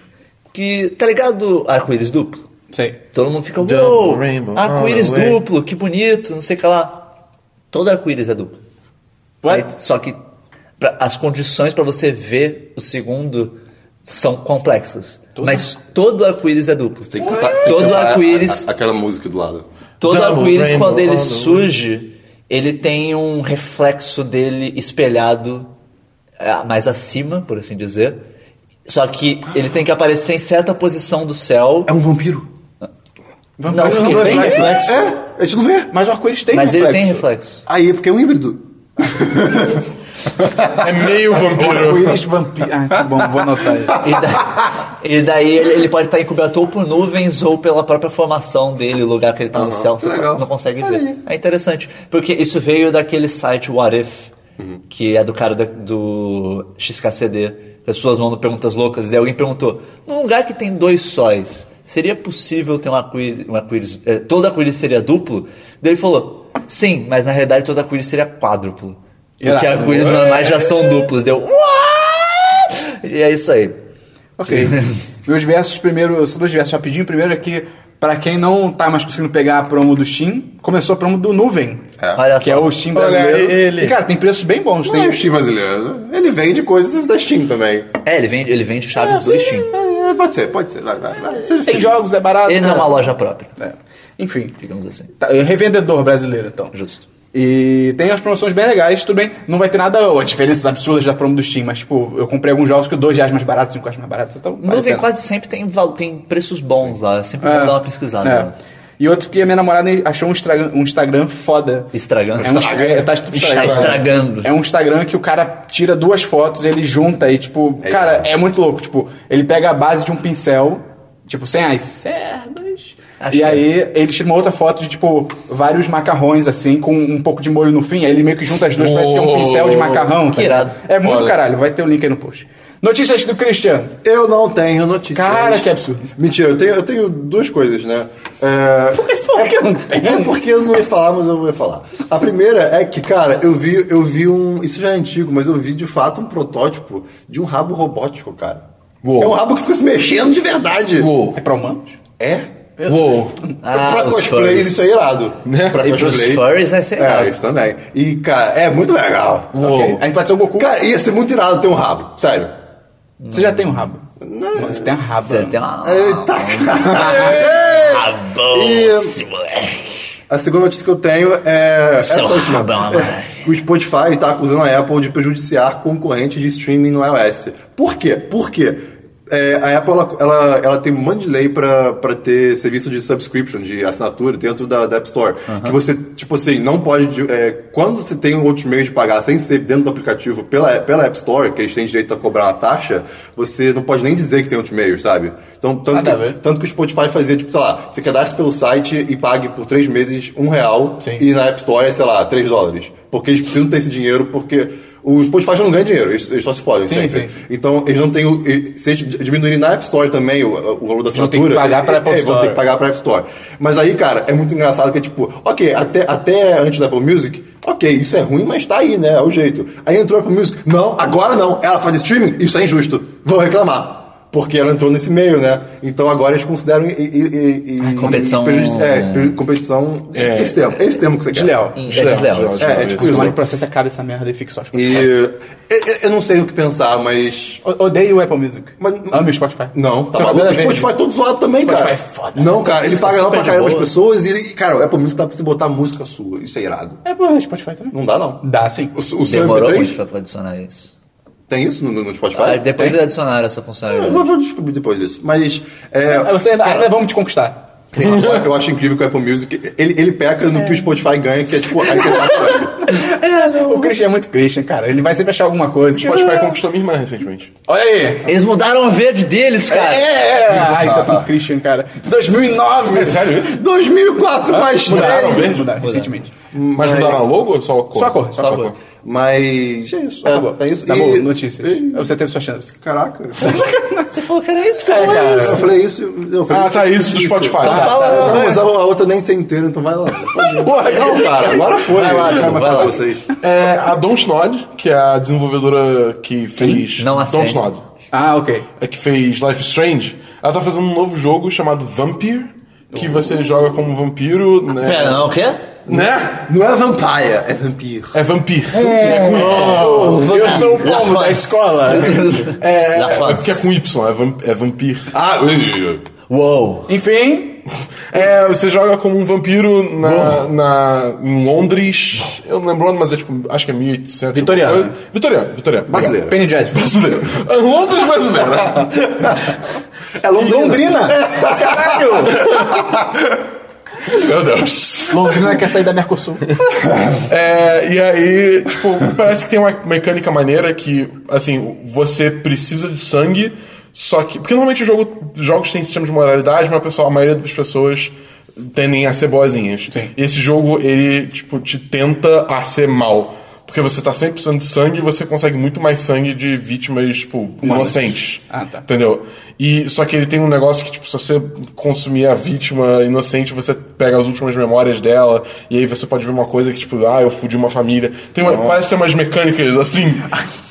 Que, tá ligado? Arco-íris duplo. Sei. Todo mundo fica, Double uou, rainbow, arco-íris all the way." duplo, que bonito, não sei o que lá. Todo arco-íris é duplo. What? Aí, só que pra- as condições para você ver o segundo são complexas. Mas todo arco-íris é duplo. Tem que cantar- tem que Todo cantar a- arco-íris a- Aquela música do lado. Todo Double arco-íris, rainbow, quando ele double. surge, ele tem um reflexo dele espelhado eh, mais acima, por assim dizer. Só que ele tem que aparecer em certa posição do céu. É um vampiro. Vamos Não, mas não, ele não, tem não, reflexo. É, a gente não vê. Mas o arco-íris tem Mas um reflexo. ele tem reflexo. Aí é porque é um híbrido. É meio vampiro. Arco-íris vampiro. Ah, tá bom, vou anotar isso. E, da- e daí ele, ele pode estar encoberto ou por nuvens ou pela própria formação dele, o lugar que ele está no céu. Você legal. não consegue ver. É interessante. Porque isso veio daquele site What If, que é do cara da- do XKCD. que As pessoas mandam perguntas loucas. E daí alguém perguntou: num lugar que tem dois sóis, seria possível ter um arco-íris? Um arco todo arco-íris seria duplo? Daí ele falou: sim, mas na realidade todo arco-íris seria quádruplo. Porque Irado. arco-íris normais já são duplos. Deu. "What?" E é isso aí. Ok. Meus versos primeiro, são dois versos rapidinho. O Primeiro é que, pra quem não tá mais conseguindo pegar a promo do Steam, começou a promo do Nuvem. Olha Que só. é o Steam Olha brasileiro. ele. E, cara, tem preços bem bons. Não tem é o Steam brasileiro. Ele vende coisas da Steam também. É, ele vende, ele vende chaves do Steam. É, é, pode ser, pode ser. Vai, vai, vai. Seja tem feliz. jogos, é barato. Ele não é uma É. loja própria, É. Enfim. digamos assim. Tá, é revendedor brasileiro, então. Justo. E tem as promoções bem legais, tudo bem. Não vai ter nada, ó, diferenças absurdas da promo do Steam, mas, tipo, eu comprei alguns jogos que dois reais mais baratos, cinco reais mais baratos, então. vale a Nuvem pena. quase sempre tem, val- tem preços bons lá. Eu sempre vou dar uma pesquisada. né? É. lá. E outro que a minha namorada achou um Instagram, um Instagram foda. Estragando. É um Instagram, tá tudo Está estragado. estragando. É um Instagram que o cara tira duas fotos, ele junta e, tipo, cara, é muito louco. Tipo, ele pega a base de um pincel, tipo, sem as cerdas. Achei. E aí ele tira uma outra foto de, tipo, vários macarrões, assim, com um pouco de molho no fim. Aí ele meio que junta as duas, parece que é um pincel de macarrão. Que ligado? irado. É muito Foda. caralho, vai ter o link aí no post. Notícias do Christian. Eu não tenho notícias. Cara, que absurdo. Mentira, eu tenho, eu tenho duas coisas, né? É... Por que você falou que eu não tenho? É porque eu não ia falar, mas eu vou falar. A primeira é que, cara, eu vi, eu vi um. Isso já é antigo, mas eu vi de fato um protótipo de um rabo robótico, cara. Uou. É um rabo que fica se mexendo de verdade. Uou. É pra humanos? É? Uou. Ah, pra os cosplays, furries. isso é irado. Né? Pra E pros cosplay. furries vai ser irado. É, isso também. E, cara, é muito legal. Uou. Ok. A gente pode ser o Goku. Cara, ia ser muito irado ter um rabo, sério. Você já tem um rabo? Não. Você tem um rabo. Você tem uma. Eita, Rabão, E- esse moleque. A segunda notícia que eu tenho é. é Seu só isso mesmo. rabão, né? O Spotify tá acusando a Apple de prejudiciar concorrentes de streaming no iOS. Por quê? Por quê? É, a Apple ela, ela, ela tem um monte de lei pra pra ter serviço de subscription, de assinatura dentro da, da App Store. Que você, tipo assim, não pode. é, quando você tem outros meios de pagar sem ser dentro do aplicativo pela, pela App Store, que eles têm direito a cobrar a taxa, você não pode nem dizer que tem outros meios, sabe? Então, tanto, Nada a que, ver. tanto que o Spotify fazia, tipo, sei lá, você cadastra pelo site e pague por três meses um real Sim. e na App Store é, sei lá, três dólares. Porque eles precisam ter esse dinheiro, porque o Spotify já não ganha dinheiro, eles, eles só se fodem Sim, sim, sempre. sim. Então eles não têm. o- e- Se eles diminuírem na App Store também o, o valor da Eles vão ter que assinatura. pagar pra é, Apple é, vão ter Store. que pagar pra App Store. Mas aí, cara, é muito engraçado que é tipo, ok, até, até antes da Apple Music. Ok, isso é ruim, mas tá aí, né? É o jeito. Aí entrou a Apple Music. Não, agora não. Ela faz streaming? Isso é injusto. Vão reclamar. Porque ela entrou nesse meio, né? Então agora eles consideram. E, e- e- e- competição- prejudici- É, pre- competição. é Esse termo, esse termo que você quer. Desleal. É Desleal, desleal. desleal. É, é tipo isso. Tomara que o processo acabe essa merda e fique só. E eu, eu- eu não sei o que pensar, mas. O- Odeio o Apple Music. Mas- Ame o Spotify. Não, tá Sua maluco. cabela é O verde. Spotify é todo zoado também, Spotify cara. é foda. Não, cara, ele Música paga lá super pra de caramba as boa. pessoas e, ele- cara, o Apple Music dá pra você botar a música sua. Isso é irado. É, pô, o Spotify também. Não dá, não. Dá sim. O, o seu Demorou MP3? muito pra adicionar isso. Tem isso no, no Spotify? Ah, depois é- Tem? eles adicionaram essa Eu funcionalidade. vou, vou descobrir depois isso. Mas. é, Ah, Você ainda, ainda vamos te conquistar. Sei lá, eu- eu acho incrível que o Apple Music ele, ele peca no que o Spotify ganha, que é tipo. Aí você passa, O Christian é muito Christian, cara. Ele vai sempre achar alguma coisa. O Spotify conquistou minha irmã recentemente. Olha aí! Eles mudaram a verde deles, cara. É, é, é. Ah, isso é tão Christian, cara. 2009! É sério isso? 2004 mais 3! Mudaram, mudaram, recentemente. Mas mudaram a logo ou só a cor? Só a cor, só a cor. Mas. É isso. Acabou. É, é isso. Tá bom, E- notícias. e- Você teve sua chance. Caraca. Você falou que era isso, É, cara. cara. Eu falei isso. Eu falei Ah, tá, isso do Spotify. Então Ah, fala, tá, tá. não, mas a, a outra nem sei inteira, então vai lá. Pode ir. Porra, não, cara, agora foi. Vai lá, eu não Dudu, quero mais vai falar lá. com vocês. É, a Don't Nod, que é a desenvolvedora que fez. Não a Don't série. Nod. Ah, ok. É que fez Life is Strange. Ela tá fazendo um novo jogo chamado Vampire, que você joga como vampiro, né? Pera, não, o quê? Né? Não é vampire, é vampiro. É vampiro. É, com Y. Eu sou o La povo da France. escola. É, La é France. porque é com Y, é, vamp, é vampir. Ah, ui, ui, ui. Uou. Enfim, É, você joga como um vampiro na, na, em Londres. Eu não lembro onde, mas é tipo, acho que é 1800. Vitoriano. alguma coisa. Vitoriano, Vitoriano. Brasileiro. Penny Dreadful. Brasileiro. Londres brasileira. É Londrina. Londrina! Caralho! Meu Deus. Londrina quer sair da Mercosul. É, e aí, tipo, parece que tem uma mecânica maneira que, assim, você precisa de sangue, só que. Porque normalmente o jogo, jogos têm sistema de moralidade, mas pessoal, a maioria das pessoas tendem a ser boazinhas. Sim. E esse jogo, ele, tipo, te tenta a ser mal. Porque você tá sempre precisando de sangue e você consegue muito mais sangue de vítimas, tipo, inocentes. Ah, tá. Entendeu? E só que ele tem um negócio que, tipo, se você consumir a vítima inocente, você pega as últimas memórias dela, e aí você pode ver uma coisa que, tipo, ah, eu fudi uma família. Tem uma- parece ter umas mecânicas assim.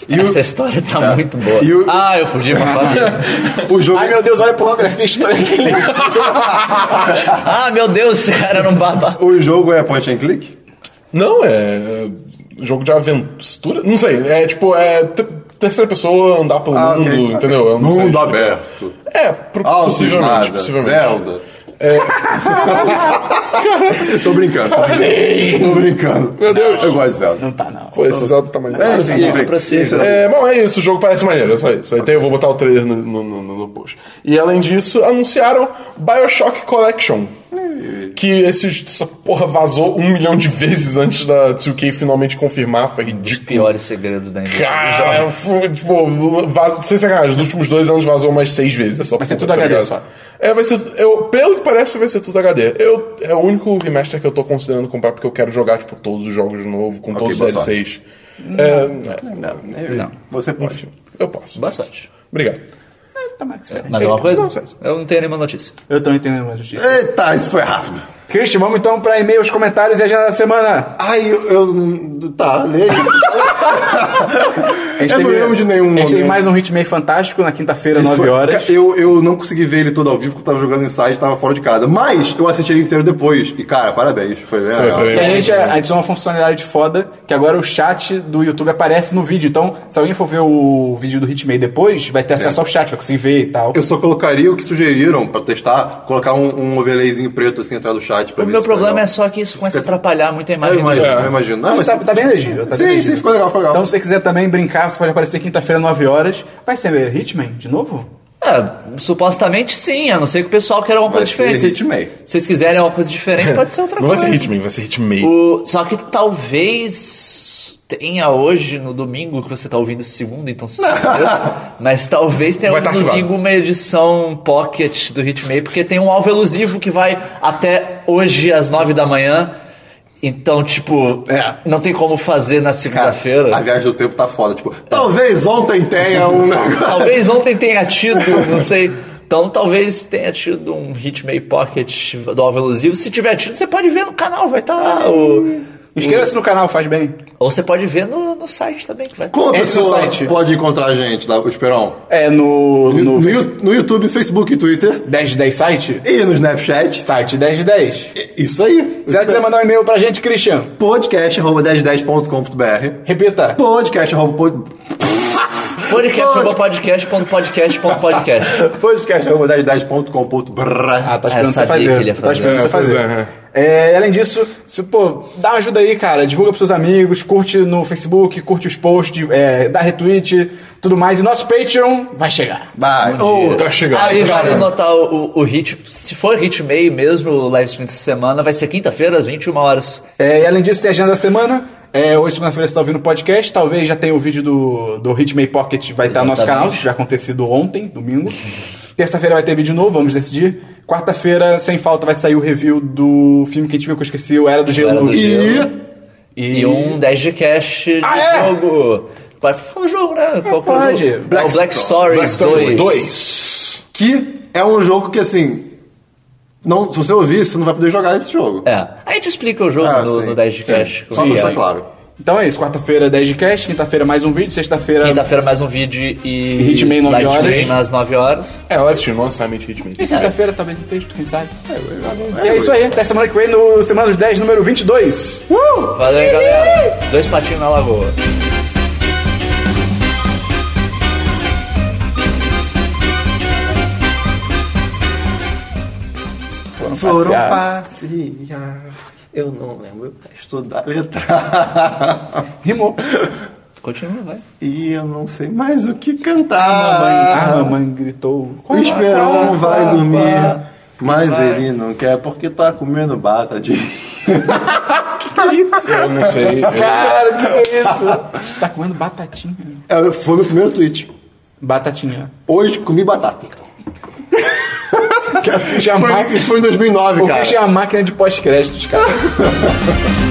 E o- Essa história tá muito boa. E o- Ah, eu fugi pra família. O jogo é- Ai, meu Deus, olha a pornografia estranha. que ele- ah, meu Deus, esse cara não baba. O jogo é point and click? Não, é. é, Jogo de aventura? Não sei, é tipo, é. te- Terceira pessoa andar pelo Ah, ok, mundo, ok. entendeu? Eu não sei Mundo explicar. aberto. É, pro, Altos, possivelmente, nada, possivelmente. Zelda. Tô brincando. Tô brincando. Meu Deus. Eu gosto de Zelda. Tá, não. Pô, esse Zelda tá maneiro. É, sim, Prossiga, prossiga. Esse é- É, bom, é isso, o jogo parece maneiro, é só isso. Aí tem, eu vou botar o trailer no, no, no- no post. E além disso, anunciaram Bioshock Collection. Que esse, essa porra vazou um milhão de vezes antes da 2K finalmente confirmar, foi Os ridículo. Um piores segredos da indústria. Cara, foi, tipo, vaz, sem sacanagem, nos últimos dois anos vazou umas seis vezes essa Vai ser porra, tudo tá HD ligado? só. É, vai ser. Eu, pelo que parece, vai ser tudo HD. Eu, é o único remaster que eu tô considerando comprar porque eu quero jogar, tipo, todos os jogos de novo, com todos os boa DLCs. É, é, Não, Você pode. eu posso. boa sorte. Obrigado. Tomara que se ferre. Mais alguma coisa? Não, César. eu não tenho nenhuma notícia. Tá Eu tô entendendo mais justiça. Eita, isso foi rápido. Christian, vamos então pra e-mails, comentários e agenda da semana. Ai, eu... eu- tá, lê aí. A gente Eu não teve- lembro de nenhum A gente teve momento. mais um hit meio fantástico na quinta-feira, Isso 9 foi- horas. Ca- Eu, eu não consegui ver ele todo ao vivo, porque eu tava jogando inside e tava fora de casa. Mas eu assisti ele inteiro depois. E, cara, parabéns. Foi é, bem legal. foi. E a gente adicionou uma funcionalidade foda, que agora o chat do YouTube aparece no vídeo. Então, se alguém for ver o vídeo do Hitmay depois, vai ter acesso ao chat, vai conseguir ver e tal. Eu só colocaria o que sugeriram pra testar, colocar um, um overlayzinho preto assim atrás do chat pra O ver meu se problema é só que isso começa a atrapalhar muito a Eu imagem. imagino, dele. eu imagino. Não, Mas mas tá, se- tá bem legível. Tá sim, bem sim, legível. ficou legal, ficou legal. Então, se você quiser também brincar, você pode aparecer quinta-feira, 9 horas. Vai ser Hitman de novo? É, supostamente sim, a não ser que o pessoal quer alguma Vai coisa ser diferente. Se Hitman. vocês- se vocês quiserem alguma coisa diferente, pode ser outra Não vai coisa. ser Hitman, vai ser Hitman. O- só que talvez tenha hoje, no domingo, que você tá ouvindo segunda, então se fudeu. Mas talvez tenha Vai no tá arquivado. domingo uma edição pocket do Hitmay, porque tem um alvo elusivo que vai até hoje às nove da manhã. Então, tipo, É. não tem como fazer na Cara, A segunda-feira. viagem do tempo tá foda. É. Tipo, talvez ontem tenha um negócio. Talvez ontem tenha tido, não sei. Então talvez tenha tido um Hitmay Pocket do alvo elusivo. Se tiver tido, você pode ver no canal, vai estar lá. Ou, Inscreva-se no canal, faz bem. ou você pode ver no, no site também. Que vai Como a Entra no pessoa site. pode encontrar a gente, lá, o Esperão? É no. No, no, no Yu- no YouTube, Facebook e Twitter. 10 de 10 site? E no Snapchat. É Site 10 de 10. Isso aí. Se você quiser mandar um e-mail pra gente, Christian, Podcast.com.br repita. Podcast. arroba pod- podcast.podcast.podcast. Podcast arroba 1010.com.br Ah, tá Ah, eu esperando você sabia fazer. que ele ia Tá fazer. esperando você É, pois fazer. é, É, e além disso, se, pô, dá uma ajuda aí, cara. Divulga pros seus amigos, curte no Facebook, curte os posts, é, dá retweet, tudo mais. E nosso Patreon vai chegar. Vai. Oh, Ô, tá chegando. Aí tá vale chegando. notar o, o, o hit. Se for hit meio mesmo, o live stream dessa semana vai ser quinta-feira, às 21 horas. É, e além disso, tem a agenda da semana. É, hoje, segunda-feira, você tá ouvindo o podcast. Talvez já tenha o vídeo do, do Hitmay Pocket, vai estar no nosso Exatamente. canal, se tiver acontecido ontem, domingo. Terça-feira vai ter vídeo novo, vamos decidir. Quarta-feira, sem falta, vai sair o review do filme que a gente viu, que eu esqueci, o Era do Gelo. Era do E- Gelo. E, E um 10 de cash de Ah, é? jogo. Pode falar o jogo, né? Qual que é o pode. jogo? É o Black, Black Stories, Stories 2. Que é um jogo que, assim, não, se você ouvir, você não vai poder jogar esse jogo. É. A gente explica o É, jogo Ah, no, sim. no 10 de cash. é. Só pra deixar claro. Então é isso, quarta-feira 10 de cast, quinta-feira mais um vídeo, sexta-feira. Quinta-feira mais um vídeo e Hitman, nove live stream horas. às 9 horas. É, live stream, não necessariamente Hitman. E sexta-feira talvez um texto, quem sabe. E é isso aí, até semana que vem no Semana dos 10, número 22. Uh! Valeu, aí, galera. Dois patinhos na lagoa. Foram passear. passear. Eu não lembro pra estudar letra. Rimou. Continua, vai. E eu não sei mais o que cantar. a mamãe Ah, gritou. O Quá, Esperon vai quá, quá. dormir. Mas ele não quer porque tá comendo bata de. Eu não sei. eu- Cara, que que é isso? tá comendo batatinha. É, Foi meu primeiro tweet. Batatinha. Hoje comi batata. Isso Isso foi, isso foi em 2009, o cara. Christian é a máquina de pós-créditos, cara.